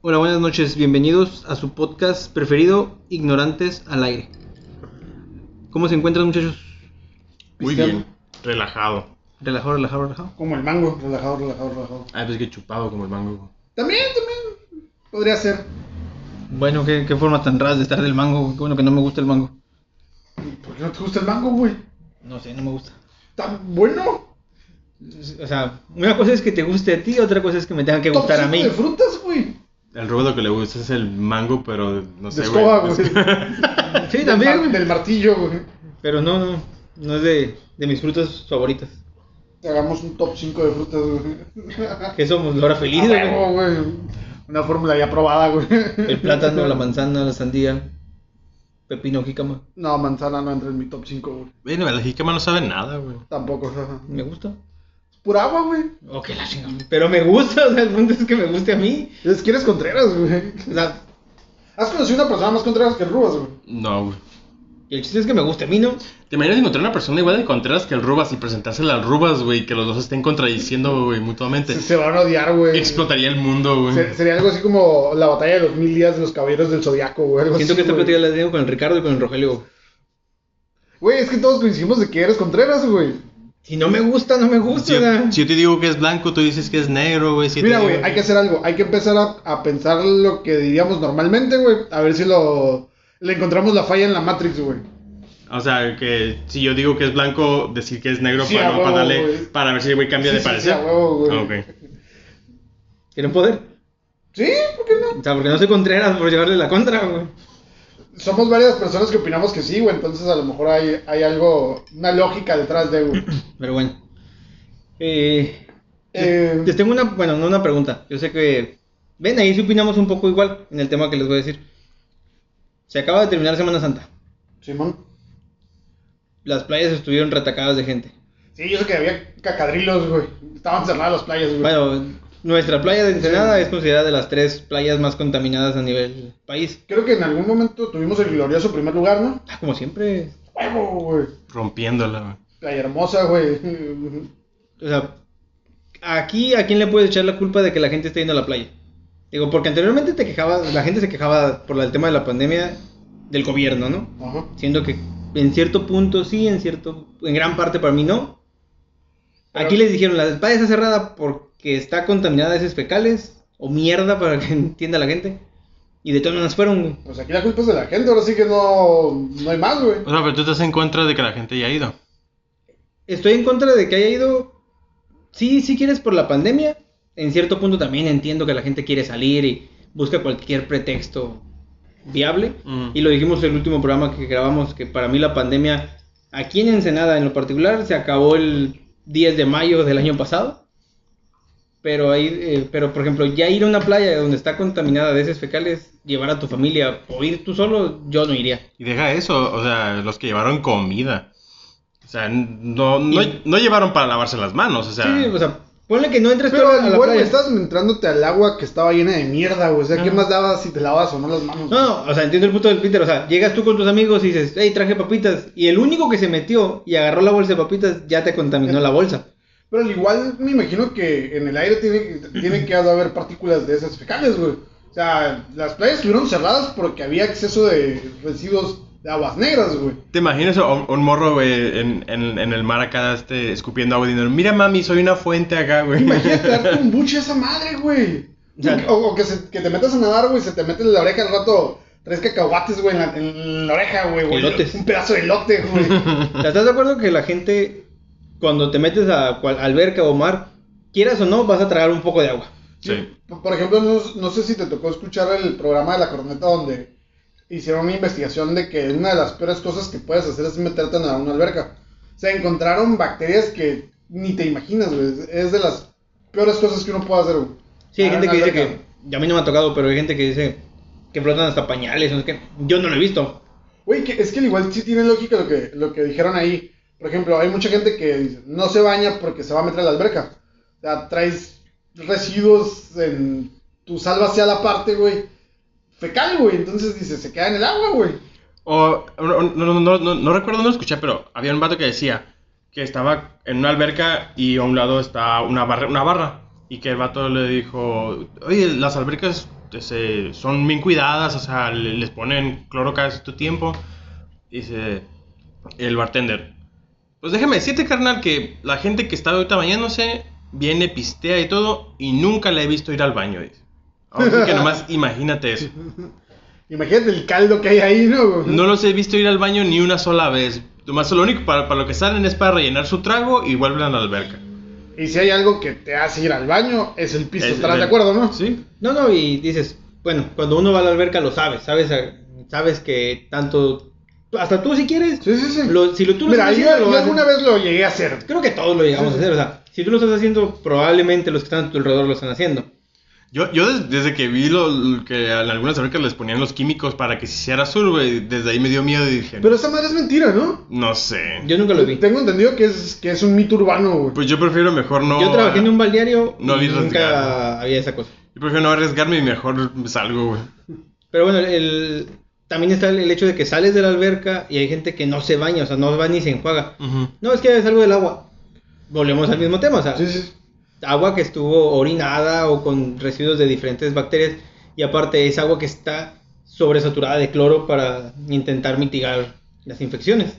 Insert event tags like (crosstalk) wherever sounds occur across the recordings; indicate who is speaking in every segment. Speaker 1: Hola, buenas noches, bienvenidos a su podcast preferido, Ignorantes al Aire. ¿Cómo se encuentran muchachos?
Speaker 2: Muy
Speaker 1: Cristiano.
Speaker 2: bien, relajado.
Speaker 1: Relajado, relajado, relajado.
Speaker 3: Como el mango, relajado, relajado, relajado.
Speaker 2: Ah, pues que chupado como el mango.
Speaker 3: También, también. Podría ser.
Speaker 1: Bueno, qué, qué forma tan rara de estar del mango, güey. qué bueno que no me gusta el mango.
Speaker 3: ¿Por qué no te gusta el mango, güey?
Speaker 1: No sé, no me gusta.
Speaker 3: Tan bueno.
Speaker 1: O sea, una cosa es que te guste a ti, otra cosa es que me tenga que gustar
Speaker 3: Top
Speaker 1: a mí.
Speaker 3: cinco de frutas, güey.
Speaker 2: El Rubén lo que le gusta es el mango, pero no
Speaker 3: De
Speaker 2: sé,
Speaker 3: escoba, güey.
Speaker 1: Sí,
Speaker 3: Del,
Speaker 1: también,
Speaker 3: mar-
Speaker 1: güey.
Speaker 3: del martillo, güey.
Speaker 1: Pero no, no, no es de, de mis frutas favoritas.
Speaker 3: Hagamos un top 5 de frutas, güey.
Speaker 1: ¿Qué somos? ¿Lora feliz?
Speaker 3: A
Speaker 1: güey?
Speaker 3: huevo, güey. Una fórmula ya probada, güey.
Speaker 1: El plátano, la manzana, la sandía, pepino, jícama.
Speaker 3: No, manzana no entra en mi top 5, güey.
Speaker 2: (laughs) Bueno, la jícama no sabe nada, güey.
Speaker 3: Tampoco, ajá.
Speaker 1: Me gusta.
Speaker 3: Es pura agua, güey.
Speaker 1: Ok, la chingada. Pero me gusta, (laughs) o sea, el punto es que me guste a mí.
Speaker 3: Es que eres Contreras, güey.
Speaker 1: O sea,
Speaker 3: ¿Has conocido una persona más Contreras que el Rubas, güey?
Speaker 2: No, güey.
Speaker 1: y el chiste es que me guste a mí, ¿no?
Speaker 3: Pues
Speaker 2: ¿Te imaginas encontrar una persona igual de Contreras que el Rubas y presentársela al Rubas, güey? Que los dos estén contradiciendo, güey, mutuamente.
Speaker 3: Se, se van a odiar, güey.
Speaker 2: Explotaría el mundo, güey.
Speaker 3: Se- sería algo así como la batalla de los mil días de los caballeros del zodiaco, güey. algo
Speaker 1: Siento
Speaker 3: así,
Speaker 1: que esta
Speaker 3: güey.
Speaker 1: plática la tengo con el Ricardo y con el Rogelio.
Speaker 3: Güey, es que todos coincidimos de que eres Contreras, güey.
Speaker 1: Si no me gusta, no me gusta.
Speaker 2: Si
Speaker 1: o sea.
Speaker 2: yo, si yo te digo que es blanco, tú dices que es negro, güey. Si yo te
Speaker 3: Mira,
Speaker 2: digo
Speaker 3: güey, hay que hacer algo. Hay que empezar a, a pensar lo que diríamos normalmente, güey. A ver si lo le encontramos la falla en la Matrix, güey.
Speaker 2: O sea, que si yo digo que es blanco, decir que es negro
Speaker 3: Sí,
Speaker 2: para,
Speaker 3: a
Speaker 2: no-
Speaker 3: huevo,
Speaker 2: para darle-
Speaker 3: güey.
Speaker 2: para ver si el güey cambia
Speaker 3: Sí,
Speaker 2: de
Speaker 3: sí, sí,
Speaker 2: parecer.
Speaker 3: a huevo, güey.
Speaker 2: Ah, ok.
Speaker 1: ¿Quieren poder?
Speaker 3: Sí, ¿por qué no?
Speaker 1: O sea, porque no se contreras por llevarle la contra, güey.
Speaker 3: Somos varias personas que opinamos que sí, güey. Entonces a lo mejor hay, hay algo, una lógica detrás
Speaker 1: (coughs)
Speaker 3: de, güey.
Speaker 1: Pero bueno. Eh,
Speaker 3: Eh,
Speaker 1: les tengo una, bueno, no una pregunta. Yo sé que. Ven, ahí sí opinamos un poco igual en el tema que les voy a decir. Se acaba de terminar Semana Santa.
Speaker 3: Simón.
Speaker 1: Las playas estuvieron retacadas de gente.
Speaker 3: Sí, yo sé que había cacadrilos, güey. Estaban cerradas las playas, güey.
Speaker 1: Bueno, nuestra playa de Ensenada es considerada de las tres playas más contaminadas a nivel país.
Speaker 3: Creo que en algún momento tuvimos el glorioso primer lugar, ¿no?
Speaker 1: Ah, como siempre.
Speaker 3: ¡Huevo, güey!
Speaker 2: Rompiéndola, güey.
Speaker 3: Playa hermosa, güey. (laughs)
Speaker 1: O sea, aquí a quién le puedes echar la culpa de que la gente esté yendo a la playa. Digo, porque anteriormente te quejabas, la gente se quejaba por la- el tema de la pandemia del gobierno, ¿no?
Speaker 3: Ajá.
Speaker 1: Siendo que en cierto punto sí, en cierto, en gran parte para mí no.
Speaker 3: Pero-
Speaker 1: Aquí les dijeron, la playa está cerrada porque está contaminada de esos fecales o mierda para que (laughs) entienda la gente. Y de todas maneras fueron, güey.
Speaker 3: Pues aquí la culpa es de la gente, ahora sí que no, no hay más,
Speaker 1: Pues,
Speaker 3: güey.
Speaker 2: O sea, pero tú estás en contra de que la gente haya ido.
Speaker 1: Estoy en contra de que haya ido. Sí, sí quieres por la pandemia. En cierto punto también entiendo que la gente quiere salir y busca cualquier pretexto viable.
Speaker 2: Ujú.
Speaker 1: Y lo dijimos en el último programa que grabamos, que para mí la pandemia, aquí en Ensenada en lo particular, se acabó el 10 de mayo del año pasado. Pero, ahí, eh, pero por ejemplo, ya ir a una playa donde está contaminada de heces fecales, llevar a tu familia o ir tú solo, yo no iría.
Speaker 2: Y deja eso, o sea, los que llevaron comida. O sea, no, no,
Speaker 1: Y-
Speaker 2: no llevaron para lavarse las manos, o sea.
Speaker 1: sí, o sea, ponle que no entres tú
Speaker 3: Pero
Speaker 1: a la
Speaker 3: igual
Speaker 1: playa.
Speaker 3: estás entrándote al agua que estaba llena de mierda, güey. O sea, ¿qué
Speaker 2: Ah.
Speaker 3: más daba si te lavas o no las manos?
Speaker 1: No, no, o sea, entiendo el punto del Peter. O sea, llegas tú con tus amigos y dices, hey, traje papitas. Y el único que se metió y agarró la bolsa de papitas ya te contaminó la bolsa.
Speaker 3: Pero al igual me imagino que en el aire tiene, que- tiene que haber partículas de esas fecales, güey. O sea, las playas estuvieron cerradas porque había exceso de residuos de aguas negras, güey.
Speaker 2: ¿Te imaginas a un, un morro, güey, en, en- en el mar acá, este, escupiendo agua y diciendo, mira, mami, soy una fuente
Speaker 1: (laughs)
Speaker 2: acá, güey?
Speaker 3: Imagínate darte un buche a esa madre, güey.
Speaker 1: O sea,
Speaker 3: O, o que, se- que te metas a nadar, güey, se te mete en la oreja al rato tres cacahuates, güey, en la, en la oreja, güey. güey.
Speaker 1: Elotes.
Speaker 3: Un pedazo de elote,
Speaker 1: (laughs)
Speaker 3: güey.
Speaker 1: O sea, ¿Estás de acuerdo que la gente, cuando te metes a cual, alberca o mar, quieras o no, vas a tragar un poco de agua?
Speaker 2: Sí.
Speaker 3: Por por ejemplo, no, no sé si te tocó escuchar el programa de La Corneta donde hicieron una investigación de que una de las peores cosas que puedes hacer es meterte en una alberca. O sea, encontraron bacterias que ni te imaginas, güey. Es de las peores cosas que uno puede hacer, güey.
Speaker 1: Sí, hay
Speaker 3: Nadar
Speaker 1: gente
Speaker 3: en
Speaker 1: que dice
Speaker 3: alberca.
Speaker 1: que, y a mí no me ha tocado, pero hay gente que dice que flotan hasta pañales. no sé qué. Yo no lo he visto.
Speaker 3: Güey, que- es que al igual sí tiene lógica lo que, lo que dijeron ahí. Por ejemplo, hay mucha gente que dice, no se baña porque se va a meter a la alberca. O sea, traes residuos en tu salva hacia la parte, güey. Fecal, güey. Entonces dice, se queda en el agua, güey.
Speaker 2: O, no, no, no, no, no recuerdo dónde lo escuché, pero había un vato que decía que estaba en una alberca y a un lado está una barra, una barra. Y que el vato le dijo, oye, las albercas este, son bien cuidadas, o sea, le- les ponen cloro cada cierto tiempo. Dice el bartender. Pues déjame decirte, carnal, que la gente que está ahorita bañándose viene, pistea y todo, y nunca la he visto ir al baño. Dice. Ahora sí que nomás imagínate eso.
Speaker 3: Imagínate el caldo que hay ahí, ¿no?
Speaker 2: No los he visto ir al baño ni una sola vez. Nomás lo único para, para lo que salen es para rellenar su trago y vuelven a la alberca.
Speaker 3: Y si hay algo que te hace ir al baño, es el piso.
Speaker 2: Es-
Speaker 3: ¿Estarás
Speaker 2: el-
Speaker 3: de acuerdo, no?
Speaker 2: Sí.
Speaker 1: No, no, y dices, bueno, cuando uno va a la alberca lo sabes, sabes, sabes que tanto, hasta tú si quieres,
Speaker 3: Sí, sí, sí.
Speaker 1: lo- si lo, tú lo
Speaker 3: Mira,
Speaker 1: estás
Speaker 3: yo,
Speaker 1: haciendo, lo
Speaker 3: yo
Speaker 1: haces.
Speaker 3: alguna vez lo llegué a hacer.
Speaker 1: Creo que todos lo llegamos a hacer, o sea, si tú lo estás haciendo, probablemente los que están a tu alrededor lo están haciendo.
Speaker 2: Yo, yo des- desde que vi lo, lo que a algunas albercas les ponían los químicos para que se hiciera azul, güey, desde ahí me dio miedo y dije,
Speaker 3: Pero esa madre es mentira, ¿no?
Speaker 2: no sé.
Speaker 1: Yo nunca lo vi.
Speaker 3: Tengo entendido que es, que es un mito urbano, güey.
Speaker 2: Pues yo prefiero mejor no...
Speaker 1: Yo trabajé en un balneario
Speaker 2: No
Speaker 1: y
Speaker 2: vi
Speaker 1: nunca
Speaker 2: rasgar.
Speaker 1: había esa cosa.
Speaker 2: Yo prefiero no arriesgarme y mejor salgo, güey.
Speaker 1: Pero bueno, el, también está el, el hecho de que sales de la alberca y hay gente que no se baña, o sea, no va ni se enjuaga.
Speaker 2: Ujú.
Speaker 1: No, es que salgo del agua. Volvemos al mismo tema, o sea,
Speaker 3: Sí, sí.
Speaker 1: agua que estuvo orinada o con residuos de diferentes bacterias y aparte es agua que está sobresaturada de cloro para intentar mitigar las infecciones.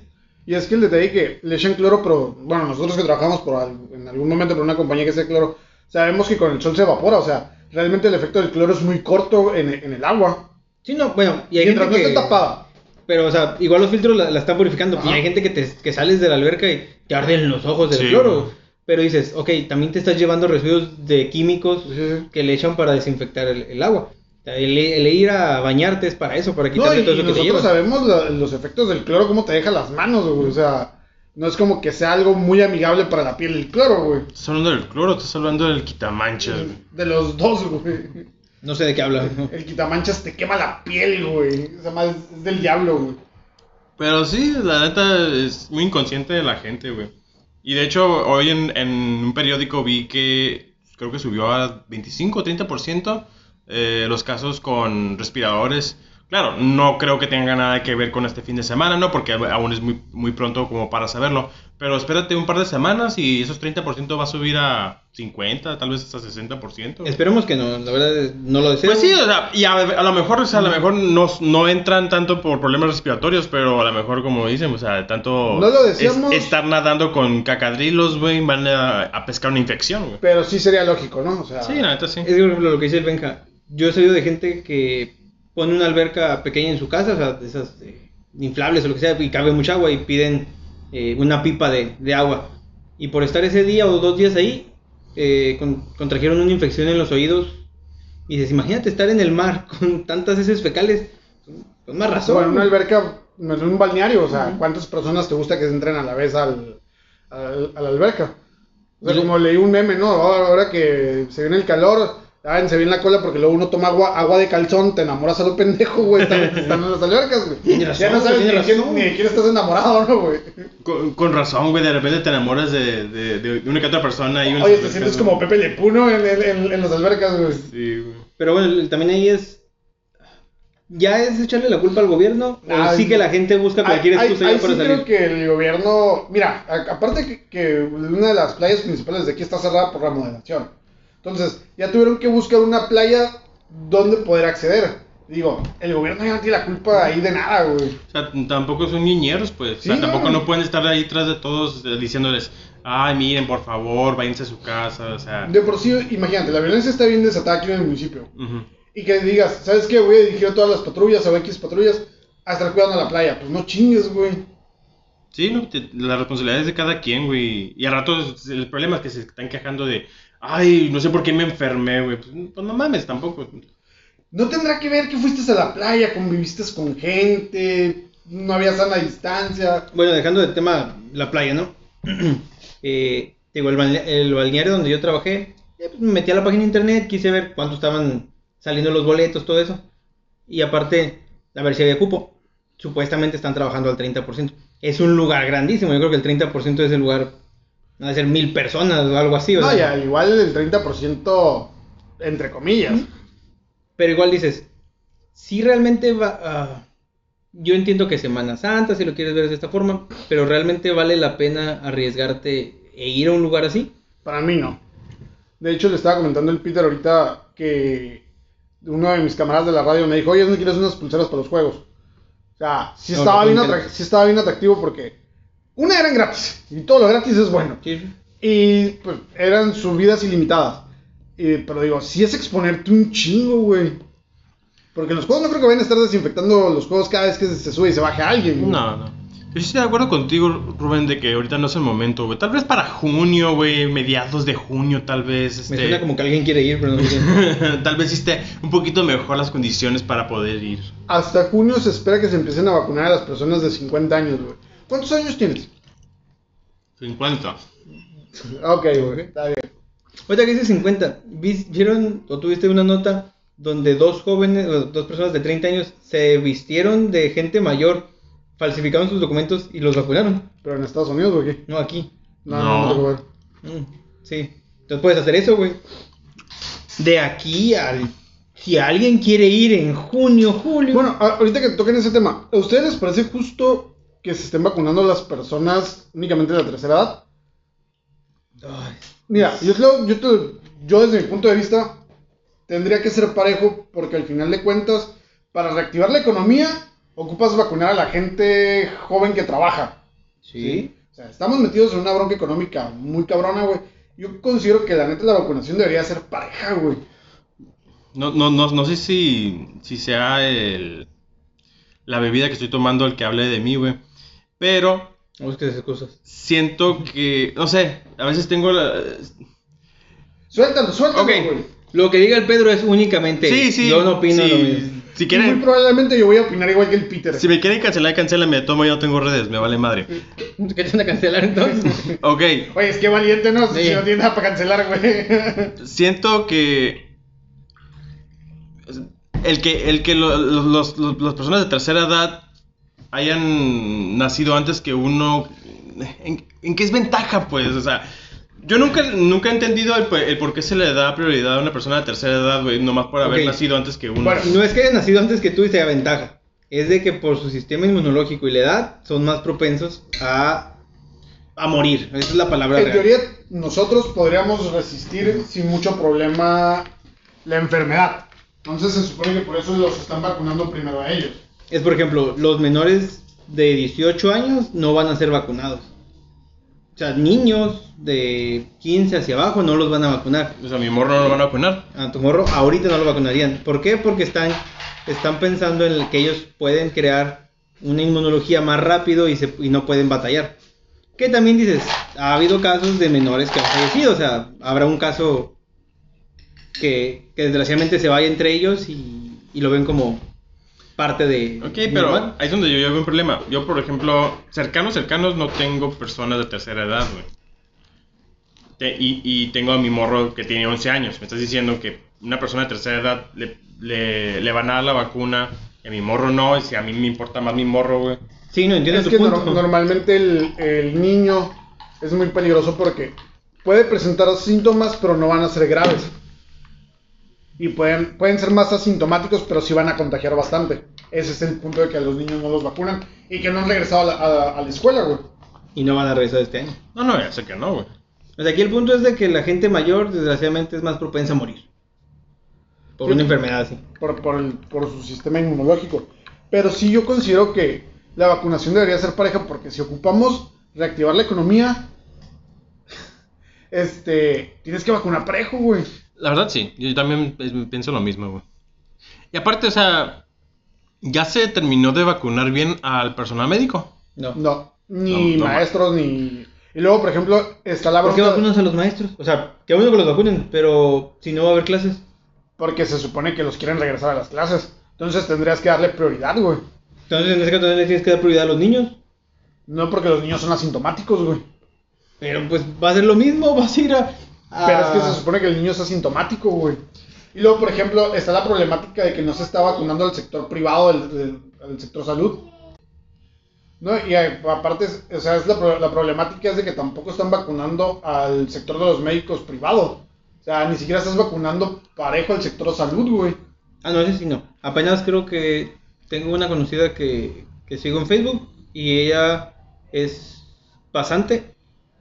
Speaker 3: Y es que el detalle que le echan cloro, pero bueno, nosotros que trabajamos por al- en algún momento por una compañía que hace cloro, sabemos que con el sol se evapora, o sea, realmente el efecto del cloro es muy corto en, en el agua.
Speaker 1: Sí, no, bueno, y hay
Speaker 3: Mientras no
Speaker 1: gente
Speaker 3: esté
Speaker 1: que...
Speaker 3: tapada.
Speaker 1: Pero, o sea, igual los filtros la, la están purificando.
Speaker 3: Ajá.
Speaker 1: Y hay gente que, te, que sales de la alberca y te arden los ojos del
Speaker 2: Sí,
Speaker 1: cloro.
Speaker 2: güey.
Speaker 1: Pero dices, ok, también te estás llevando residuos de químicos
Speaker 3: Sí, sí, sí.
Speaker 1: que le echan para desinfectar el, el agua. O sea, El, el ir a bañarte es para eso, para
Speaker 3: No,
Speaker 1: quitarle
Speaker 3: y,
Speaker 1: todo
Speaker 3: y
Speaker 1: eso que te
Speaker 3: nosotros
Speaker 1: llevas.
Speaker 3: sabemos la- los efectos del cloro, cómo te deja las manos, güey. O sea, no es como que sea algo muy amigable para la piel el cloro, güey.
Speaker 2: ¿Estás hablando del cloro o estás hablando del quitamanchas? güey?
Speaker 3: De los dos, güey.
Speaker 1: No sé de qué hablas. ¿no?
Speaker 3: El quitamanchas te quema la piel, güey. Esa madre es- es del diablo, güey.
Speaker 2: Pero sí, la neta es muy inconsciente de la gente, güey. Y de hecho, hoy en, en un periódico vi que creo que subió a 25 o 30% eh, los casos con respiradores. Claro, no creo que tenga nada que ver con este fin de semana, ¿no? Porque aún es muy, muy pronto como para saberlo. Pero espérate un par de semanas y esos 30% va a subir a 50, tal vez hasta 60%.
Speaker 1: Esperemos que no, la verdad no lo deseo.
Speaker 2: Pues sí, o sea, y a, a lo mejor, o sea, a lo mejor no, no entran tanto por problemas respiratorios, pero a lo mejor, como dicen, o sea, tanto
Speaker 3: No lo decíamos.
Speaker 2: es- estar nadando con cacadrilos, güey, van a, a pescar una infección, güey.
Speaker 3: Pero sí sería lógico, ¿no? O sea,
Speaker 2: Sí, la neta sí.
Speaker 1: Es
Speaker 3: Eh,
Speaker 1: que, por ejemplo, lo que dice el Benja. Yo he sabido de gente que pone una alberca pequeña en su casa, o sea, de esas eh, inflables o lo que sea, y cabe mucha agua y piden eh, una pipa de, de agua. Y por estar ese día o dos días ahí, eh, con- contrajeron una infección en los oídos. Y dices, imagínate estar en el mar (laughs) con tantas heces fecales. Con más razón.
Speaker 3: Bueno, una alberca, en un balneario, o sea, ¿cuántas personas te gusta que se entren a la vez al, al- a la alberca? O sea,
Speaker 1: Yo-
Speaker 3: como leí un meme, ¿no? Ahora ahora que se viene el calor, ah, se viene la cola porque luego uno toma agua, agua de calzón, te enamoras a lo pendejo,
Speaker 1: (laughs)
Speaker 3: güey, están, están en las albercas, güey.
Speaker 1: Tiene razón,
Speaker 3: ya no sabes
Speaker 1: tiene
Speaker 3: ni, de quién,
Speaker 1: razón.
Speaker 3: ni de quién estás enamorado, ¿no, güey?
Speaker 2: Con, con razón, güey, de repente te enamoras de, de, de- de una que otra persona. Y unas
Speaker 3: Oye, te
Speaker 2: otras
Speaker 3: sientes
Speaker 2: cosas.
Speaker 3: como Pepe Lepuno en, en, en- en las albercas, güey.
Speaker 2: Sí, güey.
Speaker 1: Pero bueno, el- también ahí es. ¿Ya es echarle la culpa al gobierno? ¿O
Speaker 3: Ay,
Speaker 1: sí que la gente busca cualquier
Speaker 3: Ahí- ahí-
Speaker 1: excusa ya
Speaker 3: ahí
Speaker 1: para
Speaker 3: sí
Speaker 1: salir?
Speaker 3: creo que el gobierno. Mira, a- aparte que, que una de las playas principales de aquí está cerrada por remodelación. Entonces, ya tuvieron que buscar una playa donde poder acceder. Digo, el gobierno ya no tiene la culpa ahí de nada, güey.
Speaker 2: O sea, t- tampoco son niñeros, pues. O sea,
Speaker 3: Sí,
Speaker 2: tampoco
Speaker 3: no.
Speaker 2: no pueden estar ahí tras de todos eh, diciéndoles, ay, miren, por favor, váyanse a su casa, o sea.
Speaker 3: De por sí, imagínate, la violencia está bien desatada aquí en el municipio.
Speaker 2: ujú.
Speaker 3: Y que digas, ¿sabes qué? Voy a dirigir a todas las patrullas o X patrullas a estar cuidando la playa. Pues no chingues, güey.
Speaker 2: Sí, no, te- la responsabilidad es de cada quien, güey. Y a ratos el problema es que se están quejando de, ay, no sé por qué me enfermé, güey. Pues, pues no mames, tampoco.
Speaker 3: No tendrá que ver que fuiste a la playa, conviviste con gente, no había sana distancia.
Speaker 1: Bueno, dejando de tema la playa, ¿no? (clears throat) Eh, digo, el, balne- el balneario donde yo trabajé, eh, pues, me metí a la página de internet, quise ver cuánto estaban saliendo los boletos, todo eso. Y aparte, a ver si había cupo. Supuestamente están trabajando al 30%. Es un lugar grandísimo, yo creo que el 30% es el lugar, ha de ser mil personas o algo así. o
Speaker 3: No,
Speaker 1: sea,
Speaker 3: ya, igual el 30% entre comillas.
Speaker 1: Pero igual dices, si realmente va... ah, yo entiendo que Semana Santa, si lo quieres ver de esta forma, pero realmente vale la pena arriesgarte e ir a un lugar así.
Speaker 3: Para mí no. De hecho, le estaba comentando el Peter ahorita que uno de mis camaradas de la radio me dijo, oye, ¿no quieres unas pulseras para los juegos? O sea, sí
Speaker 1: No,
Speaker 3: estaba,
Speaker 1: no,
Speaker 3: bien
Speaker 1: no
Speaker 3: atrac-
Speaker 1: interesa.
Speaker 3: sí estaba bien atractivo porque una eran gratis y todo lo gratis es bueno.
Speaker 1: Sí.
Speaker 3: Y pues eran subidas ilimitadas. Y, pero digo, si es exponerte un chingo, güey. Porque los juegos no creo que vayan a estar desinfectando los juegos cada vez que se sube y se baje alguien. güey.
Speaker 2: No, no. Yo sí estoy de acuerdo contigo, Rubén, de que ahorita no es el momento, güey. Tal vez para junio, güey, mediados de junio, tal vez.
Speaker 1: Me
Speaker 2: Este,
Speaker 1: suena como que alguien quiere ir, pero no sé (laughs) quién.
Speaker 2: (laughs) tal vez esté un poquito mejor las condiciones para poder ir.
Speaker 3: Hasta junio se espera que se empiecen a vacunar a las personas de 50 años, güey. ¿Cuántos años tienes? (laughs)
Speaker 2: 50.
Speaker 3: Ok, güey, está bien.
Speaker 1: Ahorita que dice 50, ¿vis- ¿vieron o tuviste una nota donde dos jóvenes, o dos personas de 30 años se vistieron de gente mayor, falsificaron sus documentos y los vacunaron?
Speaker 3: Pero en Estados Unidos, güey. ¿qué?
Speaker 1: No, aquí.
Speaker 3: No, no, no,
Speaker 2: No.
Speaker 3: tengo que ver.
Speaker 1: Mm, sí. Entonces puedes hacer eso, güey. De aquí al... Si alguien quiere ir en junio, julio...
Speaker 3: Bueno, a- ahorita que toquen ese tema, ¿a ustedes les parece justo que se estén vacunando las personas únicamente de la tercera edad?
Speaker 1: Ay,
Speaker 3: Mira, yo, te lo- yo, te- yo desde mi punto de vista tendría que ser parejo porque al final de cuentas, para reactivar la economía, ocupas vacunar a la gente joven que trabaja.
Speaker 1: sí.
Speaker 3: O sea, estamos metidos en una bronca económica muy cabrona, güey. Yo considero que la neta la vacunación debería ser pareja, güey.
Speaker 2: No, no, no, no sé si, si sea el, la bebida que estoy tomando el que hable de mí, güey. Pero
Speaker 1: No busques excusas.
Speaker 2: siento que, no sé, a veces tengo la...
Speaker 3: Suéltalo, suéltalo,
Speaker 1: Ok,
Speaker 3: güey.
Speaker 1: lo que diga el Pedro es únicamente...
Speaker 2: Sí, sí.
Speaker 1: Yo no opino
Speaker 2: sí,
Speaker 1: lo
Speaker 2: (laughs)
Speaker 1: mismo.
Speaker 2: Si
Speaker 3: Y Muy
Speaker 2: quieren,
Speaker 3: probablemente yo voy a opinar igual que el Peter.
Speaker 2: si me quieren cancelar, cancelan, me tomo, yo no tengo redes, me vale madre.
Speaker 1: ¿Qué te van a cancelar entonces?
Speaker 2: Ok,
Speaker 3: Oye, es que valiente, ¿no? Si
Speaker 1: Sí.
Speaker 3: no tiene nada para cancelar, güey.
Speaker 2: siento que... El que, el que lo- los, los- los- las personas de tercera edad hayan nacido antes que uno... ¿En, en qué es ventaja, pues? O sea, yo nunca, nunca he entendido el, por- el por qué se le da prioridad a una persona de tercera edad, güey, nomás por haber
Speaker 1: Ok.
Speaker 2: nacido antes que uno.
Speaker 3: Bueno,
Speaker 1: (laughs) No es que hayan nacido antes que tú y sea ventaja. Es de que por su sistema inmunológico y la edad son más propensos a, a morir. Esa es la palabra
Speaker 3: En
Speaker 1: real.
Speaker 3: teoría, nosotros podríamos resistir sin mucho problema la enfermedad. Entonces se supone que por eso los están vacunando primero a ellos.
Speaker 1: Es por ejemplo, los menores de 18 años no van a ser vacunados. O sea, niños de 15 hacia abajo no los van a vacunar.
Speaker 2: O sea, mi morro no lo van a vacunar.
Speaker 1: A tu morro ahorita no lo vacunarían. ¿Por qué? Porque están, están pensando en el que ellos pueden crear una inmunología más rápido y, se- y no pueden batallar. Que también dices, ha habido casos de menores que han fallecido. O sea, habrá un caso que, que desgraciadamente se vaya entre ellos y, y lo ven como parte de... normal.
Speaker 2: Ok, pero ahí es donde yo llevo un problema. Yo, por ejemplo, cercanos, cercanos no tengo personas de tercera edad, güey. Te- y, y tengo a mi morro que tiene 11 años. Me estás diciendo que una persona de tercera edad le, le, le van a dar la vacuna y a mi morro no. Y si a mí me importa más mi morro, güey.
Speaker 1: Sí, no entiendo
Speaker 3: Es
Speaker 1: tu
Speaker 3: que
Speaker 1: punto.
Speaker 3: nor- normalmente el, el niño es muy peligroso porque puede presentar síntomas, pero no van a ser graves. Y pueden, pueden ser más asintomáticos, pero sí van a contagiar bastante. Ese es el punto de que a los niños no los vacunan y que no han regresado a la, a- a la escuela, güey.
Speaker 1: Y no van a regresar este año.
Speaker 2: No, no, ya sé que no, güey.
Speaker 1: O sea, aquí el punto es de que la gente mayor desgraciadamente es más propensa a morir. Por
Speaker 3: Yo-
Speaker 1: una enfermedad así.
Speaker 3: por, por, el- por su sistema inmunológico. Pero sí yo considero que la vacunación debería ser pareja porque si ocupamos reactivar la economía, (laughs) este, tienes que vacunar parejo, güey.
Speaker 2: La verdad, sí. Yo también eh, pienso lo mismo, güey. Y aparte, o sea, ya se terminó de vacunar bien al personal médico.
Speaker 1: No.
Speaker 3: No, ni
Speaker 2: No, no.
Speaker 3: maestros, ni... Y luego, por ejemplo, está la
Speaker 1: ¿Por qué
Speaker 3: bronca-
Speaker 1: vacunas a los maestros? O sea, qué bueno que los vacunen, pero si no va a haber clases.
Speaker 3: porque se supone que los quieren regresar a las clases. Entonces tendrías que darle prioridad, güey.
Speaker 1: Entonces en ese caso le tienes que dar prioridad a los niños.
Speaker 3: No porque los niños son asintomáticos, güey.
Speaker 1: Pero pues va a ser lo mismo, (laughs) vas a ir a... a-
Speaker 3: Pero es que se supone que el niño es asintomático, güey. Y luego, por ejemplo, está la problemática de que no se está vacunando al sector privado, del, del- al sector salud. ¿No? Y a- aparte, es- o sea, es la, pro- la problemática es de que tampoco están vacunando al sector de los médicos privado. O sea, ni siquiera estás vacunando parejo al sector salud, güey.
Speaker 1: Ah, no, ese sí no. Apenas creo que tengo una conocida que, que sigo en Facebook y ella es pasante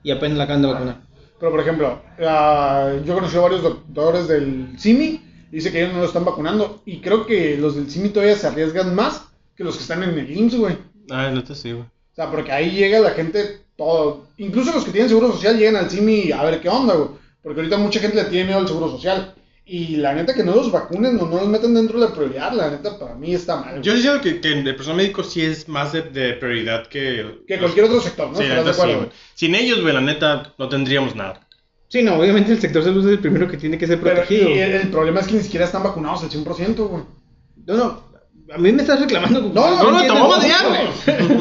Speaker 1: y apenas la acaban de vacunar.
Speaker 3: Pero, por ejemplo, ah, yo conocí a varios doctores del CIMI dice que ellos no lo están vacunando. Y creo que los del CIMI todavía se arriesgan más que los que están en el IMSS, güey. O
Speaker 2: Ah, no te sí, güey.
Speaker 3: sea, porque ahí llega la gente, todo. Incluso los que tienen seguro social llegan al CIMI a ver qué onda, güey. Porque ahorita mucha gente le tiene miedo al seguro social. Y la neta que no los vacunen o no los metan dentro de la prioridad, la neta para mí está mal. güey.
Speaker 2: Yo diciendo que, que el personal médico sí es más de, de prioridad que...
Speaker 3: Que cualquier otro sector, ¿no?
Speaker 2: Sí, la
Speaker 3: ¿Estás de
Speaker 2: neta sí,
Speaker 3: acuerdo?
Speaker 2: güey. Sin ellos, güey, la neta, no tendríamos nada.
Speaker 1: Sí, no, obviamente el sector salud es el primero que tiene que ser
Speaker 3: Pero
Speaker 1: protegido.
Speaker 3: y el, el problema es que ni siquiera están vacunados al 100%,
Speaker 2: (laughs)
Speaker 3: güey.
Speaker 1: No, no, a mí me estás reclamando. como-
Speaker 3: No, no,
Speaker 2: No, no,
Speaker 1: entiendo,
Speaker 2: te vamos a
Speaker 1: no,
Speaker 2: odiar,
Speaker 1: no.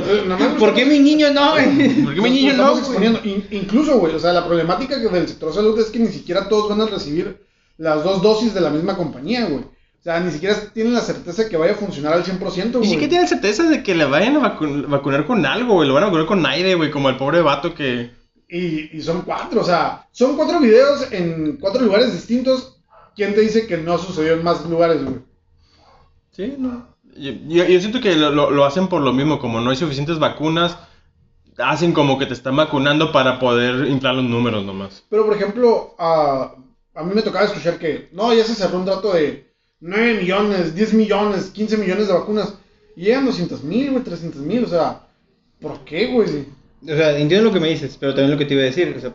Speaker 3: Eh, nada más nos
Speaker 1: ¿Por qué mi niño no? güey?
Speaker 2: Porque mi
Speaker 3: nos-
Speaker 2: niño
Speaker 3: nos
Speaker 2: no,
Speaker 3: estamos
Speaker 2: güey.
Speaker 3: exponiendo. In- incluso, güey, o sea, la problemática que del sector salud es que ni siquiera todos van a recibir las dos dosis de la misma compañía, güey. O sea, ni siquiera tienen la certeza que vaya a funcionar al 100%,
Speaker 2: Y
Speaker 3: güey.
Speaker 2: sí que tienen certeza de que le vayan a vacu- vacunar con algo, güey. Lo van a vacunar con aire, güey. Como el pobre vato que...
Speaker 3: Y, y son cuatro, o sea, son cuatro videos en cuatro lugares distintos. ¿Quién te dice que no sucedió en más lugares, güey?
Speaker 2: Sí, no. Yo, yo- yo siento que lo, lo- lo hacen por lo mismo. Como no hay suficientes vacunas, hacen como que te están vacunando para poder inflar los números nomás.
Speaker 3: Pero, por ejemplo, a, a mí me tocaba escuchar que, no, ya se cerró un trato de 9 millones, 10 millones, 15 millones de vacunas. Y llegan 200 mil, güey, 300 mil, o sea, ¿por qué, güey?
Speaker 1: (laughs) O sea, entiendo lo que me dices, pero también lo que te iba a decir. O sea,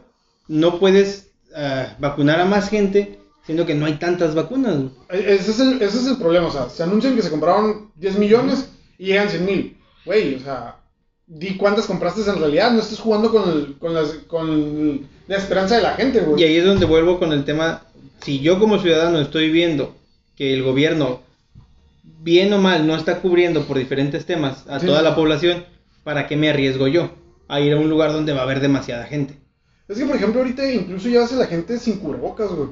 Speaker 1: no puedes ah, vacunar a más gente siendo que no hay tantas vacunas. güey.
Speaker 3: E- Ese es, el, ese es el problema, o sea, se anuncian que se compraron 10 millones y llegan 100 mil. Güey, o sea, di cuántas compraste en realidad, no estés jugando con, el- con, las- con la esperanza de la gente, güey.
Speaker 1: Y ahí es donde vuelvo con el tema, si yo como ciudadano estoy viendo que el gobierno, bien o mal, no está cubriendo por diferentes temas a
Speaker 3: Sí.
Speaker 1: toda la población, ¿para qué me arriesgo yo a ir a un lugar donde va a haber demasiada gente?
Speaker 3: Es que, por ejemplo, ahorita incluso ya hace la gente sin cubrebocas, güey.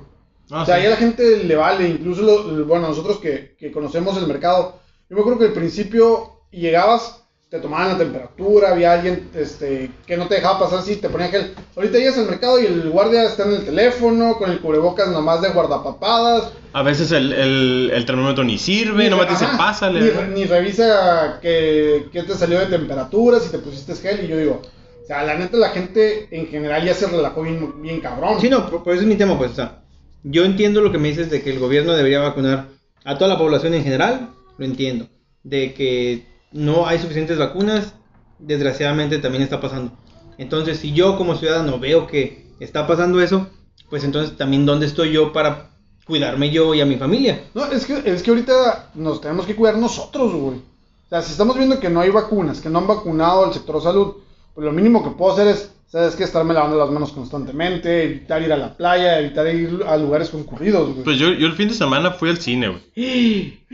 Speaker 2: Ah,
Speaker 3: o sea,
Speaker 2: sí.
Speaker 3: ahí a la gente le vale, incluso lo- bueno, nosotros que, que conocemos el mercado. Yo me acuerdo que al principio llegabas, te tomaban la temperatura, había alguien este, que no te dejaba pasar así, te ponía gel. Ahorita llegas al mercado y el guardia está en el teléfono, con el cubrebocas nomás de guardapapadas.
Speaker 2: A veces el, el- el termómetro ni sirve, nomás te dicen
Speaker 3: Ajá,
Speaker 2: pásale.
Speaker 3: Ni,
Speaker 2: ¿no?
Speaker 3: re- ni revisa que, que te salió de temperatura, si te pusiste gel. Y yo digo, o sea, la neta, la gente en general ya se relajó bien, bien cabrón.
Speaker 1: Sí, no, por, por eso es mi tema, pues, o sea, yo entiendo lo que me dices de que el gobierno debería vacunar a toda la población en general, lo entiendo, de que no hay suficientes vacunas, desgraciadamente también está pasando. Entonces, si yo como ciudadano veo que está pasando eso, pues entonces también dónde estoy yo para cuidarme yo y a mi familia.
Speaker 3: No, es que, es que ahorita nos tenemos que cuidar nosotros, güey. O sea, si estamos viendo que no hay vacunas, que no han vacunado al sector salud, pues lo mínimo que puedo hacer es, ¿sabes qué? Estarme lavando las manos constantemente, evitar ir a la playa, evitar ir a lugares concurridos, güey.
Speaker 2: Pues yo, yo el fin de semana fui al cine, güey.
Speaker 1: (gasps)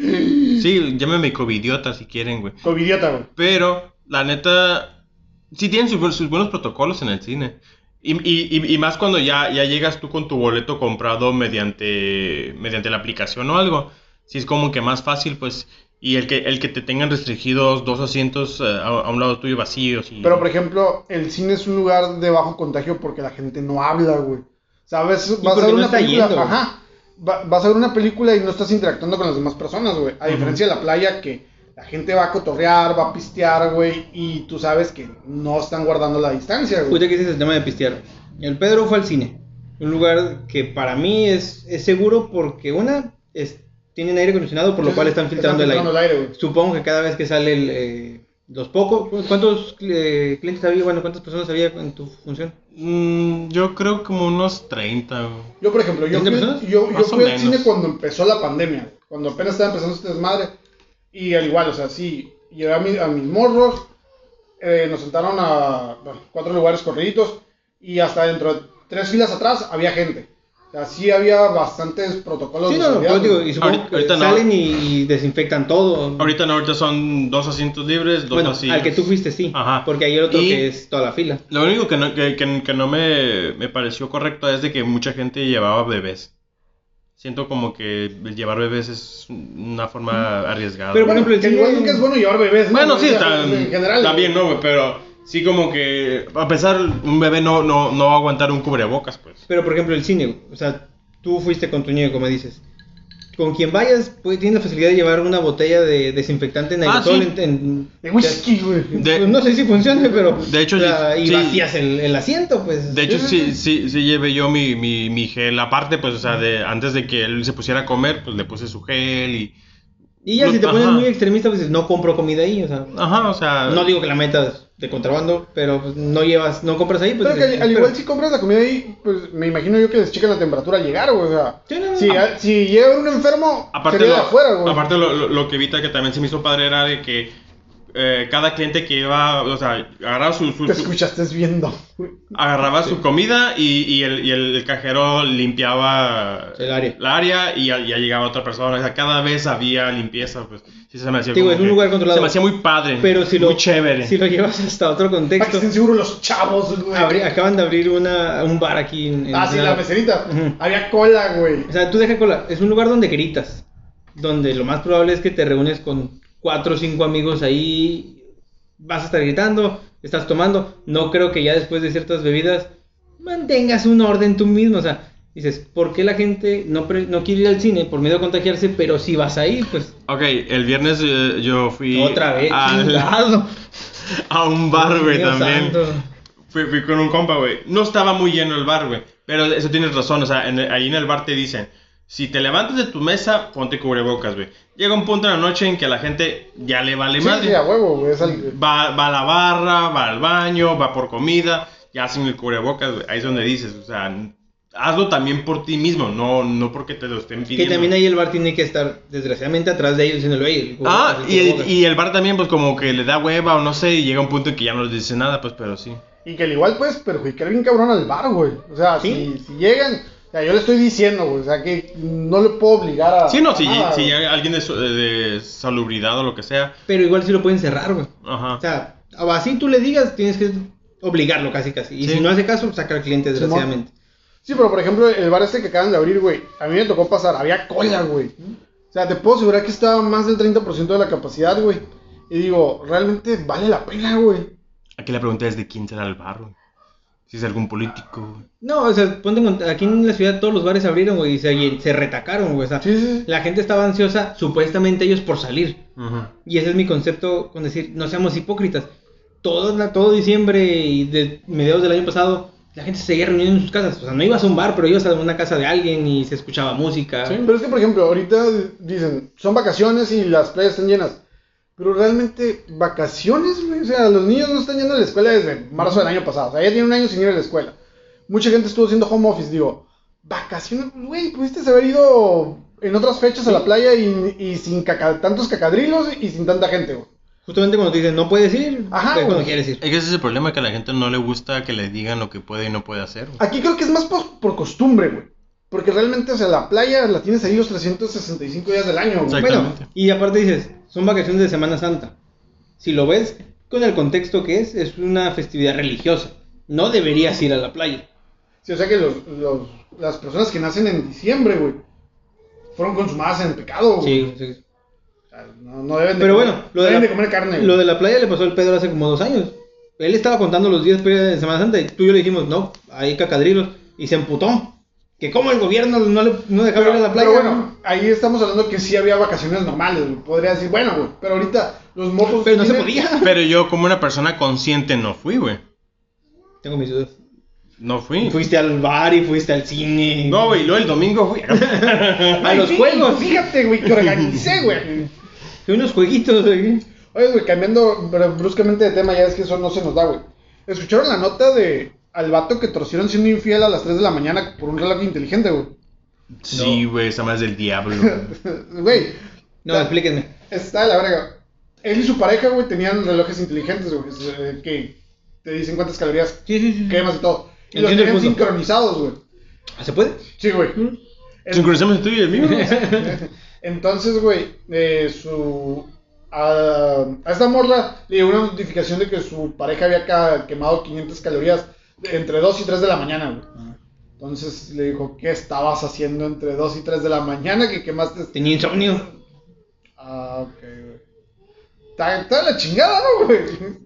Speaker 2: Sí, llámeme covidiota si quieren, güey.
Speaker 3: Covidiota, güey.
Speaker 2: Pero, la neta, sí tienen sus, bu- sus buenos protocolos en el cine. Y, y- y- y más cuando ya, ya llegas tú con tu boleto comprado mediante, mediante la aplicación o algo. Sí es como que más fácil, pues. Y el que, el que te tengan restringidos dos asientos eh, a, a un lado tuyo vacíos. Y...
Speaker 3: Pero, por ejemplo, el cine es un lugar de bajo contagio porque la gente no habla, güey. ¿Sabes? Vas a
Speaker 1: porque
Speaker 3: ver
Speaker 1: no
Speaker 3: una
Speaker 1: está
Speaker 3: película.
Speaker 1: yendo, güey.
Speaker 3: ajá. Va- vas a ver una película y no estás interactuando con las demás personas, güey. A diferencia de la playa que la gente va a cotorrear, va a pistear, güey. Y tú sabes que no están guardando la distancia, güey.
Speaker 1: Ahorita que dices el tema Pues, de pistear. El Pedro fue al cine. Un lugar que para mí es, es seguro porque una, es, tienen aire acondicionado por lo
Speaker 3: Sí,
Speaker 1: cual
Speaker 3: sí,
Speaker 1: están filtrando el aire.
Speaker 3: güey.
Speaker 1: Supongo que cada vez que sale el, eh, los pocos, ¿cuántos eh, clientes había? Bueno, ¿cuántas personas había en tu función?
Speaker 2: Mm, yo creo como unos 30, güey.
Speaker 3: Yo, por ejemplo, yo
Speaker 1: ¿Treinta
Speaker 3: fui,
Speaker 1: personas?
Speaker 3: yo, yo
Speaker 2: Más o
Speaker 3: fui al
Speaker 2: menos.
Speaker 3: cine cuando empezó la pandemia, güey, cuando apenas estaba empezando este desmadre. Y al igual, o sea, sí, llevé a, mi- a mis morros, eh, nos sentaron a bueno, cuatro lugares corriditos y hasta dentro de tres filas atrás había gente. O sea, sí había bastantes protocolos
Speaker 1: Sí,
Speaker 3: de
Speaker 1: no, no,
Speaker 3: seguridad,
Speaker 1: pero digo,
Speaker 3: güey.
Speaker 1: y supongo
Speaker 2: Ahorita-
Speaker 1: que
Speaker 2: ahorita no.
Speaker 1: salen y, y desinfectan todo.
Speaker 2: Ahorita no, ahorita son dos asientos libres, dos
Speaker 1: bueno,
Speaker 2: vacíos.
Speaker 1: al que tú fuiste, sí.
Speaker 2: Ajá.
Speaker 1: Porque hay el otro
Speaker 2: Y-
Speaker 1: que es toda la fila.
Speaker 2: Lo único que no, que, que- que no me, me pareció correcto es de que mucha gente llevaba bebés. Siento como que el llevar bebés es una forma arriesgada.
Speaker 1: Pero, por
Speaker 3: Bueno,
Speaker 1: ejemplo, el
Speaker 3: que
Speaker 1: cine-
Speaker 3: igual nunca es bueno llevar bebés, ¿no?
Speaker 2: bueno, sí,
Speaker 3: En
Speaker 2: está,
Speaker 3: general. eh,
Speaker 2: está bien, ¿no? güey? Pero sí como que, a pesar, un bebé no, no, no va a aguantar un cubrebocas, pues.
Speaker 1: Pero por ejemplo, el cine, o sea, tú fuiste con tu niño, como dices. con quien vayas, pues tienes la facilidad de llevar una botella de desinfectante en
Speaker 2: Ah,
Speaker 1: aerosol
Speaker 2: sí.
Speaker 1: en- en-
Speaker 3: De whisky, güey.
Speaker 2: De-
Speaker 1: pues, no sé si funcione, pero
Speaker 2: De hecho,
Speaker 1: o sea,
Speaker 2: sí,
Speaker 1: y
Speaker 2: sí.
Speaker 1: vacías el, el asiento, pues.
Speaker 2: De hecho,
Speaker 3: Sí,
Speaker 2: sí,
Speaker 3: sí,
Speaker 2: sí, sí llevé yo mi, mi, mi gel aparte, pues, o sea, de, antes de que él se pusiera a comer, pues le puse su gel y...
Speaker 1: y ya si te
Speaker 2: Ajá. Ah.
Speaker 1: pones muy extremista, pues dices, no compro comida ahí, o sea,
Speaker 2: Ajá, o sea...
Speaker 1: no digo que la metas de contrabando, pero pues, no llevas, no compras ahí, pues.
Speaker 3: Pero que al,
Speaker 1: dices,
Speaker 3: al
Speaker 1: "Espera".
Speaker 3: igual si compras la comida ahí, pues me imagino yo que les checan la temperatura al llegar, güey. O sea,
Speaker 1: Sí, no, no.
Speaker 3: si, a- si llega un enfermo,
Speaker 2: Aparte,
Speaker 3: sería
Speaker 2: lo,
Speaker 3: de afuera, güey.
Speaker 2: aparte lo, lo- lo que evita que también se me hizo padre era de que eh, cada cliente que iba, o sea, agarraba su, su-
Speaker 3: Te
Speaker 2: su-
Speaker 3: escuchaste viendo.
Speaker 2: agarraba su comida y, y el, y el cajero limpiaba
Speaker 1: El área.
Speaker 2: área y ya, ya llegaba otra persona. O sea, cada vez había limpieza, pues sí se me hacía
Speaker 1: Digo,
Speaker 2: como
Speaker 1: es un
Speaker 2: que-
Speaker 1: lugar controlado.
Speaker 2: Se me hacía muy padre,
Speaker 1: Pero si lo,
Speaker 2: muy chévere.
Speaker 1: si lo llevas hasta otro
Speaker 3: Para Ah, que
Speaker 1: contexto.
Speaker 3: estén seguros los chavos, güey.
Speaker 1: abri- acaban de abrir una, un bar aquí en, en
Speaker 3: Ah, sí, la
Speaker 1: Ensenada.
Speaker 3: meserita.
Speaker 1: Ujú.
Speaker 3: Había cola, güey.
Speaker 1: O sea, tú deja cola. Es un lugar donde gritas. Donde lo más probable es que te reúnes con cuatro o cinco amigos ahí. Vas a estar gritando, estás tomando. No creo que ya después de ciertas bebidas mantengas un orden tú mismo. O sea, dices, ¿por qué la gente no, pre- no quiere ir al cine por miedo a contagiarse? Pero si vas ahí, pues
Speaker 2: Ok, el viernes eh, yo fui
Speaker 1: otra vez.
Speaker 2: a,
Speaker 1: chingado.
Speaker 2: (laughs) a un bar, güey,
Speaker 1: Dios
Speaker 2: también.
Speaker 1: santo.
Speaker 2: Fui, fui con un compa, güey. No estaba muy lleno el bar, güey. Pero eso tienes razón. O sea, en- ahí en el bar te dicen: si te levantas de tu mesa, ponte cubrebocas, güey. Llega un punto en la noche en que a la gente ya le vale
Speaker 3: Sí,
Speaker 2: más.
Speaker 3: sí, a huevo, güey. es al-
Speaker 2: Va, va a la barra, va al baño, va por comida, ya sin el cubrebocas, güey. Ahí es donde dices: o sea, hazlo también por ti mismo, no, no porque te lo estén
Speaker 1: Que
Speaker 2: pidiendo.
Speaker 1: también ahí el bar tiene que estar, desgraciadamente, atrás de ellos diciéndole, oye, el
Speaker 2: Ah,
Speaker 1: cubrebocas, el
Speaker 2: y el,
Speaker 1: cubrebocas".
Speaker 2: y el bar también, pues como que le da hueva o no sé, y llega un punto en que ya no les dice nada, pues, pero sí.
Speaker 3: Y que al igual puedes perjudicar bien cabrón al bar, güey. O sea,
Speaker 1: Sí.
Speaker 3: si, si llegan, o sea, yo le estoy diciendo, güey, o sea, que no le puedo obligar a.
Speaker 2: Sí, no, si,
Speaker 3: a
Speaker 1: Ah.
Speaker 3: nada,
Speaker 2: si
Speaker 3: güey.
Speaker 2: llega alguien de, su- de salubridad o lo que sea,
Speaker 1: Pero igual sí lo pueden cerrar, güey.
Speaker 2: Ajá.
Speaker 1: O sea, o así tú le digas, tienes que obligarlo casi casi. Y
Speaker 2: Sí.
Speaker 1: si no hace caso, saca al cliente,
Speaker 3: Simón.
Speaker 1: desgraciadamente.
Speaker 3: Sí, pero por ejemplo, el bar este que acaban de abrir, güey, a mí me tocó pasar, había cola, güey. O sea, te puedo asegurar que estaba más del 30% de la capacidad, güey. Y digo, realmente vale la pena, güey.
Speaker 2: Aquí la pregunta es de quién será el bar, güey. Si es algún político. güey.
Speaker 1: No, o sea, ponte en cont- aquí en la ciudad todos los bares abrieron, güey, y se, y se retacaron, güey. O sea,
Speaker 3: Sí, sí, sí.
Speaker 1: la gente estaba ansiosa, supuestamente ellos por salir. Y ese es mi concepto con decir, no seamos hipócritas. Todo, la- todo diciembre y de mediados del año pasado, la gente se seguía reuniendo en sus casas. O sea, no ibas a un bar, pero ibas a una casa de alguien y se escuchaba música.
Speaker 3: Sí, pero es que, por ejemplo, ahorita dicen, son vacaciones y las playas están llenas. Pero realmente, vacaciones, güey. O sea, los niños no están yendo a la escuela desde marzo del año pasado. O sea, ya tienen un año sin ir a la escuela. Mucha gente estuvo haciendo home office, digo. Vacaciones, pues, güey, pudiste haber ido en otras fechas a la playa y, y sin caca- tantos cacadrilos y sin tanta gente, güey.
Speaker 1: Justamente cuando te dicen, no puedes ir,
Speaker 3: Ajá,
Speaker 1: es cuando
Speaker 3: güey.
Speaker 1: quieres ir.
Speaker 2: Es que ese es el problema, que a la gente no le gusta que le digan lo que puede y no puede hacer. güey.
Speaker 3: Aquí creo que es más por, por costumbre, güey. Porque realmente, o sea, la playa la tienes ahí los 365 días del año, güey.
Speaker 2: Exacto.
Speaker 1: Bueno,
Speaker 2: Exactamente.
Speaker 1: y aparte dices, son vacaciones de Semana Santa. Si lo ves con el contexto que es, es una festividad religiosa. No deberías ir a la playa.
Speaker 3: Sí, o sea que los, los- las personas que nacen en diciembre, güey, fueron consumadas en pecado, güey.
Speaker 1: Sí, sí.
Speaker 3: O sea, no, no deben de
Speaker 1: Pero
Speaker 3: comer,
Speaker 1: bueno, lo de,
Speaker 3: deben
Speaker 1: la,
Speaker 3: de comer carne.
Speaker 1: lo
Speaker 3: güey.
Speaker 1: de la playa le pasó al Pedro hace como dos años. Él estaba contando los días de Semana Santa y tú y yo le dijimos, no, hay cacadrilos. Y se emputó. Que como el gobierno no, le, no dejaba
Speaker 3: Pero,
Speaker 1: ir a la playa.
Speaker 3: pero bueno, ahí estamos hablando que sí había vacaciones normales, güey. Podría decir, bueno, güey, pero ahorita los mocos...
Speaker 1: pero no se
Speaker 3: tienen-
Speaker 1: podía.
Speaker 2: Pero yo, como una persona consciente, no fui, güey.
Speaker 1: Tengo mis dudas.
Speaker 2: No fui.
Speaker 1: Fuiste al bar y fuiste al cine.
Speaker 2: No, güey, luego el domingo
Speaker 1: (laughs)
Speaker 2: fui.
Speaker 1: a
Speaker 3: Ay,
Speaker 1: los
Speaker 3: sí,
Speaker 1: juegos.
Speaker 3: Fíjate, güey, que organicé, güey.
Speaker 1: Unos jueguitos. güey.
Speaker 3: Oye, güey, cambiando pero bruscamente de tema, ya es que eso no se nos da, güey. ¿Escucharon la nota de al vato que torcieron siendo infiel a las 3 de la mañana por un reloj inteligente, güey? (laughs)
Speaker 2: Sí, güey, esa más del diablo.
Speaker 1: (laughs)
Speaker 2: güey.
Speaker 3: Güey,
Speaker 1: No, explíquenme.
Speaker 3: Está de la verga. Él y su pareja, güey, tenían relojes inteligentes, güey, eh, que te dicen cuántas calorías
Speaker 1: Sí, sí, sí.
Speaker 3: quemas y todo. Y los
Speaker 1: Entiendo el
Speaker 3: tenían
Speaker 1: punto.
Speaker 3: sincronizados, güey.
Speaker 1: ¿Se puede?
Speaker 3: Sí, güey. En-
Speaker 2: Sincronicemos el tuyo y el mío.
Speaker 3: Entonces, güey, eh, su. A, a esta morra le llegó una notificación de que su pareja había ca- quemado 500 calorías entre 2 y 3 de la mañana, güey.
Speaker 1: Ah.
Speaker 3: Entonces le dijo, ¿qué estabas haciendo entre 2 y 3 de la mañana que quemaste este-?"
Speaker 1: Tenía insomnio.
Speaker 3: Ah, ok, güey. Está, está de la chingada, ¿no, güey?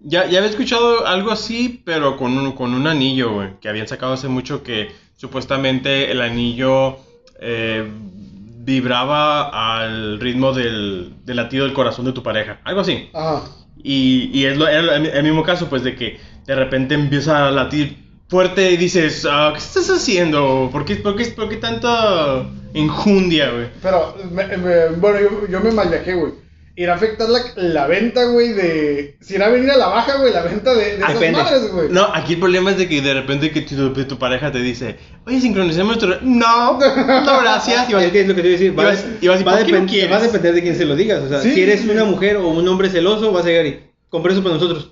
Speaker 2: Ya, ya había escuchado algo así, pero con un, con un anillo, güey, que habían sacado hace mucho que supuestamente el anillo eh, vibraba al ritmo del, del latido del corazón de tu pareja. Algo así.
Speaker 3: Ajá.
Speaker 2: Y, y es lo- era el, el mismo caso, pues, de que de repente empieza a latir fuerte y dices, "Ah, ¿qué estás haciendo? ¿Por qué, por qué, por qué tanta enjundia, güey?
Speaker 3: Pero, me- me- bueno, yo, yo me malviajé, güey. Irá a afectar la, la venta, güey, de... Si irá a venir a la baja, güey, la venta de, de esas
Speaker 1: Depende.
Speaker 3: madres, güey.
Speaker 2: No, aquí el problema es de que de repente que tu, tu pareja te dice, oye, sincronicemos tu... re-". No, no, gracias. Y vas-
Speaker 1: Es que es lo que te iba a decir. Va,
Speaker 2: Ibas- ibas a decir,
Speaker 1: va a
Speaker 2: ¿por qué no
Speaker 1: depend-
Speaker 2: quieres?
Speaker 1: va a depender de quién se lo digas. O sea,
Speaker 3: Sí,
Speaker 1: si eres
Speaker 3: sí, sí.
Speaker 1: una mujer o un hombre celoso, vas a llegar y compré eso para nosotros.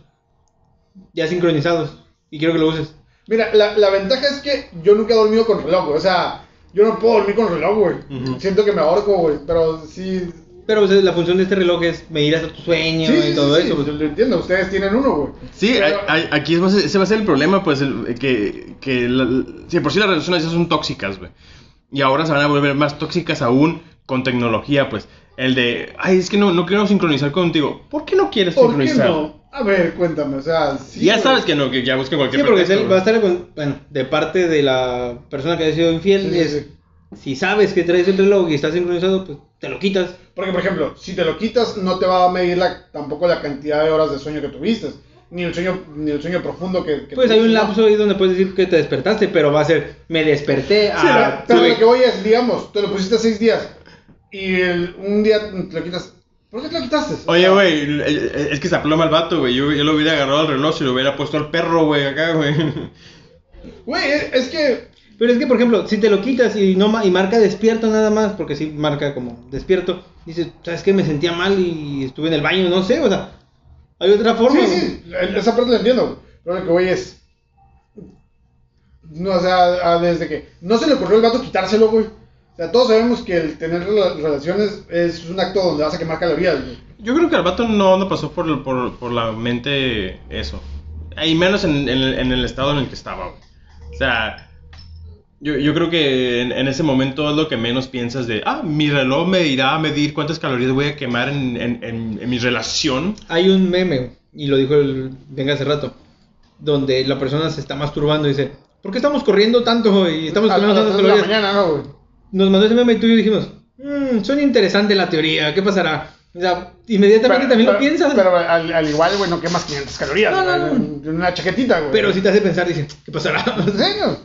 Speaker 1: Ya sincronizados. Y quiero que lo uses.
Speaker 3: Mira, la, la ventaja es que yo nunca he dormido con reloj, güey. O sea, yo no puedo dormir con reloj, güey.
Speaker 2: Ujú.
Speaker 3: Siento que me ahorco, güey. Pero sí...
Speaker 1: Pero o sea, la función de este reloj es medir hasta tu sueño
Speaker 3: Sí,
Speaker 1: y
Speaker 3: sí,
Speaker 1: todo
Speaker 3: sí,
Speaker 1: eso.
Speaker 3: sí,
Speaker 1: pues.
Speaker 3: lo entiendo. Ustedes tienen uno, güey.
Speaker 2: Sí,
Speaker 3: Pero-
Speaker 2: a- a- aquí es más- ese va a ser el problema, pues, el- que, que la- si de por sí las relaciones ya son tóxicas, güey. Y ahora se van a volver más tóxicas aún con tecnología, pues. El de, ay, es que no, no quiero sincronizar contigo. ¿Por qué no quieres
Speaker 3: ¿Por qué
Speaker 2: sincronizar?
Speaker 3: no? A ver, cuéntame, o sea... Sí,
Speaker 2: ya
Speaker 3: güey.
Speaker 2: sabes que no, que ya
Speaker 1: Sí,
Speaker 2: busquen cualquier
Speaker 1: porque
Speaker 2: pretexto,
Speaker 1: va a estar con- bueno, de parte de la persona que haya sido infiel.
Speaker 3: Sí, sí,
Speaker 1: es,
Speaker 3: sí.
Speaker 1: Si sabes que traes el reloj y está sincronizado, pues te lo quitas.
Speaker 3: Porque, por ejemplo, si te lo quitas, no te va a medir la, tampoco la cantidad de horas de sueño que tuviste. Ni el sueño, ni el sueño profundo que... que
Speaker 1: Pues hay un
Speaker 3: tuviste, ¿no?
Speaker 1: lapso ahí donde puedes decir que te despertaste, pero va a ser, me desperté
Speaker 3: Sí, pero-
Speaker 1: a...
Speaker 3: pero
Speaker 1: Ah, tuve-
Speaker 3: lo que voy es, digamos, te lo pusiste seis días y el- un día te lo quitas. ¿Por qué te lo quitaste? O
Speaker 2: Oye,
Speaker 3: sea,
Speaker 2: güey, eh, eh, es que se aploma el vato, güey. Yo, yo lo hubiera agarrado al reloj y lo hubiera puesto al perro, güey, acá, güey.
Speaker 3: Güey, es, es que.
Speaker 1: Pero es que, por ejemplo, si te lo quitas y no ma- y marca despierto nada más, porque si marca como despierto, dices, ¿sabes qué? Me sentía mal y estuve en el baño, no sé, o sea, hay otra forma.
Speaker 3: Sí,
Speaker 1: güey.
Speaker 3: sí, el- esa parte la entiendo. Pero lo que voy es. No, o sea, a- desde que. No se le ocurrió al gato quitárselo, güey. O sea, todos sabemos que el tener rela- relaciones es un acto donde vas a quemar calorías, güey.
Speaker 2: Yo creo que al vato no, no pasó por, por, por la mente eso. Y menos en, en el- en el estado en el que estaba, güey. O sea, yo, yo creo que en, en ese momento es lo que menos piensas de, ah, mi reloj me irá a medir cuántas calorías voy a quemar en, en- en- en mi relación.
Speaker 1: Hay un meme, y lo dijo el Venga hace rato, donde la persona se está masturbando y dice, ¿por qué estamos corriendo tanto y estamos
Speaker 3: a, a
Speaker 1: comiendo
Speaker 3: las
Speaker 1: tantas
Speaker 3: tres de la
Speaker 1: calorías?
Speaker 3: mañana, ¿no, güey?
Speaker 1: Nos mandó ese meme y tú y yo dijimos, "Mm, suena interesante la teoría, ¿qué pasará? O sea, inmediatamente también lo piensas.
Speaker 3: Pero al, al igual, güey, no quemas 500 calorías,
Speaker 1: No, no,
Speaker 3: güey,
Speaker 1: no.
Speaker 3: en Una chaquetita, güey.
Speaker 1: Pero si te hace pensar, dice, ¿qué pasará? (laughs)
Speaker 3: ¿En serio?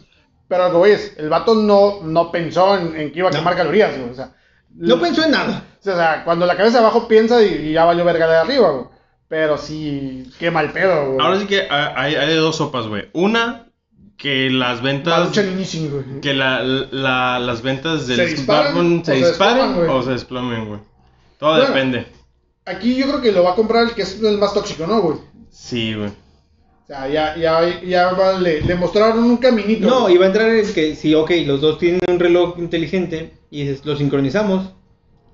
Speaker 3: Pero lo que voy es, el vato no, no pensó en, en que iba a
Speaker 1: No.
Speaker 3: quemar calorías, güey. O sea,
Speaker 1: No
Speaker 3: l-
Speaker 1: pensó en nada.
Speaker 3: O sea, cuando la cabeza abajo piensa y, y ya valió verga la de arriba, güey. Pero sí, qué mal pedo, güey.
Speaker 2: Ahora sí que ha- hay, hay de dos sopas, güey. Una, que las ventas...
Speaker 3: Maruchan y Nissin, güey.
Speaker 2: Que la, la- las ventas del
Speaker 3: Se disparan
Speaker 2: smartphone se
Speaker 3: o se desploman,
Speaker 2: disparen
Speaker 3: güey.
Speaker 2: o se desplomen, güey. Todo
Speaker 3: Bueno.
Speaker 2: depende.
Speaker 3: Aquí yo creo que lo va a comprar el que es el más tóxico, ¿no, güey?
Speaker 2: Sí, güey.
Speaker 3: O sea, ya, ya, ya va- le, le mostraron un caminito.
Speaker 1: No,
Speaker 3: güey.
Speaker 1: iba a entrar es que si, ok, los dos tienen un reloj inteligente y dices, lo sincronizamos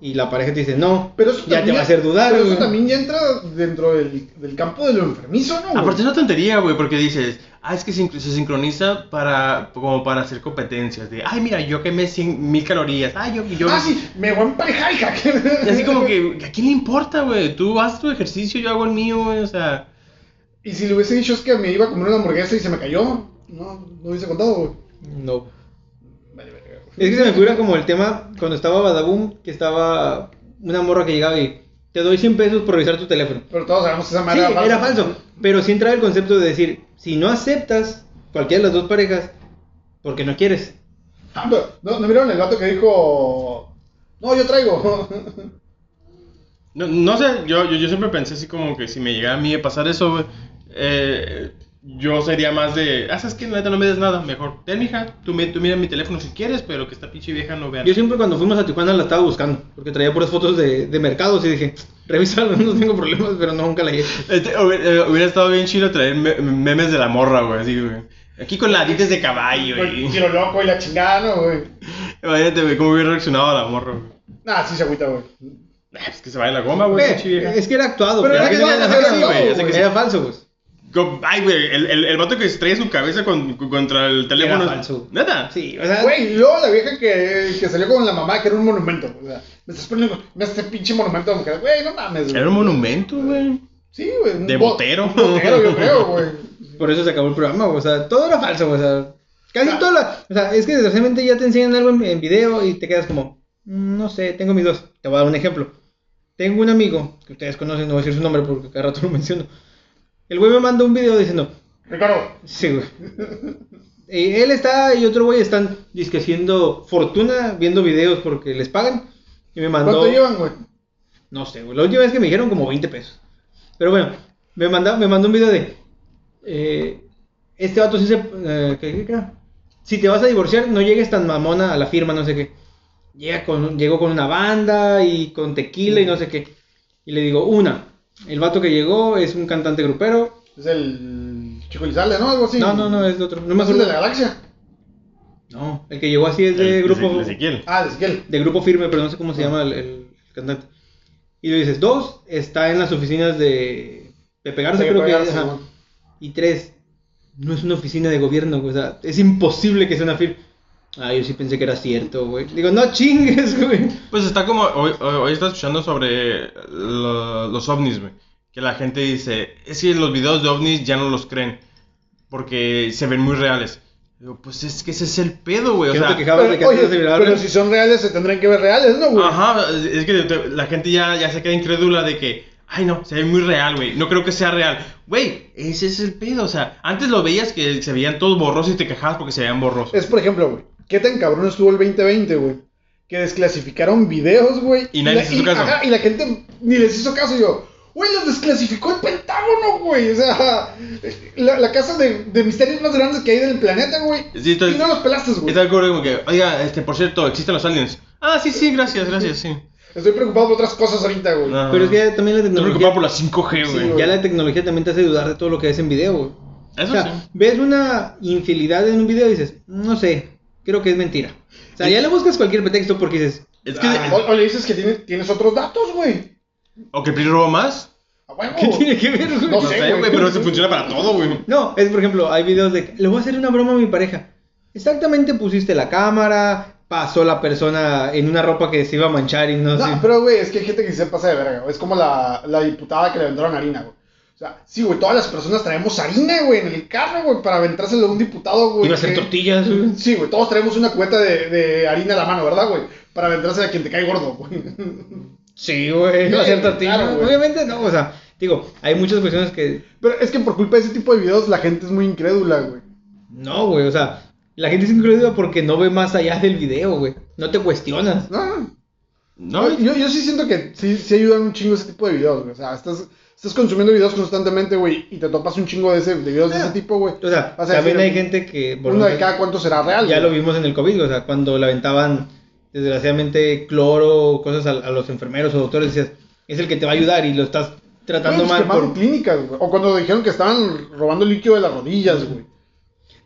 Speaker 1: y la pareja te dice, no,
Speaker 3: Pero eso
Speaker 1: ya
Speaker 3: también
Speaker 1: te va a hacer dudar.
Speaker 3: Pero eso
Speaker 1: güey.
Speaker 3: también ya entra dentro del, del campo de lo enfermizo,
Speaker 1: Ah,
Speaker 3: ¿no, güey?
Speaker 2: Aparte es una tontería, güey, porque dices, ah, es que sin- se sincroniza para, como para hacer competencias. De, ay, mira, yo quemé 100 mil calorías. Ay, yo, yo.
Speaker 3: Ah, sí, me voy a emparejar, hija.
Speaker 1: (laughs)
Speaker 2: Y así como que, ¿a quién le importa, güey? Tú haz tu ejercicio, yo hago el mío, güey, o sea.
Speaker 3: (laughs) Y si le hubiese dicho es que me iba a comer una hamburguesa y se me cayó, no, no hubiese contado, güey.
Speaker 1: No.
Speaker 3: Vale, vale, vale.
Speaker 1: Es que se me figura como el tema cuando estaba Badaboom, que estaba una morra que llegaba y te doy 100 pesos por revisar tu teléfono.
Speaker 3: Pero todos sabemos que esa
Speaker 1: Sí,
Speaker 3: madre
Speaker 1: era falso. Pero sí entraba el concepto de decir, si no aceptas cualquiera de las dos parejas, porque no quieres.
Speaker 3: Ah, pero, ¿No, ¿No vieron el gato que dijo, no, yo
Speaker 1: (laughs)
Speaker 3: traigo? (laughs)
Speaker 2: No, no sé, yo, yo, yo siempre pensé así como que si me llegara a mí a pasar eso, güey, eh, yo sería más de, ah, ¿sabes qué? La neta no me des nada, mejor, ten, mija, tú, mi- tú mira mi teléfono si quieres, pero que esta pinche vieja no vea.
Speaker 1: Yo siempre cuando fuimos a Tijuana la estaba buscando, porque traía puras fotos de, de mercados y dije, revísalo, (laughs) no tengo problemas, pero no, nunca la llegué.
Speaker 2: Este, hubiera, eh, hubiera estado bien chido traer me- memes de la morra, güey, así, güey. Aquí con la dientes de caballo,
Speaker 3: Güey,
Speaker 2: güey.
Speaker 3: Tiro loco y la chingada, ¿no, güey?
Speaker 2: Imagínate, güey, cómo hubiera reaccionado la morra, güey.
Speaker 3: Nah, sí se agüita, güey.
Speaker 2: Ah, pues que se vaya la goma, güey,
Speaker 1: Ve,
Speaker 2: pinche vieja.
Speaker 1: es que era actuado,
Speaker 3: Pero
Speaker 1: pero
Speaker 3: era
Speaker 1: era,
Speaker 3: actuado,
Speaker 1: era-
Speaker 3: era
Speaker 1: sí,
Speaker 3: actuado,
Speaker 1: güey, ya sé que
Speaker 3: güey.
Speaker 1: sí. Era falso, pues.
Speaker 2: Como- Ay, güey, el, el, el vato que estrella su cabeza con- contra el teléfono.
Speaker 1: falso.
Speaker 2: ¿Neta?
Speaker 1: Sí, o sea,
Speaker 3: Güey, y luego la vieja que, que salió con la mamá, que era un monumento. O sea, me estás poniendo, me haces este pinche monumento de mujer. Güey, no mames, güey.
Speaker 2: Era un monumento, güey.
Speaker 3: Sí, güey. un
Speaker 2: de
Speaker 3: bo-
Speaker 2: botero.
Speaker 3: un botero, yo creo, güey.
Speaker 1: por eso se acabó el programa, o sea, todo era falso, o sea, casi
Speaker 3: Ah.
Speaker 1: todo la, o sea, es que desgraciadamente ya te enseñan algo en, en video y te quedas como, "Mm, No sé, tengo mis dos. Te voy a dar un ejemplo. Tengo un amigo que ustedes conocen, no voy a decir su nombre porque cada rato lo menciono. El güey me manda un video diciendo,
Speaker 3: Ricardo,
Speaker 1: sí, güey. Eh, Él está y otro güey están dizque haciendo fortuna viendo videos porque les pagan. Y me mandó.
Speaker 3: ¿cuánto llevan, güey?
Speaker 1: No sé, güey. La última vez que me dijeron como 20 pesos. Pero bueno, me mandó, me mandó un video de. eh, este vato sí se. eh, ¿qué- qué era? Si te vas a divorciar, no llegues tan mamona a la firma, no sé qué. Llega con, llegó con una banda y con tequila y no sé qué. Y le digo, una. El vato que llegó es un cantante grupero.
Speaker 3: Es el Chico Lizalde, ¿no? Algo así.
Speaker 1: No, no, no, es de otro. No me
Speaker 3: ¿Es el
Speaker 1: acuerdo.
Speaker 3: de la galaxia.
Speaker 1: No, el que llegó así es de
Speaker 2: El-
Speaker 1: grupo.
Speaker 2: Eze- Ezequiel.
Speaker 3: Ah, de Ezequiel.
Speaker 1: de grupo firme, pero no sé cómo se llama el, el cantante. Y le dices, dos, está en las oficinas de, de pegarse,
Speaker 3: De
Speaker 1: creo
Speaker 3: Pegarse,
Speaker 1: que. ajá.
Speaker 3: ¿no?
Speaker 1: Y tres, no es una oficina de gobierno, güey, o sea, es imposible que sea una firma. Ah, yo sí pensé que era cierto, güey. Digo, no chingues, (laughs) güey.
Speaker 2: Pues está como, hoy, hoy hoy está escuchando sobre lo- los ovnis, güey. Que la gente dice, es que los videos de ovnis ya no los creen, porque se ven muy reales. Digo, pues es que ese es el pedo, güey. O
Speaker 1: Que no
Speaker 2: sea,
Speaker 1: te quejabas de que
Speaker 3: Pero, oye,
Speaker 1: antes se miraba-
Speaker 3: pero si son reales, se tendrán que ver reales, ¿no, güey?
Speaker 2: Ajá, es que te- la gente ya, ya se queda incrédula de que, ay no, se ve muy real, güey, no creo que sea real. Güey, ese es el pedo, o sea, antes lo veías que se veían todos borrosos y te quejabas porque se veían borrosos.
Speaker 3: Es, por ejemplo, güey, ¿qué tan cabrón estuvo el 2020, güey? Que desclasificaron videos, güey.
Speaker 2: Y nadie
Speaker 3: la-
Speaker 2: les hizo caso.
Speaker 3: ajá, y la gente ni les hizo caso. y Yo, güey, los desclasificó el Pentágono, güey. O sea, (laughs) la, la casa de, de misterios más grande que hay del planeta, güey.
Speaker 2: Sí, está-
Speaker 3: y no los pelaste, güey.
Speaker 2: Es algo como que, oiga, este, por cierto, existen los aliens. Ah, sí, sí, gracias, gracias, sí.
Speaker 3: Estoy preocupado por otras cosas ahorita, güey.
Speaker 2: No.
Speaker 1: Pero es que también la
Speaker 2: Estoy
Speaker 1: tecnología.
Speaker 2: preocupado por la 5G,
Speaker 3: Sí,
Speaker 2: güey.
Speaker 3: güey.
Speaker 1: Ya la tecnología también te hace dudar de todo lo que ves en video, güey.
Speaker 2: Eso
Speaker 1: o sea,
Speaker 2: sí.
Speaker 1: ves una infidelidad en un video y dices, no sé, creo que es mentira. O sea, ya le buscas cualquier pretexto porque dices,
Speaker 2: Es que,
Speaker 3: Ah, o, o le dices que tiene- tienes otros datos, güey.
Speaker 2: ¿O que PRI roba más?
Speaker 3: A huevo.
Speaker 1: ¿qué tiene que ver, güey?
Speaker 3: No
Speaker 2: No,
Speaker 3: sé,
Speaker 2: sé,
Speaker 3: güey.
Speaker 2: güey, pero se funciona para todo, güey.
Speaker 1: No, es por ejemplo, hay videos de le voy a hacer una broma a mi pareja. Exactamente pusiste la cámara, pasó la persona en una ropa que se iba a manchar y no, sé.
Speaker 3: No, pero güey, es que hay gente que se pasa de verga, güey. Es como la, la diputada que le aventaron harina, güey. O sea, sí, güey, todas las personas traemos harina, güey, en el carro, güey, para aventárselo a un diputado, güey.
Speaker 1: Iba a hacer
Speaker 3: que-
Speaker 1: tortillas. güey.
Speaker 3: Sí, güey, todos traemos una cubeta de, de harina a la mano, ¿verdad, güey? Para aventársela a quien te cae gordo, güey. (laughs)
Speaker 1: Sí, güey, iba a hacer tortillas.
Speaker 3: Claro, güey.
Speaker 1: Obviamente no, o sea, digo, hay muchas cuestiones que
Speaker 3: Pero es que por culpa de ese tipo de videos la gente es muy incrédula, güey.
Speaker 1: no, güey, o sea, la gente es incrédula porque no ve más allá del video, güey. No te cuestionas.
Speaker 3: No,
Speaker 2: No,
Speaker 3: Yo- yo, yo sí siento que sí, sí ayudan un chingo ese tipo de videos, güey. O sea, estás, estás consumiendo videos constantemente, güey, y te topas un chingo de, ese, de videos de ese tipo, güey.
Speaker 1: Eh, O sea,
Speaker 3: Vas a
Speaker 1: también
Speaker 3: decir,
Speaker 1: hay gente que por
Speaker 3: Uno de
Speaker 1: ejemplo,
Speaker 3: cada cuánto será real,
Speaker 1: ya
Speaker 3: güey.
Speaker 1: lo vimos en el COVID, o sea, cuando le aventaban, desgraciadamente, cloro, cosas a, a los enfermeros o doctores, decías, es el que te va a ayudar y lo estás tratando
Speaker 3: Güey, pues,
Speaker 1: mal.
Speaker 3: quemaron
Speaker 1: por-
Speaker 3: clínicas, güey. O cuando dijeron que estaban robando líquido de las rodillas, güey.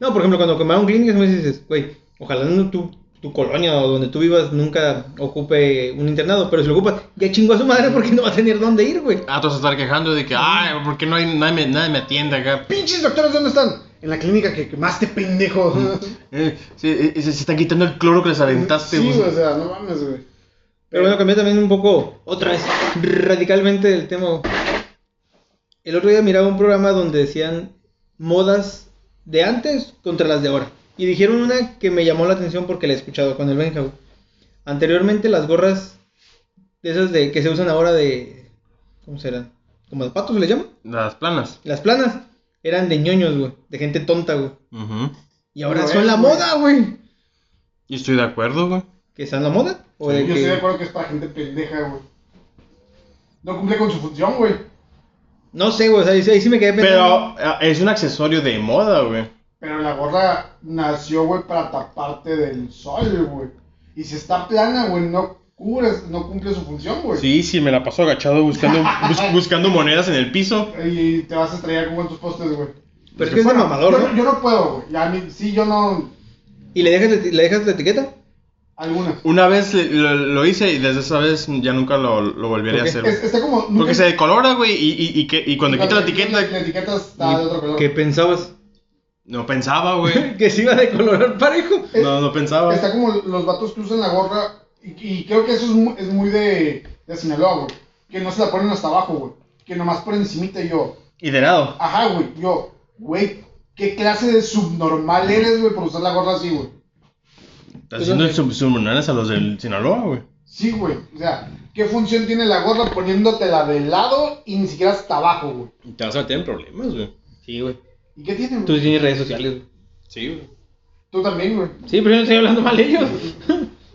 Speaker 1: No, por ejemplo, cuando quemaron clínicas, me dices, güey, ojalá no tu, tu colonia o donde tú vivas nunca ocupe un internado, pero si lo ocupas, ya chingó a su madre porque no va a tener dónde ir, güey.
Speaker 2: Ah, tú vas a estar quejando de que, ay, ¿por qué no hay, nadie, me, nadie me atiende acá?
Speaker 3: ¡Pinches doctores, ¿dónde están? En la clínica que quemaste, pendejo. (laughs)
Speaker 2: Eh, se, eh, se- se está quitando el cloro que les aventaste,
Speaker 3: sí,
Speaker 2: güey.
Speaker 3: güey, o sea, no mames, güey.
Speaker 1: Pero bueno, cambié también un poco, otra vez, radicalmente el tema. El otro día miraba un programa donde decían modas de antes contra las de ahora. Y dijeron una que me llamó la atención porque la he escuchado con el Benja. güey. Anteriormente las gorras de esas de que se usan ahora de... ¿Cómo serán? ¿Como de patos se le llaman?
Speaker 2: Las planas.
Speaker 1: Las planas eran de ñoños, güey. De gente tonta, güey.
Speaker 2: Ujú.
Speaker 1: Y ahora
Speaker 3: No
Speaker 1: son
Speaker 3: es,
Speaker 1: la
Speaker 3: güey.
Speaker 1: moda, güey.
Speaker 2: Y estoy de acuerdo, güey.
Speaker 1: ¿Que son la moda? ¿O de
Speaker 3: yo
Speaker 1: que...
Speaker 3: estoy de acuerdo que es para gente pendeja, güey. No cumple con su función, güey.
Speaker 1: No sé, güey. O sea, ahí sí- ahí sí me quedé pensando.
Speaker 2: Pero ah, es un accesorio de moda, güey.
Speaker 3: Pero la gorra nació, güey, para taparte del sol, güey. Y si está plana, güey, no cubres, no cumple su función, güey.
Speaker 2: Sí, sí, me la paso agachado
Speaker 3: (laughs)
Speaker 2: buscando, bus- buscando monedas en el piso.
Speaker 3: Y te vas a estrellar con tus postes, güey.
Speaker 1: Pero es que es de
Speaker 3: pues Bueno,
Speaker 1: mamador,
Speaker 3: yo,
Speaker 1: ¿no?
Speaker 3: yo no puedo, güey. Ya, a mí- sí, yo no.
Speaker 1: ¿Y le dejas, la- le dejas la etiqueta?
Speaker 3: Algunas.
Speaker 2: Una vez le- lo, lo hice y desde esa vez ya nunca lo, lo volveré
Speaker 1: ¿Por
Speaker 2: a
Speaker 1: qué?
Speaker 2: hacer. güey.
Speaker 3: Es- está como. nunca-
Speaker 2: Porque se decolora, güey, y, y, y, que- y cuando quito la
Speaker 3: La
Speaker 2: etiqueta...
Speaker 3: etiqueta
Speaker 1: Ah,
Speaker 3: está de otro color.
Speaker 1: ¿Qué pensabas? (laughs)
Speaker 2: No pensaba, güey.
Speaker 1: que se iba a decolorar parejo.
Speaker 2: No, no pensaba.
Speaker 3: Está como los vatos que usan la gorra. Y, y creo que eso es muy, es muy de, de Sinaloa, güey. Que no se la ponen hasta abajo, güey. Que nomás por encimita y yo.
Speaker 2: Y de lado.
Speaker 3: Ajá, güey. Yo, güey, ¿qué clase de subnormal eres, güey, por usar la gorra así, güey?
Speaker 2: Está haciendo
Speaker 1: Es lo
Speaker 2: sub- submarinas a los del Sinaloa, güey.
Speaker 3: Sí, güey. O sea, ¿qué función tiene la gorra poniéndotela de lado y ni siquiera hasta abajo, güey?
Speaker 2: Y Te vas a meter en problemas, güey.
Speaker 1: Sí, güey.
Speaker 3: ¿Y qué tiene,
Speaker 1: Tú
Speaker 3: güey?
Speaker 1: tienes redes sociales. güey.
Speaker 2: Sí, güey.
Speaker 3: Tú también, güey.
Speaker 1: Sí, pero yo no estoy hablando mal de ellos.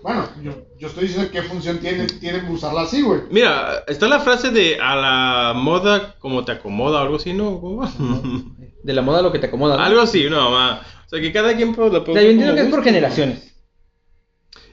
Speaker 3: Bueno, yo, yo estoy diciendo qué función tiene, tiene usarla así, güey.
Speaker 2: Mira, está la frase de a la moda como te acomoda o algo así, ¿no?
Speaker 1: (laughs)
Speaker 2: ¿Cómo va?
Speaker 1: (laughs) De la moda lo que te acomoda. ¿no?
Speaker 2: algo así, no, mamá. O sea, que cada quien pues, la
Speaker 1: O
Speaker 2: puede
Speaker 1: sea, yo
Speaker 2: usar
Speaker 1: entiendo
Speaker 2: como
Speaker 1: que es por
Speaker 2: guste.
Speaker 1: generaciones.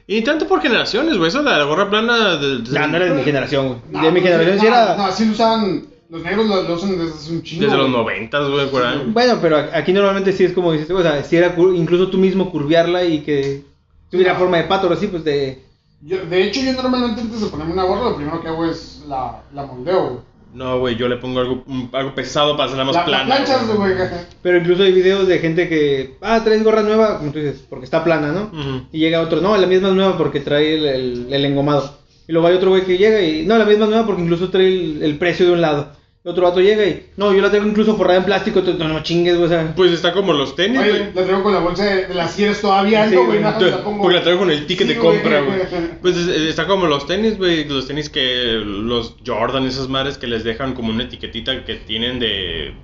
Speaker 2: Y tanto por generaciones, güey. Eso de la gorra plana. de- de-
Speaker 1: Ah, No, no eres de mi generación,
Speaker 3: No,
Speaker 1: güey. De mi
Speaker 3: no,
Speaker 1: generación
Speaker 3: no,
Speaker 1: sí era.
Speaker 3: Ah, pues, No, así lo usaban. Los negros lo, lo usan desde hace un chingo.
Speaker 2: Desde los
Speaker 3: güey.
Speaker 2: noventas, güey, por ahí.
Speaker 1: Bueno, pero a- aquí normalmente sí es como dices, tú, o sea, si era cur- incluso tú mismo curviarla y que tuviera
Speaker 3: No.
Speaker 1: forma de pato o así, pues de.
Speaker 3: Yo- de hecho, yo normalmente antes de ponerme una gorra, lo primero que hago es la, la moldeo, güey.
Speaker 2: No, güey, yo le pongo algo, un- algo pesado para hacerla más
Speaker 3: La, la
Speaker 2: plana.
Speaker 3: planchas,
Speaker 2: güey.
Speaker 3: güey.
Speaker 1: Pero incluso hay videos de gente que, ah, traes gorra nueva, como tú dices, porque está plana, ¿no?
Speaker 2: Ujú.
Speaker 1: Y llega otro, no, la misma es nueva porque trae el, el- el engomado. Y luego hay otro güey que llega y, no, la misma es nueva porque incluso trae el, el precio de un lado. Y otro vato llega y, no, yo la tengo incluso forrada en plástico, entonces, no, no chingues, güey, o sea.
Speaker 2: Pues está como los tenis,
Speaker 3: Oye,
Speaker 2: güey.
Speaker 3: la traigo con la bolsa de, de las sieres todavía,
Speaker 1: Sí,
Speaker 3: algo,
Speaker 1: güey,
Speaker 3: güey. nada más
Speaker 2: Te-
Speaker 3: la pongo.
Speaker 2: Porque la traigo con el ticket
Speaker 3: Sí,
Speaker 2: de compra,
Speaker 3: güey.
Speaker 2: güey. Pues es- es- está como los tenis, güey. Los tenis que los Jordan, esas madres que les dejan como una etiquetita que tienen de.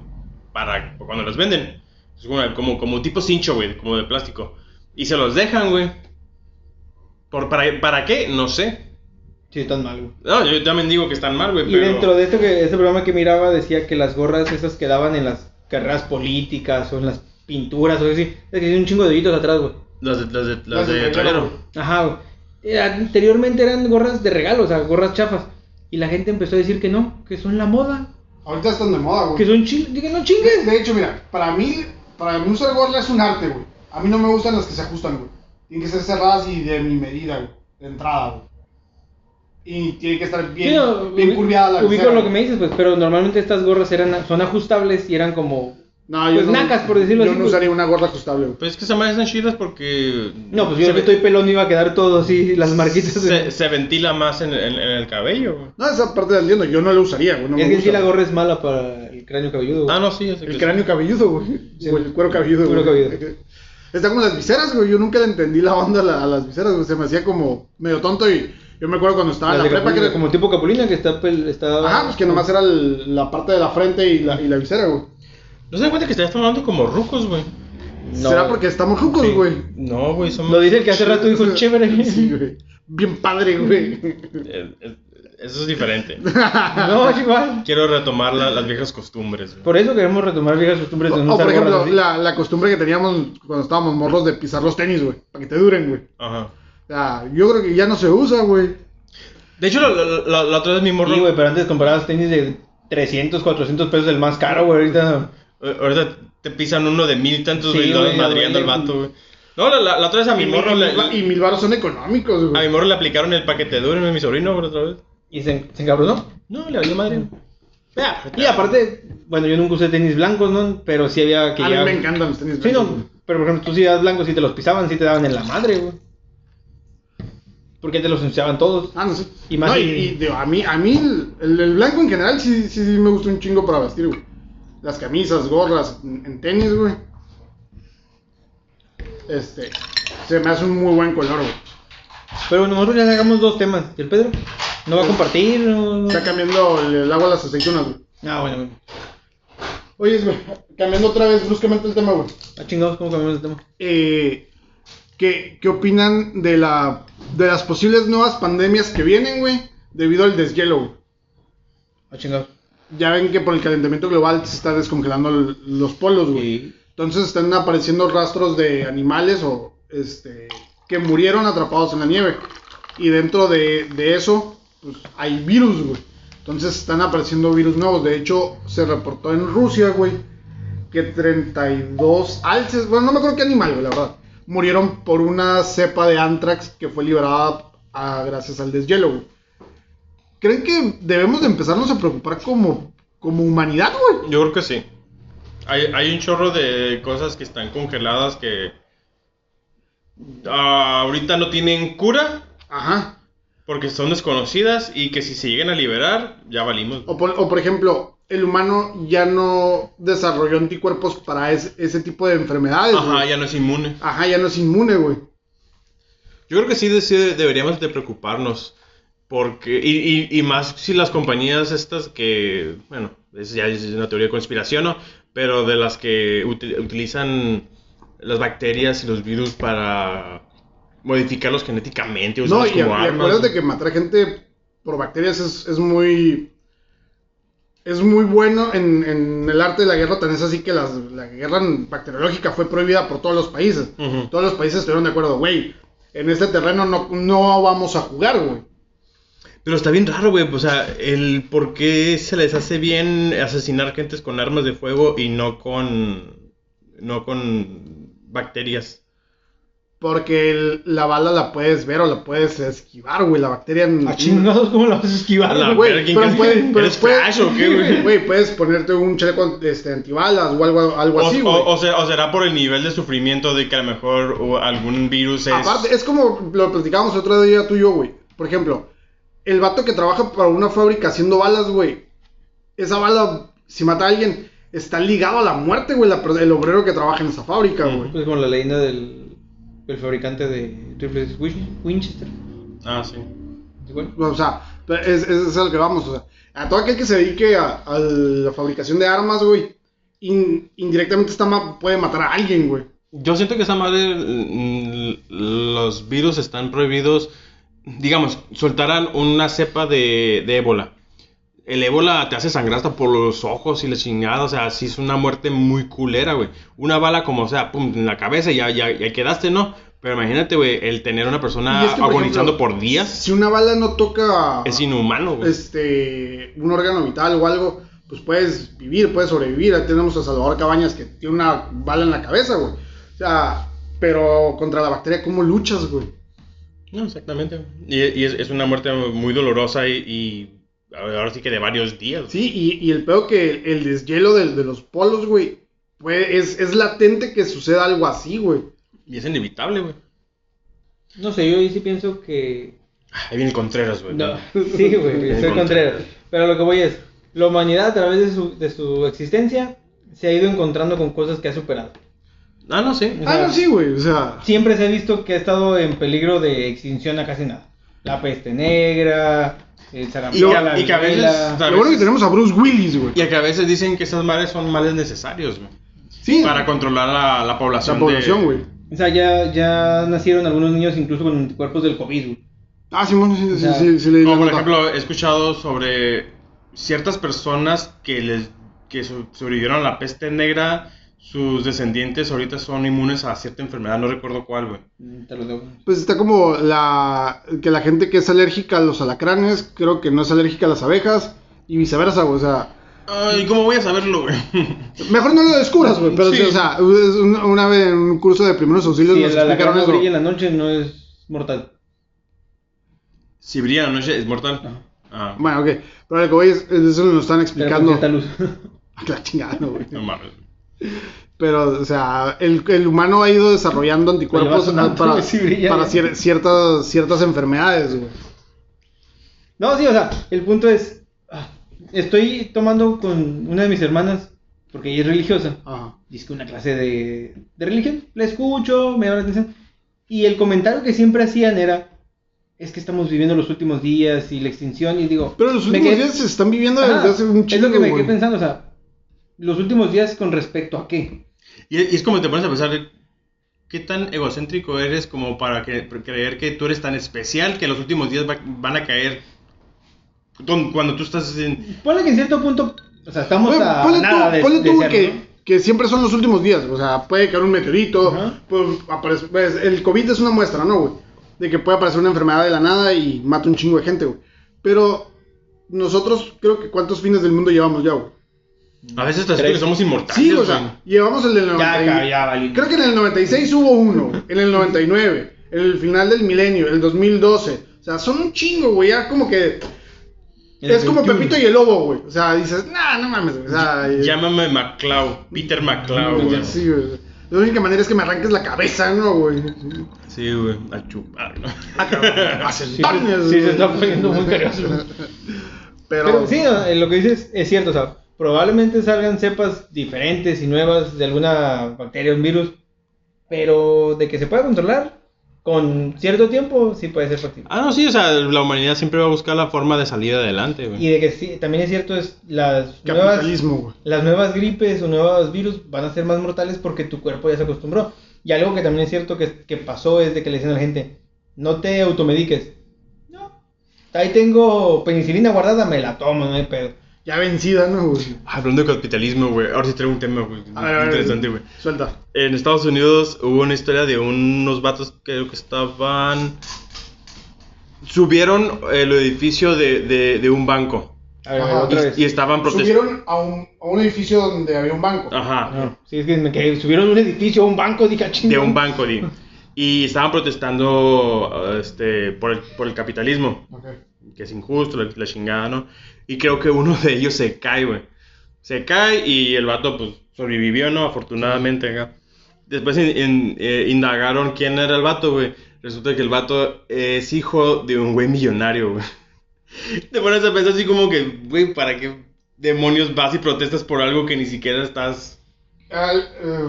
Speaker 2: para cuando las venden. Es una- como, como tipo cincho, güey, como de plástico. Y se los dejan, güey. Por, para, ¿Para qué? No sé.
Speaker 1: Sí, están mal, güey.
Speaker 2: No, yo también digo que están mal, güey.
Speaker 1: Y
Speaker 2: pero-
Speaker 1: dentro de esto que este programa que miraba decía que las gorras esas quedaban en las carreras políticas o en las pinturas o algo así. Es que hay un chingo de hoyitos atrás, güey.
Speaker 2: Las de, las de, las
Speaker 3: Las
Speaker 2: de
Speaker 3: de
Speaker 2: trailero.
Speaker 3: regalo.
Speaker 1: Ajá, güey. Eh, Anteriormente eran gorras de regalo, o sea, gorras chafas. Y la gente empezó a decir que no, que son la moda,
Speaker 3: Ahorita están de moda, güey.
Speaker 1: que son chingues. Dije, no
Speaker 3: De,
Speaker 1: chingues.
Speaker 3: de hecho, mira, para mí, para mí usar gorra es un arte, güey. A mí no me gustan las que se ajustan, güey. Tienen que ser cerradas y de mi medida, güey. De entrada, güey. Y tiene que estar bien,
Speaker 1: Sí, no,
Speaker 3: bien
Speaker 1: ubi-
Speaker 3: curviada la
Speaker 1: Ubico
Speaker 3: visera,
Speaker 1: lo que
Speaker 3: güey.
Speaker 1: me dices, pues, pero normalmente estas gorras eran, son ajustables y eran como.
Speaker 3: No,
Speaker 1: pues, nacas, por decirlo
Speaker 3: yo
Speaker 1: así,
Speaker 3: no
Speaker 1: pues.
Speaker 3: usaría una gorra ajustable, güey.
Speaker 2: Pues es que esas madres están chidas porque.
Speaker 1: No, pues
Speaker 2: se
Speaker 1: yo que
Speaker 2: ve-
Speaker 1: estoy pelón iba a quedar todo así, las marquitas.
Speaker 2: Se, se ventila más en, en- en el cabello, güey.
Speaker 3: No, esa parte la entiendo. Yo no la usaría, güey. No me
Speaker 1: es que en sí
Speaker 3: gusta.
Speaker 1: la gorra es mala para el cráneo cabelludo. güey.
Speaker 2: Ah, no, sí, ya sé que
Speaker 3: El
Speaker 2: sí.
Speaker 3: cráneo cabelludo, güey.
Speaker 1: Sí.
Speaker 3: O el cuero cabelludo,
Speaker 1: Cuero
Speaker 3: güey.
Speaker 1: cabelludo.
Speaker 3: Está como las viseras, güey. Yo nunca le entendí la onda a, la- a las viseras, güey. Se me hacía como medio tonto y yo me acuerdo cuando estaba
Speaker 1: Las
Speaker 3: en
Speaker 1: de
Speaker 3: ah, la prepa que
Speaker 1: Capulina,
Speaker 3: era como...
Speaker 1: como tipo capulina que está pel- está
Speaker 3: Ajá, pues que nomás era el- la parte de la frente y la, y la visera, güey.
Speaker 2: ¿No se dan cuenta que estás tomando como rucos, güey?
Speaker 1: No.
Speaker 3: ¿Será porque estamos rucos,
Speaker 2: Sí.
Speaker 3: güey?
Speaker 2: No, güey, somos...
Speaker 1: lo dice el que hace rato dijo chévere.
Speaker 3: (laughs) Sí, güey. Bien padre, güey.
Speaker 1: Pues,
Speaker 2: Eh, eh, Eso
Speaker 1: (laughs)
Speaker 2: es diferente.
Speaker 1: (laughs) No, es igual.
Speaker 2: Quiero retomar la- las viejas costumbres, güey.
Speaker 1: Por eso queremos retomar viejas costumbres
Speaker 3: O,
Speaker 1: de
Speaker 3: o,
Speaker 1: no usar
Speaker 3: por ejemplo,
Speaker 1: gorras así.
Speaker 3: la, la costumbre que teníamos cuando estábamos morros de pisar los tenis, güey. Para que te duren, güey.
Speaker 2: Ajá.
Speaker 3: O sea, yo creo que ya no se usa, güey.
Speaker 2: De hecho, la, la- la- la otra vez mi morro...
Speaker 1: Sí, güey, pero antes comprabas tenis de 300, 400 pesos el más caro, güey, ahorita.
Speaker 2: Eh, Ahorita te pisan uno de mil tantos,
Speaker 1: Sí,
Speaker 2: güey, y lo
Speaker 1: güey,
Speaker 2: madriando al
Speaker 1: güey.
Speaker 2: vato, güey. No, la, la- la otra vez a mi
Speaker 3: Y
Speaker 2: morro
Speaker 3: mil-
Speaker 2: le...
Speaker 3: y mil baros son económicos,
Speaker 2: A mi
Speaker 3: güey.
Speaker 2: morro le aplicaron el paquete duro, mi sobrino, güey, otra vez.
Speaker 1: Y se, se encabronó.
Speaker 2: No, le valió madre. Vea,
Speaker 1: Y aparte, bueno, yo nunca usé tenis blancos, ¿no? Pero sí había que
Speaker 3: A mí
Speaker 1: ya-
Speaker 3: me encantan los tenis.
Speaker 1: Sí,
Speaker 3: blancos,
Speaker 1: no,
Speaker 3: güey.
Speaker 1: pero por ejemplo, tú si eras blanco, si te los pisaban, si te daban en la madre, güey. Porque te los ensuciaban todos.
Speaker 3: Ah, no sé.
Speaker 1: Y más
Speaker 3: No, y,
Speaker 1: en-
Speaker 3: y, digo, a mí, a mí el, el- el blanco en general sí, sí, sí me gusta un chingo para vestir, güey. Las camisas, gorras, en, en tenis, güey. Este, se me hace un muy buen color, güey.
Speaker 1: Pero nosotros ya sacamos dos temas. ¿Y el Pedro? ¿No va a compartir? No, no?
Speaker 3: Está cambiando el, el agua a las aceitunas, güey.
Speaker 1: Ah, bueno, bueno.
Speaker 3: Oye, güey, cambiando otra vez bruscamente el tema, güey.
Speaker 1: Ah, chingados, ¿cómo cambiamos el tema?
Speaker 3: Eh, ¿qué, qué opinan de, la, de las posibles nuevas pandemias que vienen, güey? Debido al deshielo, güey.
Speaker 1: Ah, chingados.
Speaker 3: Ya ven que por el calentamiento global se está descongelando el- los polos, güey. Entonces están apareciendo rastros de animales o este que murieron atrapados en la nieve. Y dentro de, de eso, pues hay virus, güey. Entonces están apareciendo virus nuevos. De hecho, se reportó en Rusia, güey, que 32 alces, bueno, no me acuerdo qué animal, güey, la verdad, murieron por una cepa de anthrax que fue liberada a- gracias al deshielo, güey. ¿Creen que debemos de empezarnos a preocupar como, como humanidad, güey?
Speaker 2: Yo creo que sí. Hay, hay un chorro de cosas que están congeladas que ah, ahorita no tienen cura
Speaker 3: Ajá.
Speaker 2: porque son desconocidas y que si se llegan a liberar ya valimos.
Speaker 3: O por, o por ejemplo, el humano ya no desarrolló anticuerpos para es- ese tipo de enfermedades.
Speaker 2: Ajá,
Speaker 3: güey.
Speaker 2: ya no es inmune.
Speaker 3: Ajá, ya no es inmune, güey.
Speaker 2: Yo creo que sí, de- sí deberíamos de preocuparnos. Porque, y, y- y más si las compañías estas que, bueno, es, ya es una teoría de conspiración, ¿no? Pero de las que uti- utilizan las bacterias y los virus para modificarlos genéticamente,
Speaker 3: No,
Speaker 2: usarlos
Speaker 3: y, y
Speaker 2: Pues como armas.
Speaker 3: acuérdate que matar gente por bacterias es, es muy. Es muy bueno en, en el arte de la guerra, tan es así que las- la guerra bacteriológica fue prohibida por todos los países.
Speaker 2: Ujú.
Speaker 3: Todos los países estuvieron de acuerdo, güey. En este terreno no, no vamos a jugar, güey.
Speaker 2: Pero está bien raro, güey. O sea, el por qué se les hace bien asesinar gentes con armas de fuego y no con. no con bacterias.
Speaker 3: Porque el- la bala la puedes ver o la puedes esquivar, güey. La bacteria.
Speaker 1: A Ah, chingados, ¿cómo lo vas a esquivar?
Speaker 2: A
Speaker 3: (laughs)
Speaker 2: la
Speaker 1: güey?
Speaker 2: verga, ¿quién
Speaker 3: pero
Speaker 2: casi- (laughs)
Speaker 3: puede- pero
Speaker 2: ¿Eres
Speaker 3: puede-
Speaker 2: Flash o qué, güey?
Speaker 3: Güey, puedes ponerte un chaleco este, antibalas o algo, algo
Speaker 2: O,
Speaker 3: así,
Speaker 2: o-
Speaker 3: güey.
Speaker 2: o se- o será por el nivel de sufrimiento de que a lo mejor o algún virus es.
Speaker 3: Aparte, es como lo platicábamos otro día tú y yo, güey. Por ejemplo, el vato que trabaja para una fábrica haciendo balas, güey. Esa bala, si mata a alguien, está ligado a la muerte, güey. la per- el obrero que trabaja en esa fábrica, güey.
Speaker 1: Pues como la leyenda del, del fabricante de rifles Win- Winchester.
Speaker 2: Ah, sí.
Speaker 1: Igual.
Speaker 3: O sea, es, es, es a lo que vamos. O sea, a todo aquel que se dedique a, a la fabricación de armas, güey, in- indirectamente está ma- puede matar a alguien, güey.
Speaker 2: Yo siento que esa madre, mm, los virus están prohibidos. Digamos, soltaran una cepa de, de ébola. El ébola te hace sangrar hasta por los ojos y la chingada. O sea, sí es una muerte muy culera, güey. Una bala como sea, pum, en la cabeza y ya, ya, ya quedaste, ¿no? Pero imagínate, güey, el tener a una persona
Speaker 3: Y es que, por
Speaker 2: agonizando
Speaker 3: ejemplo,
Speaker 2: por días
Speaker 3: Si una bala no toca
Speaker 2: es inhumano, güey.
Speaker 3: este, un órgano vital o algo, pues puedes vivir, puedes sobrevivir. Ahí tenemos a Salvador Cabañas que tiene una bala en la cabeza, güey. O sea, pero contra la bacteria, ¿cómo luchas, güey?
Speaker 2: No, exactamente. Y, y es, es una muerte muy dolorosa y, y ahora sí que de varios días.
Speaker 3: Sí, y, y el peor que el deshielo del- de, los polos, güey, pues, es, es latente que suceda algo así, güey.
Speaker 2: Y es inevitable, güey.
Speaker 1: No sé, yo ahí sí pienso que.
Speaker 2: Ahí viene Contreras, güey.
Speaker 1: No, (laughs) sí, güey, soy Contreras. Pero lo que voy es: la humanidad a través de su, de su existencia se ha ido encontrando con cosas que ha superado.
Speaker 2: Ah, no, sí.
Speaker 1: O
Speaker 3: Ah,
Speaker 1: sea,
Speaker 3: no, sí, güey, o sea...
Speaker 1: Siempre se ha visto que ha estado en peligro de extinción a casi nada. La peste negra, el
Speaker 2: Y que-
Speaker 1: sarampión, la
Speaker 2: y que a veces-
Speaker 1: viruela.
Speaker 2: A
Speaker 3: Lo bueno que
Speaker 2: veces-
Speaker 3: tenemos a Bruce Willis, güey.
Speaker 2: Y a que a veces dicen que esas madres son males necesarios, güey.
Speaker 3: Sí,
Speaker 2: Para
Speaker 3: la
Speaker 2: controlar la, la población. de-
Speaker 3: población, güey.
Speaker 1: O sea, ya, ya nacieron algunos niños incluso con anticuerpos del COVID, güey.
Speaker 3: Ah, Simón, sí, sí,
Speaker 1: Ya.
Speaker 3: sí, sí, sí le di
Speaker 2: O,
Speaker 3: la
Speaker 2: por
Speaker 3: nota.
Speaker 2: ejemplo, he escuchado sobre ciertas personas que, les, que so- sobrevivieron a la peste negra. Sus descendientes ahorita son inmunes a cierta enfermedad, no recuerdo cuál, güey.
Speaker 1: Mm, Te lo debo.
Speaker 3: Pues está como la que la gente que es alérgica a los alacranes, creo que no es alérgica a las abejas y viceversa, güey. O sea,
Speaker 2: Ay, ¿cómo voy a saberlo, güey? (laughs)
Speaker 3: mejor no lo descubras, güey. Pero sí,
Speaker 2: Sí.
Speaker 3: o sea, es un- una vez en un curso de primeros auxilios
Speaker 1: Si
Speaker 3: nos
Speaker 1: el alacrán
Speaker 3: explicaron
Speaker 1: no
Speaker 3: eso.
Speaker 1: brilla en la noche, no es mortal.
Speaker 2: si brilla en la noche, es mortal.
Speaker 1: Ajá.
Speaker 2: Ah,
Speaker 3: Bueno, ok. Pero lo que voy es, eso nos lo están
Speaker 1: Pero
Speaker 3: explicando.
Speaker 1: con cierta luz. (laughs)
Speaker 3: (laughs) La chingada, no, güey.
Speaker 2: no mames.
Speaker 3: Pero, o sea, el, el humano ha ido desarrollando
Speaker 1: Pero va
Speaker 3: anticuerpos
Speaker 1: sonando,
Speaker 3: para,
Speaker 1: güey, (laughs) sí brilla,
Speaker 3: para
Speaker 1: ¿eh?
Speaker 3: cier- ciertas, ciertas enfermedades, güey.
Speaker 1: No, sí, o sea, el punto es. ah, Estoy tomando con una de mis hermanas, porque ella es religiosa.
Speaker 3: Ajá.
Speaker 1: Dice que una clase de, de religión. La escucho, me llama la atención. Y el comentario que siempre hacían era: Es que estamos viviendo los últimos días y la extinción. Y digo,
Speaker 3: Pero los
Speaker 1: me
Speaker 3: últimos
Speaker 1: quedé-
Speaker 3: días se están viviendo desde
Speaker 1: Ajá,
Speaker 3: hace un
Speaker 1: Es
Speaker 3: chingo,
Speaker 1: lo que me
Speaker 3: güey.
Speaker 1: quedé pensando, o sea, los últimos días con respecto a qué.
Speaker 2: Y, y es como te pones a pensar, ¿qué tan egocéntrico eres como para que- para creer que tú eres tan especial que los últimos días va- van a caer don- cuando tú estás en...
Speaker 1: Ponle que en cierto punto, o sea, estamos
Speaker 3: Pon-
Speaker 1: a
Speaker 3: ponle
Speaker 1: nada
Speaker 3: tú,
Speaker 1: de,
Speaker 3: ponle
Speaker 1: de
Speaker 3: tú
Speaker 1: ser,
Speaker 3: que,
Speaker 1: ¿no?
Speaker 3: que siempre son los últimos días. O sea, puede caer un meteorito.
Speaker 1: Ajá.
Speaker 3: puede aparecer- pues, el COVID es una muestra, ¿no, güey? De que puede aparecer una enfermedad de la nada y mata un chingo de gente, güey. Pero nosotros, creo que cuántos fines del mundo llevamos ya, güey.
Speaker 2: A veces te
Speaker 1: Tres.
Speaker 2: que somos inmortales.
Speaker 3: Sí, o
Speaker 2: güey.
Speaker 3: sea, llevamos el del 90.
Speaker 1: Ya, ya, valió.
Speaker 3: Creo que en el 96 hubo uno, güey, en el 99, en el final del milenio, el 2012. O sea, son un chingo, güey. Ya como que. Es como Pepito y el Lobo, güey. O sea, dices, nah, no mames, güey. O sea, y-
Speaker 2: Llámame MacLeod, Peter MacLeod, güey.
Speaker 3: Sí, güey. La única manera es que me arranques la cabeza, ¿no, güey?
Speaker 2: Sí, güey, a chupar, ¿no?
Speaker 3: Ah, (laughs) cabrón, a
Speaker 1: Sí, se-
Speaker 3: sentarme,
Speaker 1: sí,
Speaker 3: güey.
Speaker 1: se está poniendo muy curioso.
Speaker 3: Pero,
Speaker 1: Pero sí, o sea, lo que dices es cierto, o sea, probablemente salgan cepas diferentes y nuevas de alguna bacteria o un virus, pero de que se pueda controlar, con cierto tiempo sí puede ser factible.
Speaker 2: (laughs) Ah, no, sí, o sea, la humanidad siempre va a buscar la forma de salir adelante, güey.
Speaker 1: Y de que sí, también es cierto, es las nuevas,
Speaker 3: Capitalismo, güey.
Speaker 1: las nuevas gripes o nuevos virus van a ser más mortales porque tu cuerpo ya se acostumbró. Y algo que también es cierto que, que pasó es de que le decían a la gente, no te automediques. No. Ahí tengo penicilina guardada, me la tomo, no hay pedo.
Speaker 3: Ya vencida, ¿no, güey?
Speaker 2: Hablando de capitalismo, güey, ahora sí traigo un tema, güey,
Speaker 3: A ver, a ver,
Speaker 2: Ah, interesante, güey.
Speaker 3: Suelta.
Speaker 2: En Estados Unidos hubo una historia de unos vatos que creo que estaban... Subieron eh, el edificio de, de, de un banco
Speaker 1: A ver, a ver,
Speaker 3: Ajá,
Speaker 1: otra
Speaker 2: y-
Speaker 1: vez.
Speaker 2: y, estaban protestando.
Speaker 3: Subieron a un, a un edificio donde había un banco.
Speaker 2: Ajá,
Speaker 1: No, Ah, sí, es que me quedé, subieron un edificio, un banco, dije, "Ah,
Speaker 2: de
Speaker 1: chingón".
Speaker 2: un banco, di. Y estaban protestando este, por, el, por el capitalismo,
Speaker 3: Ok.
Speaker 2: que es injusto, la, la chingada, ¿no? Y creo que uno de ellos se cae, güey. Se cae y el vato, pues, sobrevivió, ¿no? Afortunadamente, acá. Después in- in- eh, indagaron quién era el vato, güey. Resulta que el vato es hijo de un güey millonario, güey. (laughs) Te pones a pensar así como que, güey, ¿para qué demonios vas y protestas por algo que ni siquiera estás...
Speaker 3: Al- eh,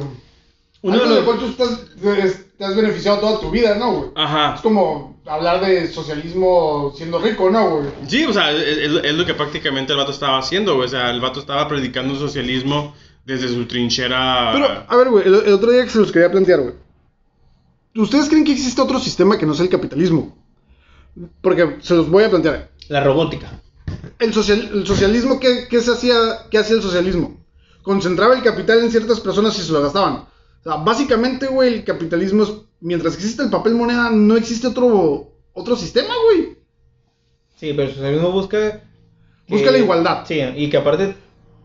Speaker 1: Uno
Speaker 3: algo
Speaker 1: de
Speaker 3: de
Speaker 1: los-
Speaker 3: cual tú estás, eres- te has beneficiado toda tu vida, ¿no, güey?
Speaker 2: Ajá,
Speaker 3: Es como hablar de socialismo siendo rico, ¿no, güey?
Speaker 2: Sí, o sea, es, es lo- es lo que prácticamente el vato estaba haciendo, güey. O sea, el vato estaba predicando un socialismo desde su trinchera.
Speaker 3: Pero, a ver, güey, el, el otro día que se los quería plantear, güey. ¿Ustedes creen que existe otro sistema que no sea el capitalismo? Porque se los voy a plantear.
Speaker 1: La robótica.
Speaker 3: El, social- el socialismo, ¿qué, qué se hacía, qué hacía el socialismo? Concentraba el capital en ciertas personas y se lo gastaban. O sea, básicamente, güey, el capitalismo es, mientras existe el papel moneda, no existe otro, otro sistema, güey.
Speaker 1: Sí, pero el socialismo busca... que-
Speaker 3: Busca la igualdad.
Speaker 1: Sí, y que aparte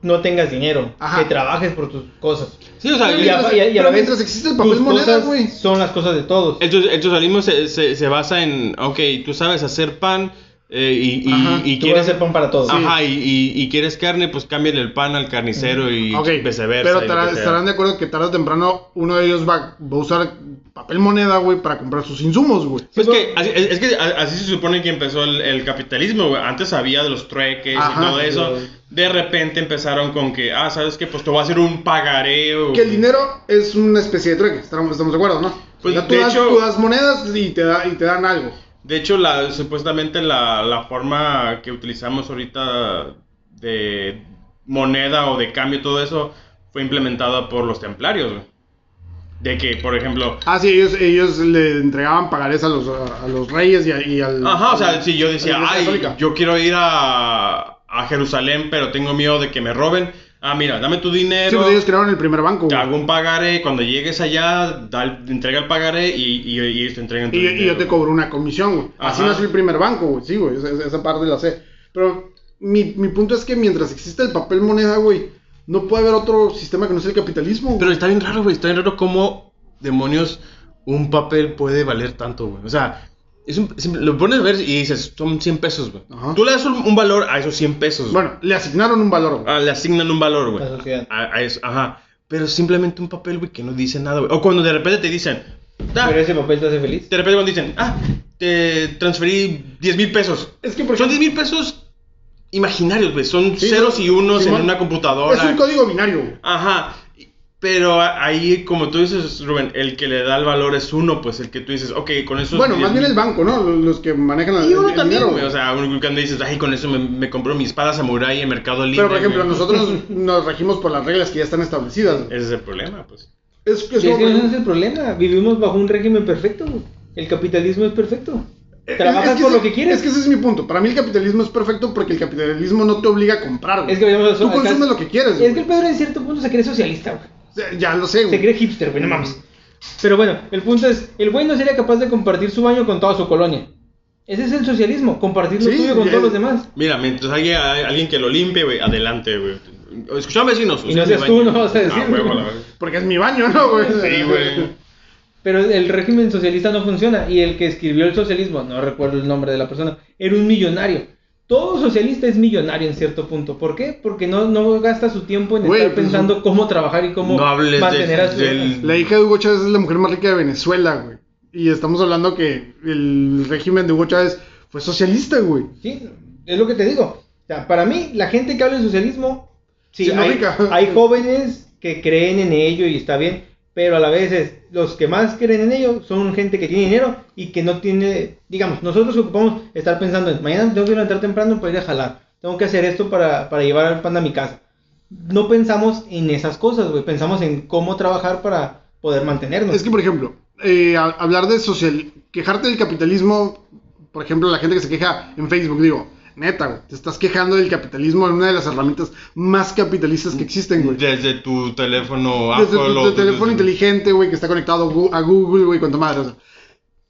Speaker 1: no tengas dinero,
Speaker 3: Ajá.
Speaker 1: que trabajes por tus cosas.
Speaker 2: sí, o sea,
Speaker 1: Y a-
Speaker 2: el,
Speaker 3: Mientras-
Speaker 1: y a- y a
Speaker 3: pero
Speaker 1: la vez,
Speaker 3: mientras existe el papel
Speaker 1: tus
Speaker 3: moneda,
Speaker 1: cosas
Speaker 3: güey.
Speaker 1: Son las cosas de todos.
Speaker 2: so- el socialismo se, se- se basa en, ok, tú sabes hacer pan eh, y, y,
Speaker 3: Ajá,
Speaker 2: y
Speaker 1: Tú
Speaker 2: quieres.
Speaker 1: vas a hacer pan para todos.
Speaker 2: Ajá, y, y- y quieres carne, pues cámbiale el pan al carnicero y
Speaker 3: Ok,
Speaker 2: viceversa.
Speaker 3: pero
Speaker 2: y lo
Speaker 3: estará-
Speaker 2: que sea.
Speaker 3: estarán de acuerdo que tarde o temprano uno de ellos va, va a usar papel moneda, güey, para comprar sus insumos, güey.
Speaker 2: Pues
Speaker 1: Sí,
Speaker 2: que,
Speaker 1: pero-
Speaker 2: así- es, es que a- así se supone que empezó el, el capitalismo, güey. Antes había de los trueques
Speaker 3: Ajá.
Speaker 2: y todo eso.
Speaker 1: Sí.
Speaker 2: De repente empezaron con que, ah, ¿sabes qué? Pues te voy a hacer un pagareo.
Speaker 3: Que el dinero es una especie de trueque, estamos, estamos de acuerdo, ¿no?
Speaker 2: Pues,
Speaker 3: Ya tú,
Speaker 2: de
Speaker 3: das,
Speaker 2: hecho-
Speaker 3: tú das monedas y te, da- y te dan algo.
Speaker 2: De hecho, la, supuestamente la, la forma que utilizamos ahorita de moneda o de cambio, todo eso, fue implementada por los templarios. güey. De que, por ejemplo...
Speaker 3: Ah, sí, ellos, ellos le entregaban pagarés a los, a, a los reyes y, a- y al...
Speaker 2: Ajá, o
Speaker 3: al-
Speaker 2: sea, si yo decía,
Speaker 3: a la Iglesia
Speaker 2: ay,
Speaker 3: Católica".
Speaker 2: yo quiero ir a, a Jerusalén, pero tengo miedo de que me roben. Ah, mira, dame tu
Speaker 3: Sí,
Speaker 2: dinero.
Speaker 3: pues ellos crearon el primer banco,
Speaker 2: Te
Speaker 3: güey.
Speaker 2: hago un pagaré, cuando llegues allá, da el- entrega el pagaré y, y, y ellos te entregan tu
Speaker 3: Y,
Speaker 2: dinero.
Speaker 3: y yo te cobro una comisión, güey. Así
Speaker 2: Ajá.
Speaker 3: nació el primer banco, güey. Sí, güey. Esa, esa parte la sé. Pero mi, mi punto es que mientras existe el papel moneda, güey, no puede haber otro sistema que no sea el capitalismo. güey.
Speaker 2: Pero está bien raro, güey. Está bien raro cómo demonios un papel puede valer tanto, güey. O sea, es un- si lo pones a ver y dices, son 100 pesos, güey.
Speaker 3: Ajá.
Speaker 2: Tú le das un, un valor a esos 100 pesos. güey.
Speaker 3: Bueno, le asignaron un valor, güey.
Speaker 2: Ah, le asignan un valor, güey.
Speaker 1: La sociedad.
Speaker 2: A, a eso, ajá. Pero simplemente un papel, güey, que no dice nada, güey. O cuando de repente te dicen, "Ta",
Speaker 1: Pero ese papel te hace feliz.
Speaker 2: de repente cuando dicen, ah, te transferí 10 mil pesos.
Speaker 3: Es que, por
Speaker 2: son
Speaker 3: ejemplo-
Speaker 2: 10 mil pesos imaginarios, güey. Son
Speaker 3: Sí,
Speaker 2: ceros
Speaker 3: son-
Speaker 2: y unos
Speaker 3: Simón.
Speaker 2: en una computadora.
Speaker 3: Es un código binario, güey.
Speaker 2: Ajá. Pero a- ahí, como tú dices, Rubén, el que le da el valor es uno, pues el que tú dices, ok, con eso.
Speaker 3: Bueno, más bien el banco, ¿no? Los, los que manejan el,
Speaker 2: Y uno
Speaker 3: el
Speaker 2: también,
Speaker 3: dinero,
Speaker 2: güey.
Speaker 3: güey.
Speaker 2: O sea, uno cuando dices, ay, con eso me, me compró mi espada samurái en Mercado Libre.
Speaker 3: Pero, por ejemplo,
Speaker 2: güey.
Speaker 1: (laughs)
Speaker 3: nosotros nos regimos por las reglas que ya están establecidas. güey.
Speaker 2: Ese es el problema, pues.
Speaker 3: Es que es
Speaker 1: Y es
Speaker 3: como-
Speaker 1: que ese es el problema. Vivimos bajo un régimen perfecto. El capitalismo es perfecto.
Speaker 3: es-
Speaker 1: Trabajas
Speaker 3: es que
Speaker 1: por
Speaker 3: ese-
Speaker 1: lo que quieres.
Speaker 3: Es que ese es mi punto. Para mí el capitalismo es perfecto porque el capitalismo no te obliga a comprar, güey.
Speaker 1: Es que vayamos a-
Speaker 3: Tú
Speaker 1: acá-
Speaker 3: consumes lo que quieres,
Speaker 1: Es
Speaker 3: güey.
Speaker 1: que el Pedro en cierto punto se cree socialista, güey.
Speaker 3: Ya lo sé, güey.
Speaker 1: Se cree hipster, güey, no mames. Pero bueno, el punto es, el güey no sería capaz de compartir su baño con toda su colonia. Ese es el socialismo, compartir lo
Speaker 3: Sí,
Speaker 1: tuyo con
Speaker 3: ya
Speaker 1: todos
Speaker 3: es-
Speaker 1: los demás.
Speaker 2: Mira, mientras haya hay alguien que lo limpie, güey, adelante, güey. Escuchame, vecinos.
Speaker 1: Y no
Speaker 2: ustedes
Speaker 1: seas tú,
Speaker 2: vayan.
Speaker 1: no vas a decir,
Speaker 2: Ah, huevo,
Speaker 1: güey.
Speaker 2: la
Speaker 3: (laughs)
Speaker 2: verdad.
Speaker 3: Porque es mi baño, ¿no, güey?
Speaker 2: Sí, güey.
Speaker 1: Pero el régimen socialista no funciona. Y el que escribió el socialismo, no recuerdo el nombre de la persona, era un millonario. Todo socialista es millonario en cierto punto. ¿Por qué? Porque no, no gasta su tiempo en
Speaker 3: Güey,
Speaker 1: estar
Speaker 3: pues,
Speaker 1: pensando cómo trabajar y cómo
Speaker 2: No hables
Speaker 1: mantener
Speaker 2: de-
Speaker 1: a su...
Speaker 2: del-
Speaker 3: La hija de Hugo Chávez es la mujer más rica de Venezuela, güey. Y estamos hablando que el régimen de Hugo Chávez fue socialista, güey.
Speaker 1: Sí, es lo que te digo. O sea, para mí, la gente que habla de socialismo, sí,
Speaker 3: Sí, no
Speaker 1: hay,
Speaker 3: rica.
Speaker 1: hay jóvenes que creen en ello y está bien, pero a la vez es, los que más creen en ello son gente que tiene dinero y que no tiene, digamos, nosotros ocupamos estar pensando en, mañana tengo que levantar temprano para ir a jalar, tengo que hacer esto para, para llevar al pan a mi casa. No pensamos en esas cosas, güey, pensamos en cómo trabajar para poder mantenernos.
Speaker 3: Es que, por ejemplo, eh, a- hablar de social, quejarte del capitalismo, por ejemplo, la gente que se queja en Facebook, digo, neta, güey, te estás quejando del capitalismo en una de las herramientas más capitalistas que existen, güey.
Speaker 2: Desde tu teléfono
Speaker 3: Desde tu,
Speaker 2: Apple o
Speaker 3: tu teléfono
Speaker 2: desde-
Speaker 3: inteligente, güey, que está conectado gu- a Google, güey, cuanto más.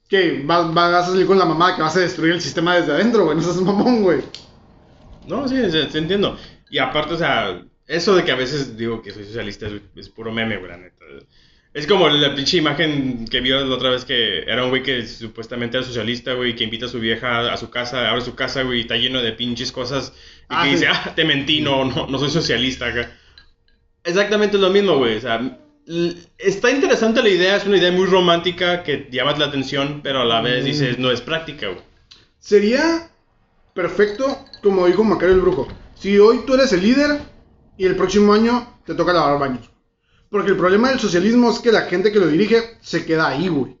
Speaker 3: que vas, vas a salir con la mamá que vas a destruir el sistema desde adentro, güey, no seas mamón, güey.
Speaker 2: No, sí, sí, sí, entiendo. Y aparte, o sea, eso de que a veces digo que soy socialista es, es puro meme, güey, la neta. Es como la pinche imagen que vio la otra vez que era un güey que supuestamente era socialista, güey, que invita a su vieja a su casa, abre su casa, güey, y está lleno de pinches cosas. Y
Speaker 3: Ah,
Speaker 2: que
Speaker 3: sí.
Speaker 2: dice, ah, te mentí, no, no, no soy socialista acá. Exactamente lo mismo, güey. O sea, l- está interesante la idea, es una idea muy romántica que llama la atención, pero a la
Speaker 3: Mm.
Speaker 2: vez dices, no es práctica, güey.
Speaker 3: Sería perfecto, como dijo Macario el Brujo. Si hoy tú eres el líder y el próximo año te toca lavar baños. Porque el problema del socialismo es que la gente que lo dirige se queda ahí, güey.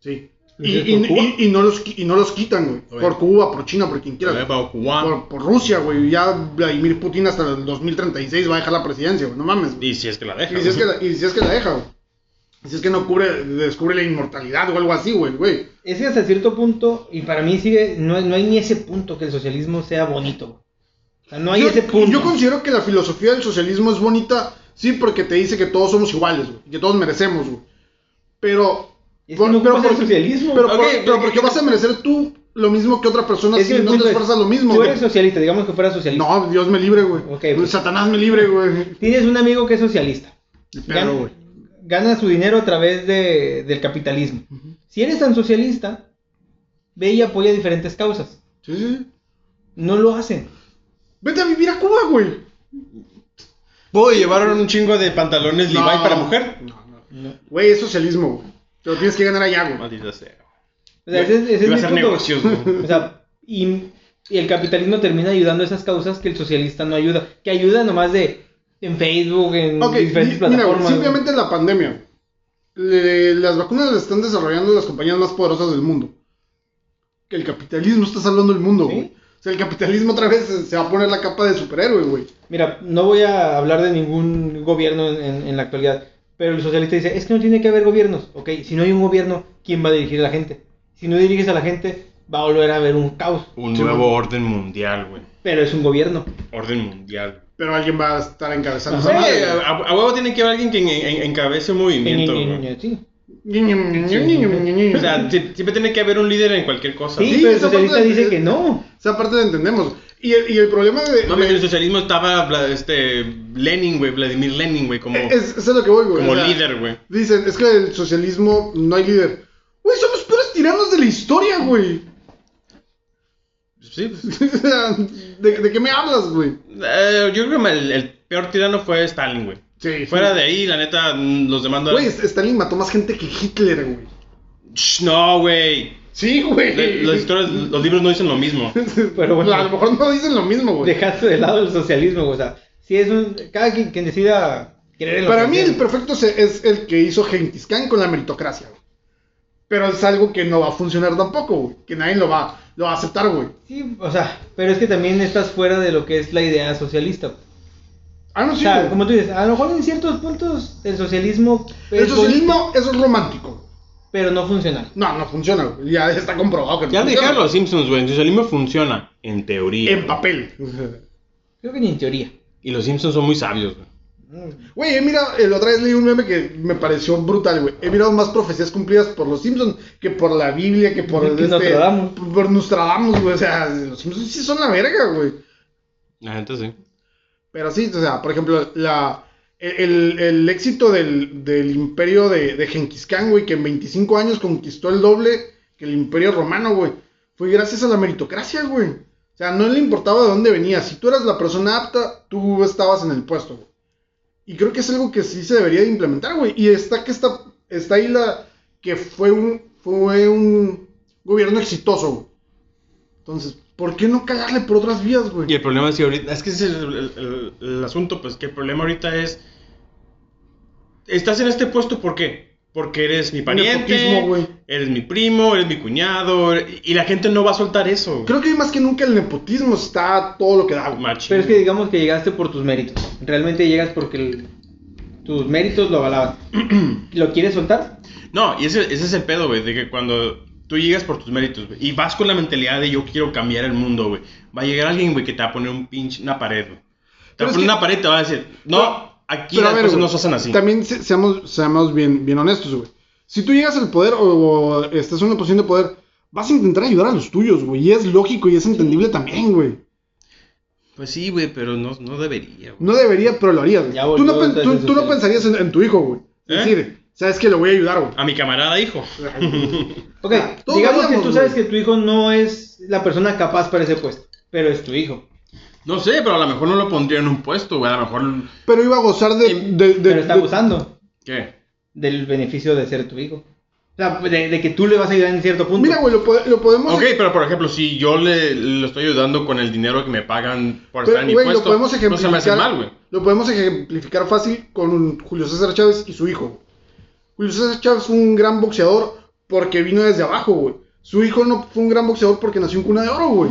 Speaker 3: Sí. Y,
Speaker 1: ¿Y por
Speaker 3: y-
Speaker 1: Cuba?
Speaker 3: y- y no, los, qui- y no los quitan, güey.
Speaker 2: Oye.
Speaker 3: Por Cuba, por China, por quien quiera.
Speaker 2: Nueva Cubana.
Speaker 3: Por, por Rusia, güey. Ya Vladimir Putin hasta el 2036 va a dejar la presidencia, güey. No mames. güey.
Speaker 2: Y si es que la deja.
Speaker 3: Y si es que la, y si es que la deja, güey. Y Si es que no cubre, descubre la inmortalidad o algo así, güey, güey.
Speaker 1: Es que hasta cierto punto, y para mí sigue, no, no hay ni ese punto que el socialismo sea bonito. güey. O sea, no hay
Speaker 3: yo,
Speaker 1: ese punto.
Speaker 3: yo considero que la filosofía del socialismo es bonita, sí, porque te dice que todos somos iguales, güey, que todos merecemos, güey. Pero.
Speaker 1: Es que no ocupas el socialismo.
Speaker 3: Pero,
Speaker 2: Ok,
Speaker 3: por-
Speaker 2: pero
Speaker 3: pero
Speaker 2: que-
Speaker 3: ¿por qué
Speaker 2: que-
Speaker 3: vas a merecer tú lo mismo que otra persona
Speaker 1: Es que
Speaker 3: si
Speaker 1: mi
Speaker 3: no
Speaker 1: punto
Speaker 3: te
Speaker 1: es,
Speaker 3: esfuerzas lo mismo,
Speaker 1: Tú
Speaker 3: güey?
Speaker 1: eres socialista, digamos que fuera socialista.
Speaker 3: No, Dios me libre, güey.
Speaker 1: Ok, pues. güey.
Speaker 3: Satanás me libre, güey.
Speaker 1: Tienes un amigo que es socialista.
Speaker 3: Pero,
Speaker 1: Gan-
Speaker 3: güey.
Speaker 1: Gana su dinero a través de, del capitalismo. Si eres tan socialista, ve y apoya diferentes causas.
Speaker 3: Sí, sí, sí.
Speaker 1: No lo hacen.
Speaker 3: Vete a vivir a Cuba, güey.
Speaker 2: ¿Puedo llevar un chingo de pantalones
Speaker 3: No.
Speaker 2: Levi para mujer?
Speaker 3: No, no. Güey, es socialismo, güey. Te lo tienes que ganar allá, güey.
Speaker 2: Maldita sea.
Speaker 1: O sea, ese, es- ese es mi
Speaker 2: Iba a hacer
Speaker 1: punto.
Speaker 2: negocios, güey.
Speaker 1: O sea, y, y el capitalismo termina ayudando a esas causas que el socialista no ayuda. Que ayuda nomás de en Facebook, en
Speaker 3: Ok,
Speaker 1: diferentes
Speaker 3: di- mira, güey,
Speaker 1: plataformas.
Speaker 3: simplemente la pandemia. Le- las vacunas las están desarrollando las compañías más poderosas del mundo. Que el capitalismo está salvando el mundo,
Speaker 1: ¿Sí?
Speaker 3: güey. O sea, el capitalismo otra vez se, se va a poner la capa de superhéroe, güey.
Speaker 1: Mira, no voy a hablar de ningún gobierno en, en- en la actualidad, pero el socialista dice, es que no tiene que haber gobiernos. Ok, si no hay un gobierno, ¿quién va a dirigir a la gente? Si no diriges a la gente, va a volver a haber un caos.
Speaker 2: Un
Speaker 3: Sí,
Speaker 2: nuevo
Speaker 3: güey.
Speaker 2: orden mundial, güey.
Speaker 1: Pero es un gobierno.
Speaker 2: Orden mundial.
Speaker 3: Pero alguien va a estar encabezando esa
Speaker 2: Güey,
Speaker 3: madre,
Speaker 2: a, a huevo tiene que haber alguien que en- en- encabece un movimiento, güey.
Speaker 1: Sí,
Speaker 3: güey.
Speaker 2: O sea, si- siempre tiene que haber un líder en cualquier cosa.
Speaker 1: Sí,
Speaker 2: güey.
Speaker 3: Sí,
Speaker 1: pero el
Speaker 3: esa parte
Speaker 1: socialista
Speaker 3: de-
Speaker 1: dice que no.
Speaker 3: Esa parte la entendemos. Y el, y el problema de...
Speaker 2: Mames,
Speaker 3: de-
Speaker 2: en el socialismo estaba Vla- este, Lenin, güey, Vladimir Lenin, güey, como,
Speaker 3: es, es a lo que voy, güey.
Speaker 2: como
Speaker 3: O sea,
Speaker 2: líder, güey.
Speaker 3: Dicen, es que el socialismo no hay líder. Güey, somos puros tiranos de la historia, güey. (laughs)
Speaker 2: Sí, pues.
Speaker 3: O sea, ¿De, de qué me hablas, güey?
Speaker 2: Eh, yo creo que el, el peor tirano fue Stalin, güey.
Speaker 3: Sí.
Speaker 2: Fuera de ahí, la neta, mm, los demás no eran-
Speaker 3: Güey, Stalin mató más gente que Hitler, güey.
Speaker 2: Shh, No, güey.
Speaker 3: Sí, güey.
Speaker 2: Le- Las
Speaker 3: (laughs)
Speaker 2: historias, los libros no dicen lo mismo.
Speaker 1: Pero bueno.
Speaker 3: A lo mejor no dicen lo mismo, güey.
Speaker 1: Dejaste de lado el socialismo, güey, o sea, si es un... Cada quien, quien decida creer en lo
Speaker 3: Para
Speaker 1: que
Speaker 3: mí
Speaker 1: quiere.
Speaker 3: el perfecto se- es el que hizo Genghis Khan con la meritocracia, güey. Pero es algo que no va a funcionar tampoco, güey. Que nadie lo va, lo va a aceptar, güey.
Speaker 1: Sí, o sea, pero es que también estás fuera de lo que es la idea socialista.
Speaker 3: Ah, no,
Speaker 1: O
Speaker 3: sí,
Speaker 1: sea,
Speaker 3: güey.
Speaker 1: como tú dices, a lo mejor en ciertos puntos el socialismo es
Speaker 3: El
Speaker 1: bonito,
Speaker 3: socialismo es romántico.
Speaker 1: pero no funciona.
Speaker 3: No, no funciona, güey. Ya está comprobado que no
Speaker 2: Ya
Speaker 3: funciona.
Speaker 2: dejaron los Simpsons, güey. El socialismo funciona, en teoría.
Speaker 1: (laughs)
Speaker 3: En papel.
Speaker 1: Creo que ni en teoría.
Speaker 2: Y los Simpsons son muy sabios, güey.
Speaker 3: Güey, he mirado, el otra vez leí un meme que me pareció brutal, güey. He mirado más profecías cumplidas por los Simpsons que por la Biblia, que por
Speaker 1: (laughs) Que Nostradamus.
Speaker 3: por- Por Nostradamus, güey. O sea, los Simpsons sí son la verga, güey.
Speaker 2: La gente sí.
Speaker 3: Pero sí, o sea, por ejemplo, la, el, el- el éxito del, del imperio de, de Genghis Khan, güey, que en 25 años conquistó el doble que el imperio romano, güey. Fue gracias a la meritocracia, güey. O sea, no le importaba de dónde venías. Si tú eras la persona apta, tú estabas en el puesto, güey. Y creo que es algo que sí se debería de implementar, güey. Y está que está, está ahí la que fue un, fue un gobierno exitoso, güey. Entonces, ¿por qué no cagarle por otras vías, güey?
Speaker 2: Y el problema es que ahorita. Es que ese es el, el- el- el asunto, pues que el problema ahorita es. estás en este puesto, ¿por qué? Porque eres mi pariente,
Speaker 3: Nepotismo, güey.
Speaker 2: eres mi primo, eres mi cuñado, eres- y la gente no va a soltar eso. güey.
Speaker 3: Creo que hoy más que nunca el nepotismo está a todo lo que da, güey.
Speaker 2: Machín.
Speaker 1: Pero es que digamos que llegaste por tus méritos. Realmente llegas porque el- tus méritos lo avalaban. (clears throat) ¿Lo quieres soltar?
Speaker 2: No, y ese, ese es el pedo, güey, de que cuando tú llegas por tus méritos, güey, y vas con la mentalidad de yo quiero cambiar el mundo, güey, va a llegar alguien, güey, que te va a poner un pinche, una pared, güey. Te va
Speaker 3: Pero
Speaker 2: a
Speaker 3: es
Speaker 2: poner
Speaker 3: que-
Speaker 2: una pared y te va a decir, no, aquí
Speaker 3: Pero a
Speaker 2: las
Speaker 3: ver,
Speaker 2: cosas
Speaker 3: güey,
Speaker 2: no se hacen así.
Speaker 3: También se- seamos, seamos bien, bien honestos, güey. Si tú llegas al poder o, o estás en una posición de poder, vas a intentar ayudar a los tuyos, güey. Y es lógico y es entendible también, güey.
Speaker 2: Pues sí, güey, pero no, no debería, güey.
Speaker 3: No debería, pero lo harías. güey.
Speaker 1: Ya
Speaker 3: tú
Speaker 1: volvió
Speaker 3: no, pen-
Speaker 1: otra
Speaker 3: tú-
Speaker 1: vez
Speaker 3: tú no
Speaker 1: ese-
Speaker 3: pensarías en, en tu hijo, güey.
Speaker 2: ¿Eh?
Speaker 3: Es decir, sabes que lo voy a ayudar, güey.
Speaker 2: A mi camarada, hijo.
Speaker 1: Ok,
Speaker 3: Ah, todos
Speaker 1: digamos que
Speaker 3: variamos,
Speaker 1: tú sabes
Speaker 3: güey.
Speaker 1: que tu hijo no es la persona capaz para ese puesto, pero es tu hijo.
Speaker 2: No sé, pero a lo mejor no lo pondría en un puesto, güey, a lo mejor...
Speaker 3: Pero iba a gozar de. de- de-
Speaker 1: Pero está
Speaker 3: de-
Speaker 1: abusando
Speaker 2: ¿Qué?
Speaker 1: del beneficio de ser tu hijo. O sea, de, de que tú le vas a ayudar en cierto punto.
Speaker 3: Mira, güey, lo, po- lo podemos.
Speaker 2: Ok, pero por ejemplo, si yo le, le estoy ayudando con el dinero que me pagan por
Speaker 3: pero,
Speaker 2: estar en mi
Speaker 3: güey, lo
Speaker 2: puesto,
Speaker 3: podemos
Speaker 2: no se
Speaker 3: ejemplificar.
Speaker 2: me hace mal, güey.
Speaker 3: Lo podemos ejemplificar fácil con un Julio César Chávez y su hijo. Julio César Chávez fue un gran boxeador porque vino desde abajo, güey. Su hijo no fue un gran boxeador porque nació en cuna de oro, güey.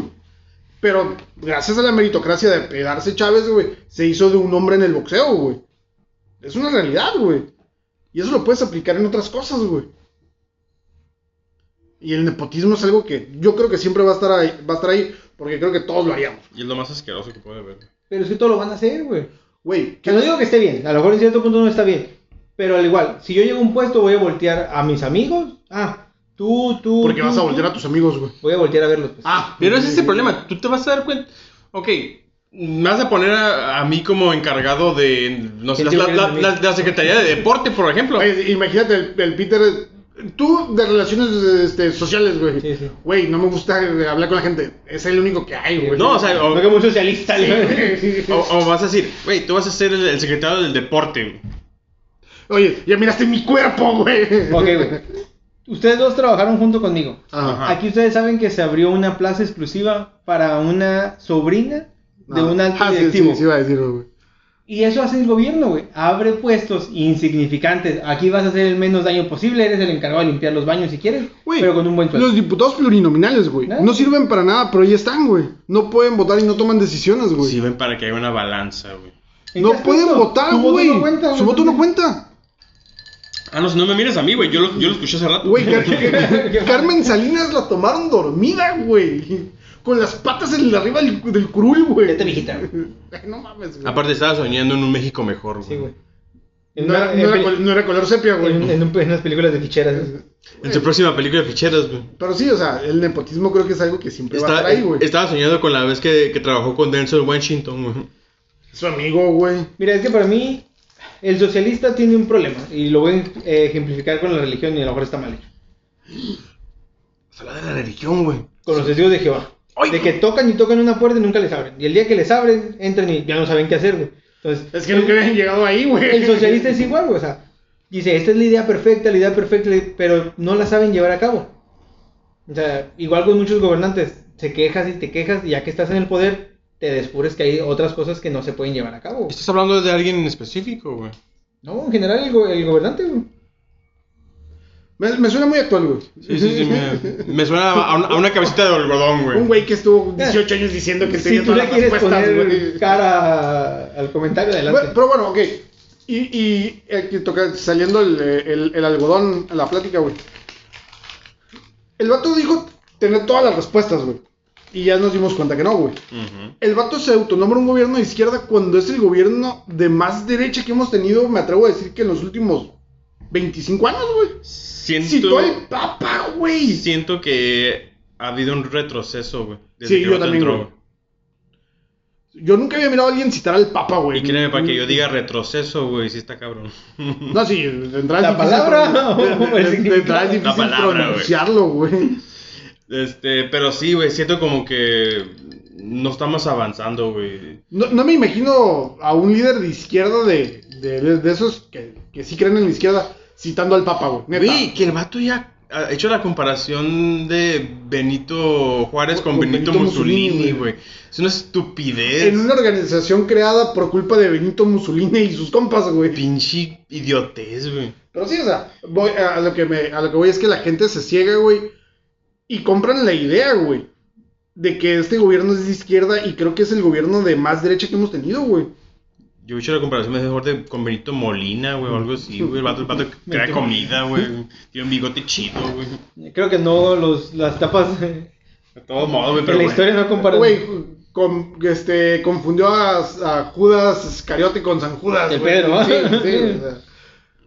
Speaker 3: Pero gracias a la meritocracia de pegarse Chávez, güey, se hizo de un hombre en el boxeo, güey. Es una realidad, güey. Y eso lo puedes aplicar en otras cosas, güey. Y el nepotismo es algo que yo creo que siempre va a estar ahí, va a estar ahí porque creo que todos lo haríamos.
Speaker 2: Y es lo más asqueroso que puede haber.
Speaker 1: Pero es que todos lo van a hacer, güey.
Speaker 3: Güey,
Speaker 1: Que no digo que esté bien, a lo mejor en cierto punto no está bien. Pero al igual, si yo llego a un puesto, voy a voltear a mis amigos. Ah, tú, tú.
Speaker 3: Porque
Speaker 1: tú,
Speaker 3: vas a
Speaker 1: tú.
Speaker 3: voltear a tus amigos, güey.
Speaker 1: Voy a voltear a verlos. pues.
Speaker 2: Ah, pero ese es el problema. Tú te vas a dar cuenta. Ok, me vas a poner a, a mí como encargado de. No sé,
Speaker 1: ¿Qué tengo
Speaker 2: la,
Speaker 1: que
Speaker 2: la-
Speaker 1: hacer?
Speaker 2: la- la Secretaría de Deporte, por ejemplo.
Speaker 3: Oye, imagínate el, el Peter. Tú de relaciones este, sociales, güey.
Speaker 1: Sí, sí.
Speaker 3: Güey, no me gusta eh, hablar con la gente. Es el único que hay, güey.
Speaker 2: No, o sea, o,
Speaker 1: No que muy socialista, (laughs) güey.
Speaker 3: Oh.
Speaker 2: o- o vas a decir, güey, tú vas a ser el, el secretario del deporte. güey.
Speaker 3: Oye, ya miraste mi cuerpo, güey. Ah,
Speaker 1: Ok, güey. Ustedes dos trabajaron junto conmigo.
Speaker 3: Ajá.
Speaker 2: Ajá.
Speaker 1: Aquí ustedes saben que se abrió una plaza exclusiva para una sobrina de
Speaker 3: No.
Speaker 1: un alto
Speaker 3: Ah, sí,
Speaker 1: directivo.
Speaker 3: Sí, sí, iba a decirlo, güey.
Speaker 1: Y eso hace el gobierno, güey. Abre puestos insignificantes. Aquí vas a hacer el menos daño posible. Eres el encargado de limpiar los baños si quieres.
Speaker 3: Güey,
Speaker 1: pero con un buen sueldo.
Speaker 3: Los diputados plurinominales, güey.
Speaker 1: ¿Eh?
Speaker 3: No sirven para nada, pero ahí están, güey. No pueden votar y no toman decisiones, güey.
Speaker 2: Sirven para que haya una balanza, güey.
Speaker 1: ¿En
Speaker 3: no
Speaker 1: qué
Speaker 3: pueden
Speaker 1: aspecto?
Speaker 3: votar,
Speaker 1: Su voto
Speaker 3: güey.
Speaker 1: no cuenta,
Speaker 3: Su voto no
Speaker 1: entonces.
Speaker 3: cuenta.
Speaker 2: Ah, no, si no me mires a mí, güey. Yo lo, yo lo escuché hace rato.
Speaker 3: Güey, Car- (laughs) Car- Carmen Salinas la tomaron dormida, güey. Con las patas en la arriba del, del curul, güey.
Speaker 1: Vete, mijita.
Speaker 3: Ay, No mames, güey.
Speaker 2: Este Aparte, estaba soñando en un México mejor, güey.
Speaker 1: Sí, güey. En,
Speaker 3: No
Speaker 1: una-
Speaker 3: era,
Speaker 1: en
Speaker 3: no era
Speaker 1: peli-
Speaker 3: col- no era color sepia, güey.
Speaker 1: en- en un- en unas películas de ficheras. güey.
Speaker 2: En su próxima película de ficheras, güey.
Speaker 3: Pero sí, o sea, el nepotismo creo que es algo que siempre va a
Speaker 2: Estaba,
Speaker 3: estar ahí, güey.
Speaker 2: estaba soñando con la vez que, que trabajó con Denzel Washington, güey.
Speaker 3: Su amigo, güey.
Speaker 1: Mira, es que para mí el socialista tiene un problema y lo voy a eh, ejemplificar con la religión y a lo mejor está mal hecho.
Speaker 2: Habla de la religión, güey.
Speaker 1: Con los testigos de Jehová.
Speaker 2: ¡Ay!
Speaker 1: De que tocan y tocan una puerta y nunca les abren. Y el día que les abren, entran y ya no saben qué hacer, güey. Entonces,
Speaker 3: Es que
Speaker 1: el,
Speaker 3: nunca habían llegado ahí, güey.
Speaker 1: el socialista es igual, güey. O sea, dice, esta es la idea perfecta, la idea perfecta, la- pero no la saben llevar a cabo. O sea, igual con muchos gobernantes, se quejas y te quejas y ya que estás en el poder, te descubres que hay otras cosas que no se pueden llevar a cabo. güey.
Speaker 2: Estás hablando de alguien en específico, güey.
Speaker 1: No, en general el, go- el gobernante, güey.
Speaker 3: Me, me suena muy actual, güey.
Speaker 2: Sí, sí, sí. Me, me suena a una, a una cabecita de algodón,
Speaker 3: (laughs) Un
Speaker 2: güey.
Speaker 3: güey que estuvo 18 años diciendo que
Speaker 1: si
Speaker 3: tenía
Speaker 1: tú
Speaker 3: todas
Speaker 1: le
Speaker 3: las
Speaker 1: quieres
Speaker 3: respuestas,
Speaker 1: poner
Speaker 3: güey.
Speaker 1: cara al comentario, adelante.
Speaker 3: Bueno, pero bueno, ok. Y, y eh, que toca- saliendo el, el- el algodón a la plática, güey. El vato dijo tener todas las respuestas, güey. Y ya nos dimos cuenta que no, güey.
Speaker 2: Ujú.
Speaker 3: El vato se autonombra un gobierno de izquierda cuando es el gobierno de más derecha que hemos tenido, me atrevo a decir que en los últimos 25 años, güey.
Speaker 2: Siento,
Speaker 3: Citó al papa, güey.
Speaker 2: siento que ha habido un retroceso, güey.
Speaker 3: Sí,
Speaker 2: que
Speaker 3: yo
Speaker 2: Bato
Speaker 3: también, güey. Yo nunca había mirado a alguien citar al papa, güey.
Speaker 2: Y créeme, para que yo diga retroceso, güey, sí está cabrón. (laughs)
Speaker 3: No, sí, de entrada
Speaker 1: La
Speaker 3: es difícil
Speaker 1: palabra,
Speaker 3: pronun-
Speaker 1: o
Speaker 3: de-
Speaker 1: el
Speaker 3: de- de- de entrada
Speaker 1: significado.
Speaker 3: es difícil
Speaker 2: La palabra, güey.
Speaker 3: pronunciarlo, güey.
Speaker 2: Este, pero sí, güey, siento como que no estamos avanzando, güey.
Speaker 3: No, no me imagino a un líder de izquierda de, de, de- de esos que, que sí creen en la izquierda citando al Papa, güey. Neta.
Speaker 2: Güey, que el vato ya ha hecho la comparación de Benito Juárez con,
Speaker 3: Con
Speaker 2: Benito,
Speaker 3: Benito
Speaker 2: Mussolini,
Speaker 3: Mussolini,
Speaker 2: güey. Es una estupidez.
Speaker 3: En una organización creada por culpa de Benito Mussolini y sus compas, güey.
Speaker 2: pinche idiotez, güey.
Speaker 3: Pero sí, o sea, voy a, a lo que me, a lo que voy es que la gente se ciega, güey, y compran la idea, güey, de que este gobierno es de izquierda y creo que es el gobierno de más derecha que hemos tenido, güey.
Speaker 2: Yo he hecho la comparación mejor de con Benito Molina, güey, o algo así, güey. El vato, el
Speaker 3: (laughs)
Speaker 2: vato crea comida, güey. Tiene un bigote chido, güey.
Speaker 1: Creo que no, los, las tapas (laughs) eh,
Speaker 2: De todos modos, güey,
Speaker 1: en
Speaker 2: pero
Speaker 1: la
Speaker 2: bueno.
Speaker 1: historia no comparan.
Speaker 3: Güey, con- este, confundió a, a Judas Iscariote con San Judas.
Speaker 1: El
Speaker 3: güey.
Speaker 1: Pedro, ¿no?
Speaker 3: Sí, sí, o sea.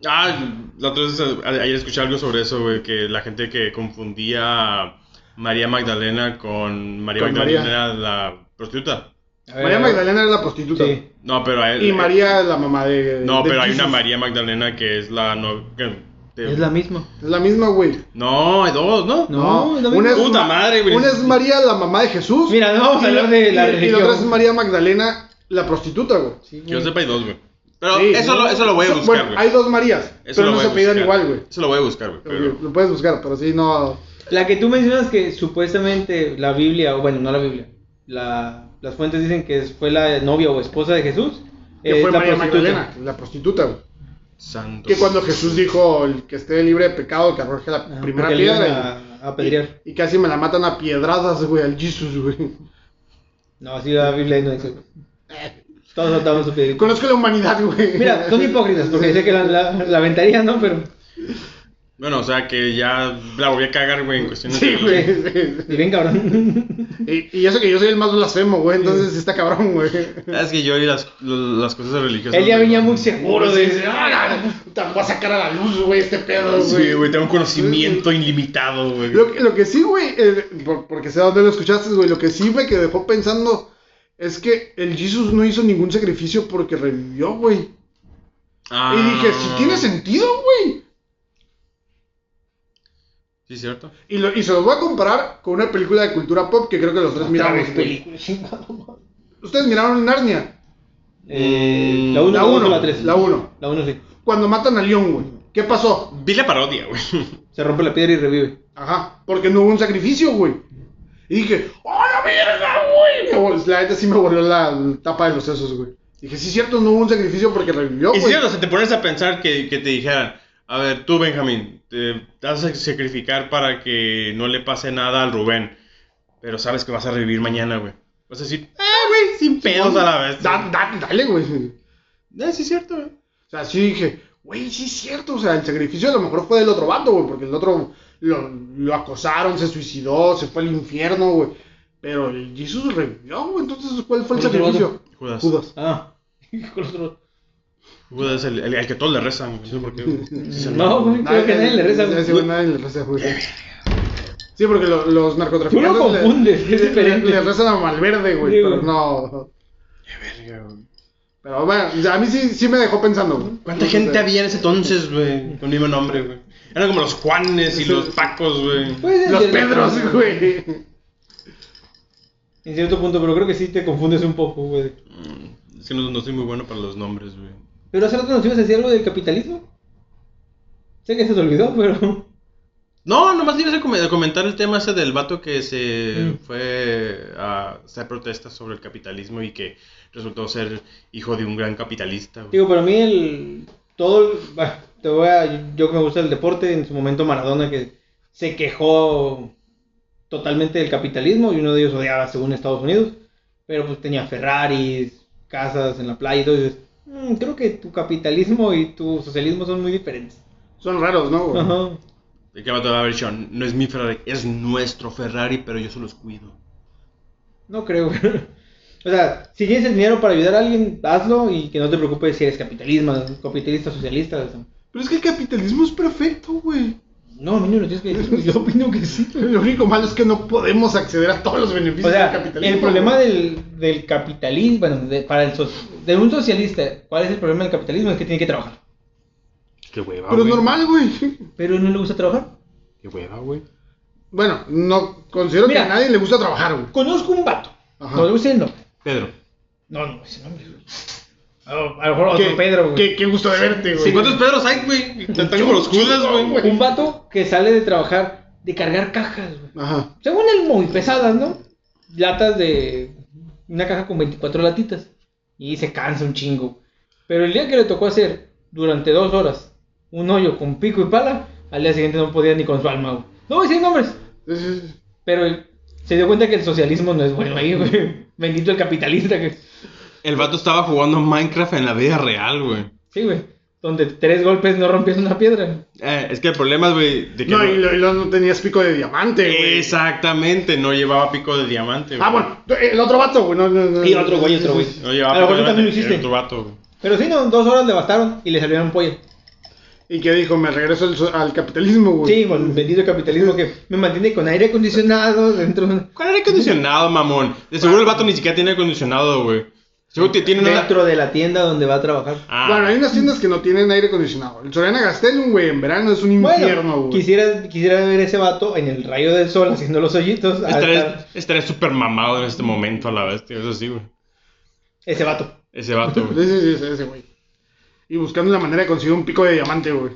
Speaker 2: Ah, la otra vez a- ayer escuché algo sobre eso, güey, que la gente que confundía a María Magdalena con María
Speaker 3: Con
Speaker 2: Magdalena
Speaker 3: María.
Speaker 2: era la prostituta.
Speaker 1: A ver,
Speaker 3: María Magdalena era la prostituta.
Speaker 1: Sí.
Speaker 2: No, pero hay-
Speaker 3: Y María la mamá de.
Speaker 2: No,
Speaker 3: de
Speaker 2: pero hay
Speaker 3: Jesus.
Speaker 2: una María Magdalena que es la no que- de-
Speaker 1: Es la misma.
Speaker 3: Es la misma, güey.
Speaker 2: No, hay dos, ¿no?
Speaker 1: No, es la misma.
Speaker 3: una es
Speaker 2: Puta
Speaker 3: Ma-
Speaker 2: madre, güey.
Speaker 3: Una es María la mamá de Jesús.
Speaker 1: Mira, no vamos a
Speaker 3: y
Speaker 1: hablar de la
Speaker 3: y- Y la
Speaker 1: religión.
Speaker 3: otra es María Magdalena la prostituta, güey.
Speaker 1: Sí,
Speaker 2: Que yo
Speaker 1: güey.
Speaker 2: sepa hay dos, güey. Pero
Speaker 3: Sí,
Speaker 2: eso,
Speaker 3: ¿no?
Speaker 2: lo, eso lo voy a
Speaker 3: Eso-
Speaker 2: buscar,
Speaker 3: Bueno,
Speaker 2: güey.
Speaker 3: hay dos Marías,
Speaker 2: Eso
Speaker 3: pero
Speaker 2: lo
Speaker 3: no
Speaker 2: voy
Speaker 3: se
Speaker 2: a
Speaker 3: apellidan
Speaker 2: buscar.
Speaker 3: igual, güey.
Speaker 2: Eso lo voy a buscar, güey. pero-
Speaker 3: Lo puedes buscar, pero sí,
Speaker 1: Eh,
Speaker 3: no.
Speaker 1: La que tú mencionas que supuestamente la Biblia, o bueno, no la Biblia, la- las fuentes dicen que es- fue la novia o esposa de Jesús.
Speaker 3: Que
Speaker 1: eh,
Speaker 3: fue
Speaker 1: es la
Speaker 3: María
Speaker 1: prostituta.
Speaker 3: Magdalena, la prostituta, güey.
Speaker 2: Santo.
Speaker 3: Que cuando Jesús dijo el que esté libre de pecado, que arroje la
Speaker 1: Ajá,
Speaker 3: primera
Speaker 1: porque le iban
Speaker 3: piedra.
Speaker 1: A, a apedrear.
Speaker 3: Y, y casi me la matan a piedradas, güey, al Jesús, güey.
Speaker 1: No, así la Biblia no dice. Todos soltamos su piedrita.
Speaker 3: Conozco la humanidad, güey.
Speaker 1: Mira,
Speaker 3: (laughs)
Speaker 1: son hipócritas porque dice que la, la, la aventarían, ¿no? Pero.
Speaker 2: Bueno, o sea que ya la voy a cagar, güey, en cuestiones
Speaker 3: Sí,
Speaker 2: de-
Speaker 3: güey. sí, sí.
Speaker 1: Y bien cabrón.
Speaker 3: Y, y eso que yo soy el más blasfemo, güey. Entonces sí está cabrón, güey.
Speaker 2: Ah, Es que yo y las, las cosas religiosas.
Speaker 1: Él ya
Speaker 2: güey,
Speaker 1: venía
Speaker 2: no.
Speaker 1: muy seguro
Speaker 3: Sí,
Speaker 1: de.
Speaker 3: sí, ah, te voy a sacar a la luz, güey, este pedo, güey.
Speaker 2: Sí, güey, tengo un conocimiento ilimitado, güey.
Speaker 3: Lo, que- lo que sí, güey, eh, por- porque sé dónde lo escuchaste, güey, lo que sí me que dejó pensando es que el Jesus no hizo ningún sacrificio porque revivió, güey.
Speaker 2: Ah.
Speaker 3: Y dije, si tiene sentido, güey.
Speaker 2: Sí, cierto.
Speaker 3: Y, lo- y se los voy a comparar con una película de cultura pop que creo que los tres miramos. güey. Ustedes miraron Narnia,
Speaker 1: Eh,
Speaker 2: Mm,
Speaker 1: la 1
Speaker 3: la
Speaker 1: la 1
Speaker 3: uno,
Speaker 1: la 3.
Speaker 3: la uno.
Speaker 1: La 1 sí.
Speaker 3: cuando matan a León, güey. ¿Qué pasó?
Speaker 2: Vi la parodia, güey.
Speaker 1: Se rompe la piedra y revive.
Speaker 3: Ajá, porque no hubo un sacrificio, güey. Y dije, ¡oh, la verga, güey! Me vol- La neta sí me voló la tapa de los sesos, güey. Dije, sí, cierto, no hubo un sacrificio porque revivió,
Speaker 2: Y
Speaker 3: güey.
Speaker 2: cierto, o sea, te pones a pensar que, que te dijeran, a ver, tú, Benjamín, te vas a sacrificar para que no le pase nada al Rubén, pero sabes que vas a revivir mañana, güey. Vas a decir, ah, güey, sin pedos a la vez.
Speaker 3: Da- da- dale, güey.
Speaker 2: Eh, sí, cierto, güey.
Speaker 3: O sea, sí dije, güey, sí es cierto. O sea, el sacrificio a lo mejor fue del otro bando, güey, porque el otro lo, lo acosaron, se suicidó, se fue al infierno, güey. Pero el Jesús revivió, güey. Entonces, ¿cuál fue
Speaker 1: ¿Cuál
Speaker 3: el
Speaker 1: otro
Speaker 3: sacrificio?
Speaker 2: Judas. Judas,
Speaker 3: Judas.
Speaker 1: Ah. (laughs) Con otro.
Speaker 2: es el, el- el que todos le rezan, güey. No sé por qué, güey.
Speaker 1: (laughs)
Speaker 2: Sí, se
Speaker 1: No, güey, creo que nadie le reza.
Speaker 3: a ese güey nadie le reza, güey. Sí, porque lo- los narcotraficantes.
Speaker 1: Tú lo confundes,
Speaker 3: le,
Speaker 1: es diferente.
Speaker 3: le- le rezan a Malverde, güey,
Speaker 1: Sí,
Speaker 3: pero
Speaker 1: güey.
Speaker 3: no.
Speaker 2: Verga, güey.
Speaker 3: Pero bueno, o sea, a mí sí, sí me dejó pensando, güey.
Speaker 2: ¿Cuánta
Speaker 3: No sé.
Speaker 2: gente había en ese entonces, güey? Con el mismo nombre, güey. Eran como los Juanes y los Pacos, güey.
Speaker 1: Pues,
Speaker 3: Los
Speaker 1: en cierto-
Speaker 3: Pedros, güey.
Speaker 1: En cierto punto, pero creo que sí te confundes un poco, güey.
Speaker 2: Mm, Es que no, no soy muy bueno para los nombres, güey.
Speaker 1: Pero hace rato nos ibas a decir algo del capitalismo. Sé que se te olvidó, pero. (laughs)
Speaker 2: No, nomás le ibas a com- a comentar el tema ese del vato que se
Speaker 1: Mm.
Speaker 2: fue a hacer protestas sobre el capitalismo y que resultó ser hijo de un gran capitalista, güey.
Speaker 1: Digo, para mí el todo el- bah, te voy a yo que me gusta el deporte en su momento Maradona que se quejó totalmente del capitalismo y uno de ellos odiaba según Estados Unidos, pero pues tenía Ferraris, casas en la playa y todo y dices, "Mm, creo que tu capitalismo y tu socialismo son muy diferentes.
Speaker 3: Son raros, ¿no, güey?
Speaker 1: Ajá.
Speaker 2: El que vato va a haber dicho, no es mi Ferrari, es nuestro Ferrari, pero yo se los cuido.
Speaker 1: No creo. (laughs) o sea, si tienes el dinero para ayudar a alguien, hazlo y que no te preocupes si eres capitalismo, capitalista, socialista. o sea.
Speaker 3: Pero es que el capitalismo es perfecto, güey.
Speaker 1: No, a mí no me lo tienes que decir. (laughs) Yo opino que sí.
Speaker 3: Lo único malo es que no podemos acceder a todos los beneficios
Speaker 1: O
Speaker 3: del
Speaker 1: sea,
Speaker 3: capitalismo.
Speaker 1: el problema
Speaker 3: güey.
Speaker 1: del, del capitalismo, bueno, de, para el so- de un socialista, ¿cuál es el problema del capitalismo? Es que tiene que trabajar.
Speaker 2: Qué hueva,
Speaker 1: Ah,
Speaker 3: Pero es
Speaker 2: güey.
Speaker 3: normal, güey.
Speaker 1: Pero no le gusta trabajar.
Speaker 2: Qué hueva, güey.
Speaker 3: Bueno, no considero
Speaker 1: Mira.
Speaker 3: que a nadie le gusta trabajar, güey.
Speaker 1: Conozco un vato.
Speaker 3: Ajá.
Speaker 1: No le gusta el nombre.
Speaker 2: Pedro.
Speaker 1: No, no, ese nombre. güey. A lo, a lo mejor otro
Speaker 3: Qué-
Speaker 1: Pedro, güey.
Speaker 3: Qué, qué gusto de verte, güey.
Speaker 2: Sí, ¿Cuántos pedros hay, güey? Están como los judas, güey.
Speaker 1: Un vato que sale de trabajar, de cargar cajas, güey.
Speaker 4: Ajá.
Speaker 1: Según él, muy pesadas, ¿no? Latas de. Una caja con 24 latitas. Y se cansa un chingo. Pero el día que le tocó hacer, durante dos horas, un hoyo con pico y pala, al día siguiente no podía ni con su alma, güey. No voy a decir nombres.
Speaker 4: Sí, sí, sí.
Speaker 1: Pero él se dio cuenta que el socialismo no es bueno ahí, güey. (laughs) Bendito el capitalista que.
Speaker 2: El vato estaba jugando Minecraft en la vida real, güey.
Speaker 1: Sí, güey. Donde tres golpes no rompías una piedra.
Speaker 2: Eh, es que el problema, güey, de que...
Speaker 3: No,
Speaker 2: no-
Speaker 3: y lo- y lo- no tenías pico de diamante, güey.
Speaker 2: Exactamente, no llevaba pico de diamante, güey.
Speaker 3: Ah, bueno, el otro vato, güey. No, no, no,
Speaker 1: Y otro güey, otro güey.
Speaker 2: No llevaba
Speaker 1: A lo
Speaker 2: pico
Speaker 1: mejor tú también
Speaker 2: de
Speaker 1: lo
Speaker 2: diamante,
Speaker 1: hiciste.
Speaker 2: era otro vato, güey.
Speaker 1: Pero sí, no, dos horas le bastaron y le salieron pollo.
Speaker 3: Y que dijo, me regreso al, so- al capitalismo, güey.
Speaker 1: Sí, con el bendito capitalismo que me mantiene con aire acondicionado dentro de una-
Speaker 2: ¿Cuál aire acondicionado, mamón? De seguro el vato ni siquiera tiene acondicionado, güey. Seguro que tiene una...
Speaker 1: dentro de la tienda donde va a trabajar.
Speaker 2: Ah,
Speaker 3: Bueno, hay unas tiendas que no tienen aire acondicionado. El Soriana Gastelum, güey, en verano es un infierno,
Speaker 1: Bueno,
Speaker 3: güey.
Speaker 1: quisiera, quisiera ver ese vato en el rayo del sol haciendo los hoyitos. al
Speaker 2: estaré,
Speaker 1: estar-
Speaker 2: estaré súper mamado en este momento a la bestia, eso sí, güey.
Speaker 1: Ese vato.
Speaker 2: Ese vato, güey.
Speaker 1: (laughs)
Speaker 3: Sí, sí, sí, ese- ese güey. Y buscando la manera de conseguir un pico de diamante, güey.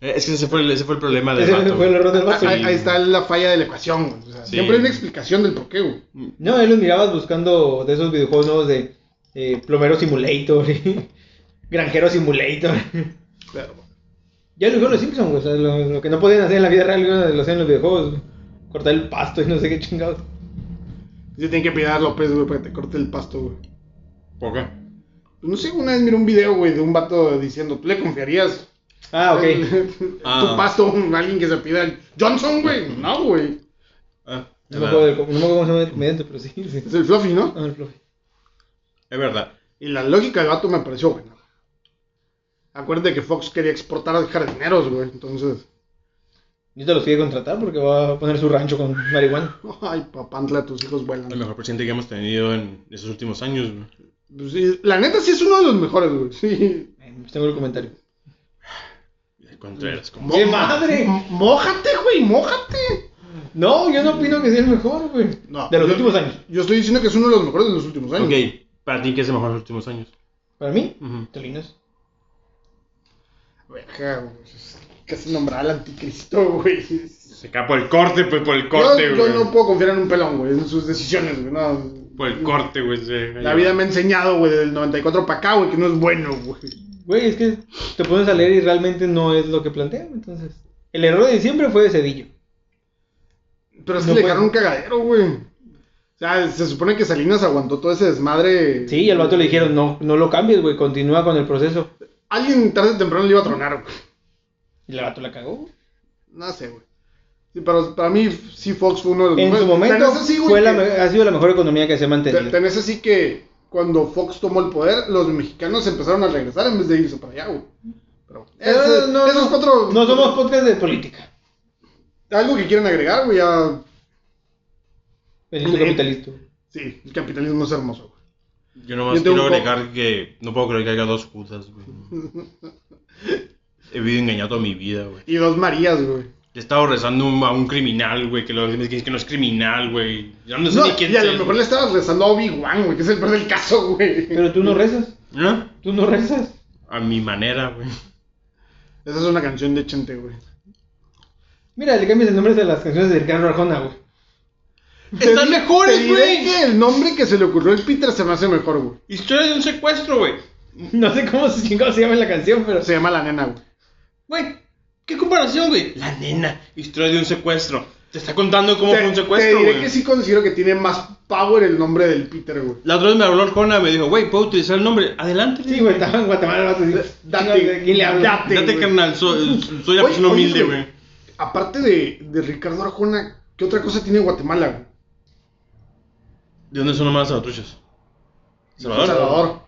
Speaker 2: Eh, Es que ese fue el, ese fue el problema del
Speaker 1: Ese
Speaker 2: vato.
Speaker 1: fue el error del
Speaker 3: Ah,
Speaker 1: vato.
Speaker 3: Ahí, ahí está la falla de la ecuación, güey. O sea,
Speaker 2: Sí.
Speaker 3: Siempre hay una explicación del porqué, güey.
Speaker 1: No, él los mirabas buscando de esos videojuegos nuevos de eh, Plomero Simulator, y (laughs) Granjero Simulator. (laughs)
Speaker 3: Claro, güey.
Speaker 1: Ya lo hicieron los Simpsons, güey. O sea, lo, lo que no podían hacer en la vida real güey, lo hacían en los videojuegos. güey. Cortar el pasto y no sé qué chingados.
Speaker 3: Se tiene que pedir a López, güey, para que te corte el pasto, güey. Pues,
Speaker 2: ¿Por qué?
Speaker 3: No sé, una vez miré un video, güey, de un vato diciendo, ¿tú le confiarías
Speaker 1: Ah,
Speaker 3: (laughs)
Speaker 1: ok.
Speaker 2: Ah.
Speaker 3: tu pasto (laughs) a alguien que se pida el Johnson, güey? No, güey.
Speaker 2: Ah,
Speaker 1: No
Speaker 2: es,
Speaker 1: me acuerdo, del-
Speaker 2: verdad.
Speaker 1: no me acuerdo cómo se llama el comediante, pero sí. sí.
Speaker 3: Es el Fluffy, ¿no?
Speaker 1: Ah, el profe.
Speaker 2: es verdad.
Speaker 3: Y la lógica del vato me pareció buena. Acuérdate que Fox quería exportar a jardineros, güey. Entonces, (laughs)
Speaker 1: Yo te los quiero contratar porque va a poner su rancho con marihuana.
Speaker 3: ay, papantla, tus hijos
Speaker 2: El
Speaker 3: vuelan.
Speaker 2: mejor presidente que hemos tenido en esos últimos años, güey.
Speaker 3: Pues sí, la neta sí es uno de los mejores, güey. Sí.
Speaker 1: Eh, Tengo el comentario.
Speaker 2: El Contreras, como...
Speaker 1: ¡Qué madre!
Speaker 3: M- Mójate, güey, mójate.
Speaker 1: No, yo no opino que sea el mejor, güey.
Speaker 3: No,
Speaker 1: de los
Speaker 3: yo-
Speaker 1: últimos años.
Speaker 3: Yo estoy diciendo que es uno de los mejores de los últimos años.
Speaker 2: Ok, para ti, ¿qué es el mejor de los últimos años?
Speaker 1: Para mí,
Speaker 2: Ujú.
Speaker 1: Tolinos.
Speaker 3: Verga, güey. Casi nombrar al anticristo, güey.
Speaker 2: Se cae por el corte, pues por el corte,
Speaker 3: Yo, yo
Speaker 2: güey.
Speaker 3: no puedo confiar en un pelón, güey, en sus decisiones, güey. No.
Speaker 2: Por el Pues, corte, güey. se-
Speaker 3: La vida me ha enseñado, güey, del 94 para acá, güey, que no es bueno, güey.
Speaker 1: Güey, es que te pones a leer y realmente no es lo que plantean, entonces. El error de siempre fue de Cedillo.
Speaker 3: Pero es que
Speaker 1: No
Speaker 3: le
Speaker 1: puede.
Speaker 3: dejaron un cagadero, güey. O sea, se supone que Salinas aguantó todo ese desmadre.
Speaker 1: Sí, y al vato le dijeron, no, no lo cambies, güey, continúa con el proceso.
Speaker 3: Alguien tarde o temprano le iba a tronar, güey.
Speaker 1: Y el vato la cagó. güey.
Speaker 3: No sé, güey. Sí, pero para mí sí Fox fue uno de los
Speaker 1: En su
Speaker 3: mejores.
Speaker 1: momento
Speaker 3: Tan es así, güey,
Speaker 1: fue la
Speaker 3: que-
Speaker 1: me- ha sido la mejor economía que se ha
Speaker 3: tan-
Speaker 1: mantenido.
Speaker 3: tan es así que cuando Fox tomó el poder, los mexicanos empezaron a regresar en vez de irse para allá, güey. Pero ese-
Speaker 1: Eh, no,
Speaker 3: esos
Speaker 1: no,
Speaker 3: cuatro...
Speaker 1: No somos podcast de política.
Speaker 3: Algo que quieren agregar, güey, ya...
Speaker 1: Bendito
Speaker 3: Sí.
Speaker 1: capitalista. güey.
Speaker 3: Sí, el capitalismo es hermoso, güey.
Speaker 2: Yo nomás
Speaker 3: Yo tengo
Speaker 2: quiero
Speaker 3: un po-
Speaker 2: agregar que no puedo creer que haya dos judas,
Speaker 3: (laughs)
Speaker 2: güey. He vivido engañado toda mi vida, güey.
Speaker 3: Y dos Marías, güey.
Speaker 2: He estado rezando un- a un criminal, güey, que, lo- que dice que no es criminal, güey. Yo no sé
Speaker 3: No,
Speaker 2: ni quién
Speaker 3: y a
Speaker 2: es.
Speaker 3: lo mejor le estabas rezando a Obi-Wan, güey, que es el peor del caso, güey.
Speaker 1: Pero tú no rezas.
Speaker 2: ¿Eh?
Speaker 1: Tú no rezas.
Speaker 2: A mi manera,
Speaker 3: (laughs)
Speaker 2: güey.
Speaker 3: Esa es una canción de Chente, güey.
Speaker 1: Mira, le cambias el nombre de las canciones de Ricardo Arjona, güey.
Speaker 2: Están
Speaker 3: Te di-
Speaker 2: mejores,
Speaker 3: te diré
Speaker 2: güey.
Speaker 3: que el nombre que se le ocurrió al Peter se me hace mejor, güey.
Speaker 2: Historia de un secuestro, güey.
Speaker 1: No sé cómo se chingados se llama la canción, pero.
Speaker 3: Se llama La Nena, güey.
Speaker 2: Güey, ¿qué comparación, güey? La nena, historia de un secuestro. Te está contando cómo
Speaker 3: Te-
Speaker 2: fue un
Speaker 3: Te
Speaker 2: secuestro,
Speaker 3: diré
Speaker 2: güey.
Speaker 3: que sí considero que tiene más power el nombre del Peter, güey.
Speaker 2: La otra vez me habló Arjona y me dijo, güey, ¿puedo utilizar el nombre? Adelante.
Speaker 1: Sí, güey, estaba en Guatemala el vato así,
Speaker 3: Date,
Speaker 1: chingados, ¿de ¿Quién le habla?
Speaker 3: date.
Speaker 2: Date,
Speaker 3: güey.
Speaker 2: carnal, soy,
Speaker 3: (laughs)
Speaker 2: soy una
Speaker 3: Oye,
Speaker 2: persona
Speaker 3: oye,
Speaker 2: humilde,
Speaker 3: güey.
Speaker 2: güey.
Speaker 3: Aparte de, de Ricardo Arjona, ¿qué otra cosa tiene Guatemala, güey?
Speaker 2: ¿De dónde son nomás las truchas? Salvador.
Speaker 3: Salvador.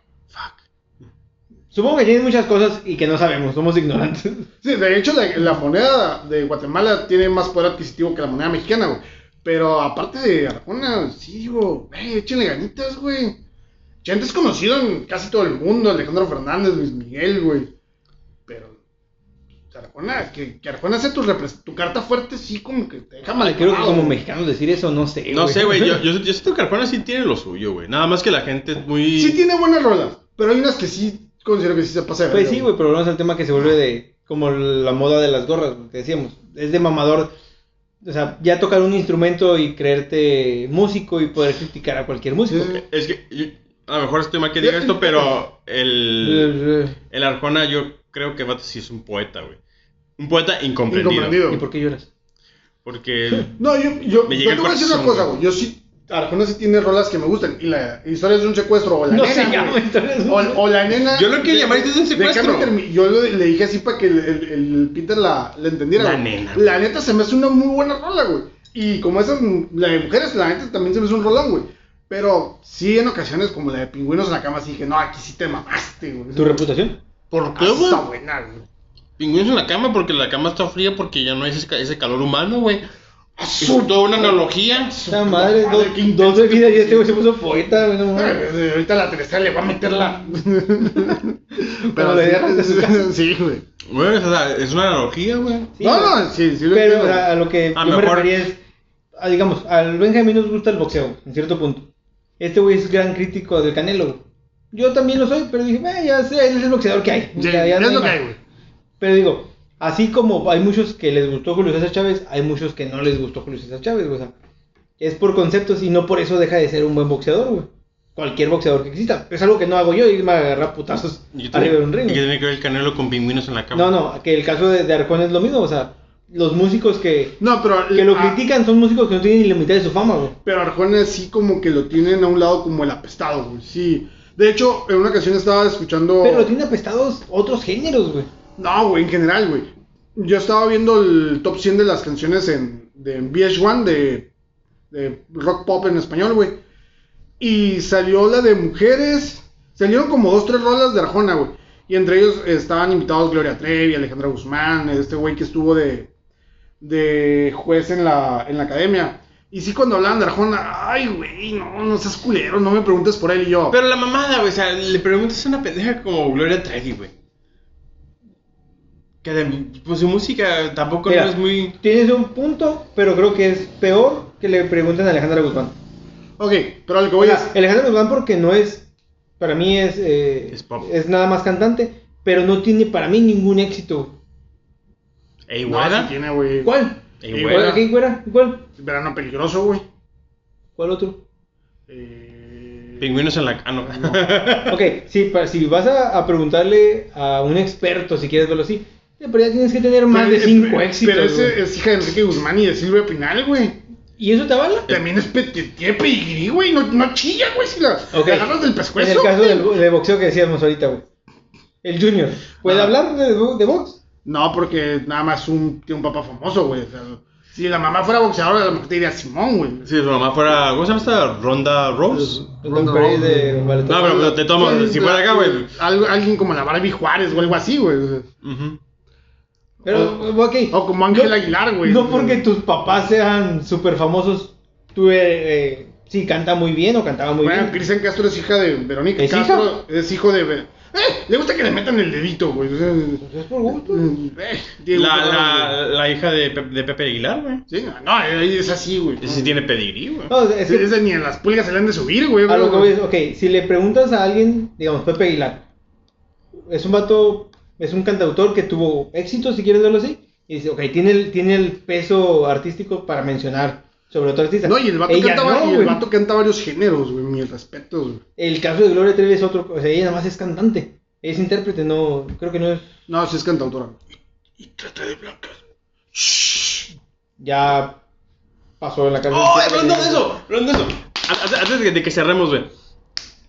Speaker 1: Supongo que tienen muchas cosas y que no sabemos, somos ignorantes.
Speaker 3: Sí, de hecho, la, la moneda de Guatemala tiene más poder adquisitivo que la moneda mexicana, güey. Pero aparte de Arjona, sí digo, güey, échenle ganitas, güey. Chente es conocido en casi todo el mundo, Alejandro Fernández, Luis Miguel, güey. Pero Arjona, que, que Arjona sea tu, repres- tu carta fuerte, sí, como que te deja mal.
Speaker 1: Creo que como mexicanos decir eso, no sé. (laughs)
Speaker 2: No sé, güey, yo, yo, yo siento que Arjona sí tiene lo suyo, güey. Nada más que la gente es muy...
Speaker 3: Sí tiene buenas rolas, Pero hay unas que sí considero que sí se pasa de
Speaker 1: Pues
Speaker 3: verga,
Speaker 1: sí, güey, pero volvemos al tema que se vuelve de como la moda de las gorras, que decíamos. Es de mamador. O sea, ya tocar un instrumento y creerte músico y poder criticar a cualquier músico.
Speaker 3: Sí, sí.
Speaker 2: Es que yo- a lo mejor estoy mal que diga esto, pero el, el Arjona yo creo que vato sí es un poeta, güey. Un poeta incomprendido.
Speaker 3: Incomprendido.
Speaker 1: ¿Y por qué lloras?
Speaker 3: (laughs)
Speaker 2: Porque
Speaker 3: No, yo, yo,
Speaker 2: Me
Speaker 3: yo
Speaker 2: llega
Speaker 3: te voy a
Speaker 2: el
Speaker 3: decir
Speaker 2: corazón,
Speaker 3: una cosa,
Speaker 2: güey.
Speaker 3: güey. Yo sí, Arjona sí tiene rolas que me gustan. Y la historia de un secuestro, o la
Speaker 1: No
Speaker 3: nena.
Speaker 1: se llama
Speaker 3: güey.
Speaker 1: entonces.
Speaker 3: o, o la nena.
Speaker 2: Yo lo quiero
Speaker 3: de-
Speaker 2: llamar historia de un
Speaker 3: de
Speaker 2: secuestro.
Speaker 3: cambio termi- yo le, le dije así para que el, el- el Peter la, la entendiera.
Speaker 2: La
Speaker 3: güey.
Speaker 2: nena, güey.
Speaker 3: La neta se me hace una muy buena rola, güey. Y como esa, la de mujeres, la neta también se me hace un rolón, güey. Pero sí, en ocasiones, como la de pingüinos en la cama, sí dije, no, aquí sí te mamaste, güey.
Speaker 1: ¿Tu reputación?
Speaker 2: ¿Por
Speaker 3: Ah,
Speaker 2: qué, güey?
Speaker 3: está buena, güey.
Speaker 2: Pingüinos en la cama porque la cama está fría porque ya no hay ese, ca- ese calor humano, güey. Es
Speaker 3: su-
Speaker 2: toda una analogía.
Speaker 1: Esta madre, dos,
Speaker 3: qué intenso.
Speaker 1: dos bebidas y este güey se puso poeta, güey, no mames.
Speaker 3: Ay, Eh, Ahorita la tercera le va a meter la. Pero (laughs)
Speaker 1: la guerra de su
Speaker 3: sí, sí, güey.
Speaker 2: Güey, o sea, es una analogía, güey.
Speaker 1: Sí,
Speaker 3: no,
Speaker 1: güey.
Speaker 3: no, sí, sí lo
Speaker 1: Pero
Speaker 3: entiendo.
Speaker 1: o sea, a lo que yo
Speaker 2: A mejor-
Speaker 1: me refería es, a, digamos, al Benjamín nos gusta el boxeo, en cierto punto. Este güey es gran crítico del Canelo. güey. Yo también lo soy, pero dije, "Eh, ya sé, él es el boxeador que hay. O
Speaker 3: Sí,
Speaker 1: sea, ya no
Speaker 3: es lo que
Speaker 1: más.
Speaker 3: hay, güey.
Speaker 1: Pero digo, así como hay muchos que les gustó Julio César Chávez, hay muchos que no les gustó Julio César Chávez, güey. O sea, es por conceptos y no por eso deja de ser un buen boxeador, güey. Cualquier boxeador que exista. Es algo que no hago yo, irme a agarrar putazos
Speaker 2: Y que tiene,
Speaker 1: arriba de un ring.
Speaker 2: y que
Speaker 1: güey.
Speaker 2: tiene que ver el canelo con pingüinos en la cama.
Speaker 1: No, no, que el caso de, de Arjón es lo mismo, o sea, los músicos que,
Speaker 3: No, pero.
Speaker 1: que lo
Speaker 3: ah,
Speaker 1: critican son músicos que no tienen ni la mitad de su fama, güey.
Speaker 3: Pero Arjona sí, como que lo tienen a un lado como el apestado, güey. Sí. De hecho, en una ocasión estaba escuchando.
Speaker 1: Pero lo tienen apestados otros géneros, güey.
Speaker 3: No, güey, en general, güey. Yo estaba viendo el top 100 de las canciones en, de VH1 de, de rock pop en español, güey. Y salió la de mujeres. Salieron como dos, tres rolas de Arjona, güey. Y entre ellos estaban invitados Gloria Trevi, Alejandra Guzmán, este güey que estuvo de, de juez en la, en la academia. Y sí, cuando hablaban de Arjona, ay, güey, no, no seas culero, no me preguntes por él y yo.
Speaker 2: Pero la mamada, güey, o sea, le preguntas a una pendeja como Gloria Trevi, güey. Que de- pues su música tampoco
Speaker 1: Mira,
Speaker 2: no es muy...
Speaker 1: Tienes un punto, pero creo que es peor que le pregunten a Alejandra Guzmán.
Speaker 3: ok, pero a lo que voy
Speaker 1: O
Speaker 3: es.
Speaker 1: sea, Alejandra Guzmán porque no es, para mí es, eh,
Speaker 2: Es pop.
Speaker 1: nada más cantante, pero no tiene para mí ningún éxito.
Speaker 2: Ey,
Speaker 3: No, sí
Speaker 2: güera.
Speaker 3: tiene, güey.
Speaker 1: ¿Cuál?
Speaker 2: Ey,
Speaker 3: Igual.
Speaker 2: güera.
Speaker 1: ¿Qué güera? ¿Cuál?
Speaker 3: Verano peligroso, güey.
Speaker 1: ¿Cuál otro?
Speaker 3: Eh,
Speaker 2: Pingüinos en la cama. Ah, no.
Speaker 1: Ok, sí, para- si vas a, a preguntarle a un experto, si quieres verlo así, eh, pero ya tienes que tener más de
Speaker 3: pero- eh,
Speaker 1: cinco
Speaker 3: pero-
Speaker 1: éxitos.
Speaker 3: Pero ese
Speaker 1: güey.
Speaker 3: es hija de Enrique Guzmán y de Silvia Pinal, güey.
Speaker 1: ¿Y eso te avala?
Speaker 3: También es petetepe y güey. No, no chilla, güey. Si la,
Speaker 1: Ok.
Speaker 3: la agarras del
Speaker 1: En
Speaker 3: pescuezo.
Speaker 1: el caso
Speaker 3: güey.
Speaker 1: del, del boxeo que decíamos ahorita, güey. El Junior, ¿puede
Speaker 3: Ah.
Speaker 1: hablar de, bo- de box?
Speaker 3: No, porque nada más un, tiene un papá famoso, güey. O sea, si la mamá fuera boxeadora, a lo mejor te diría Simón, güey.
Speaker 2: (laughs) Si su mamá fuera... ¿Cómo se llama esta? Ronda Rose.
Speaker 1: Don Perry de Ballet.
Speaker 2: No, pero te tomo, si fuera acá, güey.
Speaker 3: Algo- alguien como la Barbie Juárez o algo así, güey. O sea,
Speaker 2: Ujú.
Speaker 1: Pero, ok.
Speaker 3: O como Ángel
Speaker 1: No-
Speaker 3: Aguilar, güey.
Speaker 1: No porque tus papás sean súper famosos, tú eh, eh, sí canta muy bien o cantaba muy
Speaker 3: Bueno,
Speaker 1: bien.
Speaker 3: Cristian Castro es hija de Verónica
Speaker 1: ¿Es
Speaker 3: Castro. Es hijo de. Ver- ¡Eh! Le gusta que le metan el dedito, güey. O sea,
Speaker 1: Pues es por gusto.
Speaker 3: eh, Diego
Speaker 2: La,
Speaker 3: Maradona,
Speaker 2: la, la hija de, Pe- de Pepe Aguilar, güey.
Speaker 3: güey. Sí, no, eh, es así, güey.
Speaker 2: Ese sí tiene pedigrí, güey.
Speaker 1: No, es que-
Speaker 3: Ese ni en las pulgas se le han de subir, güey.
Speaker 1: a lo que voy
Speaker 3: güey.
Speaker 1: es, ok, si le preguntas a alguien, digamos, Pepe Aguilar, es un vato, es un cantautor que tuvo éxito, si quieres verlo así, y dice, ok, tiene el, tiene el peso artístico para mencionar sobre otro artista.
Speaker 3: No, y el vato,
Speaker 1: Ella
Speaker 3: canta,
Speaker 1: no,
Speaker 3: y el
Speaker 1: güey.
Speaker 3: vato canta varios géneros, güey. Mis respetos, güey.
Speaker 1: El caso de Gloria Trevi es otro, o sea, ella nada más es cantante, es intérprete, no, creo que no es
Speaker 3: No, sí es cantautora.
Speaker 1: Ya pasó en la cárcel.
Speaker 2: ¡Oh! Hablando de eso, hablando de eso. A- a- Antes de, de que cerremos, güey.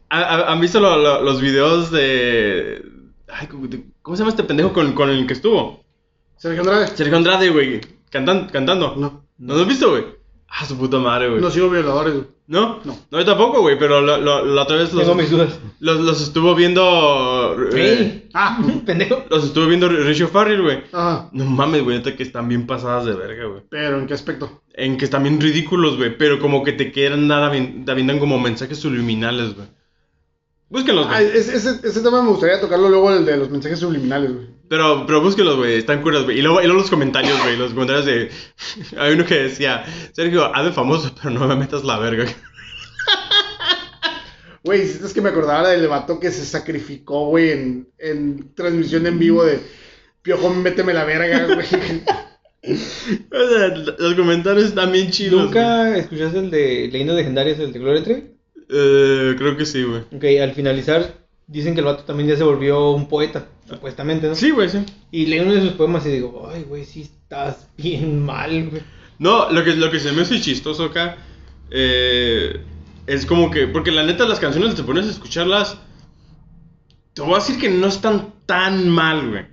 Speaker 2: ¿Ha- ha- ¿Han visto lo- lo- los videos de. Ay, ¿cómo de- cómo se llama este pendejo con, con el que estuvo?
Speaker 3: Sergio Andrade.
Speaker 2: Sergio Andrade, güey. Cantan, cantando.
Speaker 3: No.
Speaker 2: ¿No lo has visto, güey? Ah, su puta madre, güey.
Speaker 3: No sigo violadores, güey.
Speaker 2: ¿No?
Speaker 3: No.
Speaker 2: No, yo tampoco, güey, pero lo- lo- la otra vez los,
Speaker 1: Tengo mis dudas.
Speaker 2: los, los estuvo viendo. eh,
Speaker 1: Ey,
Speaker 3: Ah,
Speaker 1: (laughs)
Speaker 3: (laughs)
Speaker 1: pendejo.
Speaker 2: los estuvo viendo Richie Farrell, güey.
Speaker 3: ah.
Speaker 2: No mames, güey, neta que están bien pasadas de verga, güey.
Speaker 3: Pero, ¿en qué aspecto?
Speaker 2: En que están bien ridículos, güey. Pero como que te quieren dar, avien- te avientan como mensajes subliminales, güey. Búsquenlos,
Speaker 3: Ah,
Speaker 2: güey.
Speaker 3: ese, ese, ese tema me gustaría tocarlo luego, el de los mensajes subliminales, güey.
Speaker 2: Pero, pero búsquenlos, güey. Están curas, güey. Y luego, y luego los comentarios, güey. Los comentarios de. (laughs) Hay uno que decía: Sergio, haz de famoso, pero no me metas la verga.
Speaker 3: Güey, es que me acordaba del vato que se sacrificó, güey, en, en transmisión en vivo de Piojo, méteme la verga, (laughs) güey.
Speaker 2: (laughs) O sea, los comentarios están bien chidos. güey.
Speaker 1: ¿Nunca escuchaste el de Leyendas Legendarias del Gloria Trevi?
Speaker 2: Eh, creo que sí, güey.
Speaker 1: Ok, al finalizar, dicen que el vato también ya se volvió un poeta, supuestamente, ¿no?
Speaker 2: Sí, güey, sí.
Speaker 1: Y leo uno de sus poemas y digo, ay, güey, sí estás bien mal, güey.
Speaker 2: No, lo que, lo que se me hace chistoso acá eh, es como que, porque la neta las canciones te pones a escucharlas, te voy a decir que no están tan mal, güey.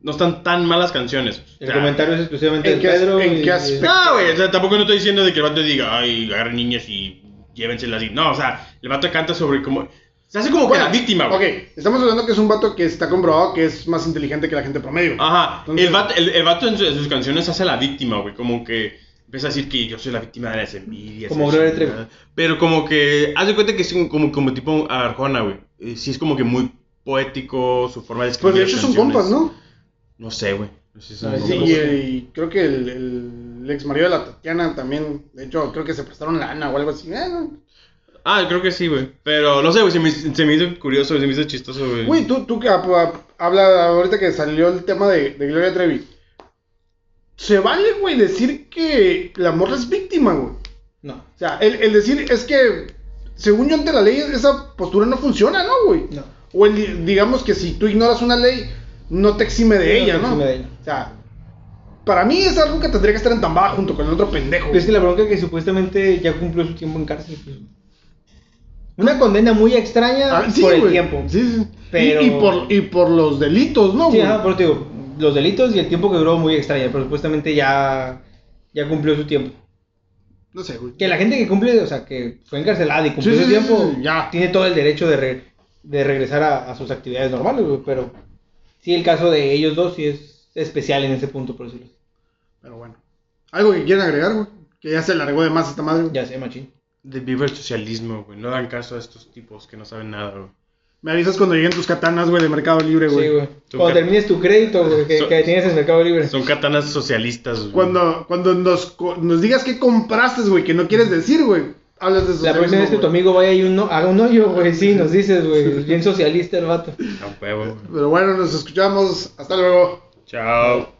Speaker 2: No están tan malas canciones. O
Speaker 1: El
Speaker 2: sea,
Speaker 1: comentario es exclusivamente
Speaker 3: ¿en
Speaker 1: de
Speaker 3: qué as-
Speaker 1: Pedro.
Speaker 3: en
Speaker 1: y-
Speaker 3: qué aspecto?
Speaker 2: No, güey, o sea, tampoco no estoy diciendo de que el vato diga, ay, agarren niñas y llévenselas y... No, o sea, el vato canta sobre como... Se hace como
Speaker 3: Bueno,
Speaker 2: que la víctima, güey.
Speaker 3: Ok, estamos hablando que es un vato que está comprobado que es más inteligente que la gente promedio.
Speaker 2: Ajá,
Speaker 3: Entonces-
Speaker 2: el vato, el, el vato en, su- en sus canciones hace la víctima, güey. Como que empieza a decir que yo soy la víctima de las envidias.
Speaker 1: Como
Speaker 2: esa
Speaker 1: Gloria
Speaker 2: chingada.
Speaker 1: Trevi.
Speaker 2: Pero como que, haz de cuenta que es un- como, como tipo Arjona, güey. Eh, Sí, es como que muy poético su forma de escribir.
Speaker 3: Pues de hecho son
Speaker 2: canciones.
Speaker 3: compas, ¿no?
Speaker 2: No sé, güey. No sé si son
Speaker 1: Ah,
Speaker 3: Sí,
Speaker 2: compas.
Speaker 3: y, y creo que el, el- el ex marido de la Tatiana también, de hecho, creo que se prestaron lana o algo así. Eh, no.
Speaker 2: Ah, creo que sí, güey. Pero no sé, güey. Se me, se me hizo curioso, se me hizo chistoso, güey.
Speaker 3: Güey, tú, tú que hab- hab- habla ahorita que salió el tema de, de Gloria Trevi. Se vale, güey, decir que la morra es víctima, güey.
Speaker 1: No,
Speaker 3: O sea, el, el decir es que, según yo ante la ley, esa postura no funciona, ¿no, güey?
Speaker 1: No.
Speaker 3: O el, digamos que si tú ignoras una ley, no te exime de
Speaker 1: No
Speaker 3: ella,
Speaker 1: te
Speaker 3: ¿no?
Speaker 1: exime de ella.
Speaker 3: O sea, para mí es algo que tendría que estar en entambada junto con el otro pendejo.
Speaker 1: Pero es que la bronca es que supuestamente ya cumplió su tiempo en cárcel. pues. Una condena muy extraña
Speaker 3: Ah, sí,
Speaker 1: por el
Speaker 3: güey.
Speaker 1: tiempo.
Speaker 3: Sí, sí. Y-
Speaker 1: Pero-
Speaker 3: Y, por, y por los delitos, ¿no,
Speaker 1: Sí,
Speaker 3: güey?
Speaker 1: ajá, por eso te digo, los delitos y el tiempo que duró muy extraña, pero supuestamente ya, ya cumplió su tiempo.
Speaker 3: No sé, güey.
Speaker 1: Que la gente que cumple, o sea, que fue encarcelada y cumplió
Speaker 3: Sí,
Speaker 1: su
Speaker 3: sí, sí,
Speaker 1: tiempo,
Speaker 3: sí, sí, ya.
Speaker 1: tiene todo el derecho de, re- de regresar a, a sus actividades normales, güey, pero sí el caso de ellos dos sí es especial en ese punto, por decirlo. así.
Speaker 3: Pero bueno. Algo que quieran agregar, güey. Que ya se largó de más esta madre. güey.
Speaker 1: Ya sé, machín.
Speaker 2: De viva el socialismo, güey. No dan caso a estos tipos que no saben nada, güey.
Speaker 3: Me avisas cuando lleguen tus katanas, güey, de Mercado Libre,
Speaker 1: Sí,
Speaker 3: güey.
Speaker 1: güey.
Speaker 2: Son
Speaker 1: Cuando
Speaker 2: ca-
Speaker 1: termines tu crédito güey, que,
Speaker 2: Son-
Speaker 1: que tienes en Mercado Libre.
Speaker 2: Son katanas socialistas, güey.
Speaker 3: Cuando, cuando nos, co- nos digas qué compraste, güey, que no quieres decir, güey. Hablas de
Speaker 1: La
Speaker 3: socialismo,
Speaker 1: próxima vez que tu
Speaker 3: güey.
Speaker 1: amigo vaya y un no- haga un hoyo, güey, sí, nos dices,
Speaker 3: (laughs)
Speaker 1: güey, bien socialista el vato.
Speaker 2: A huevo, güey.
Speaker 3: Pero bueno, nos escuchamos. Hasta luego.
Speaker 2: Chao.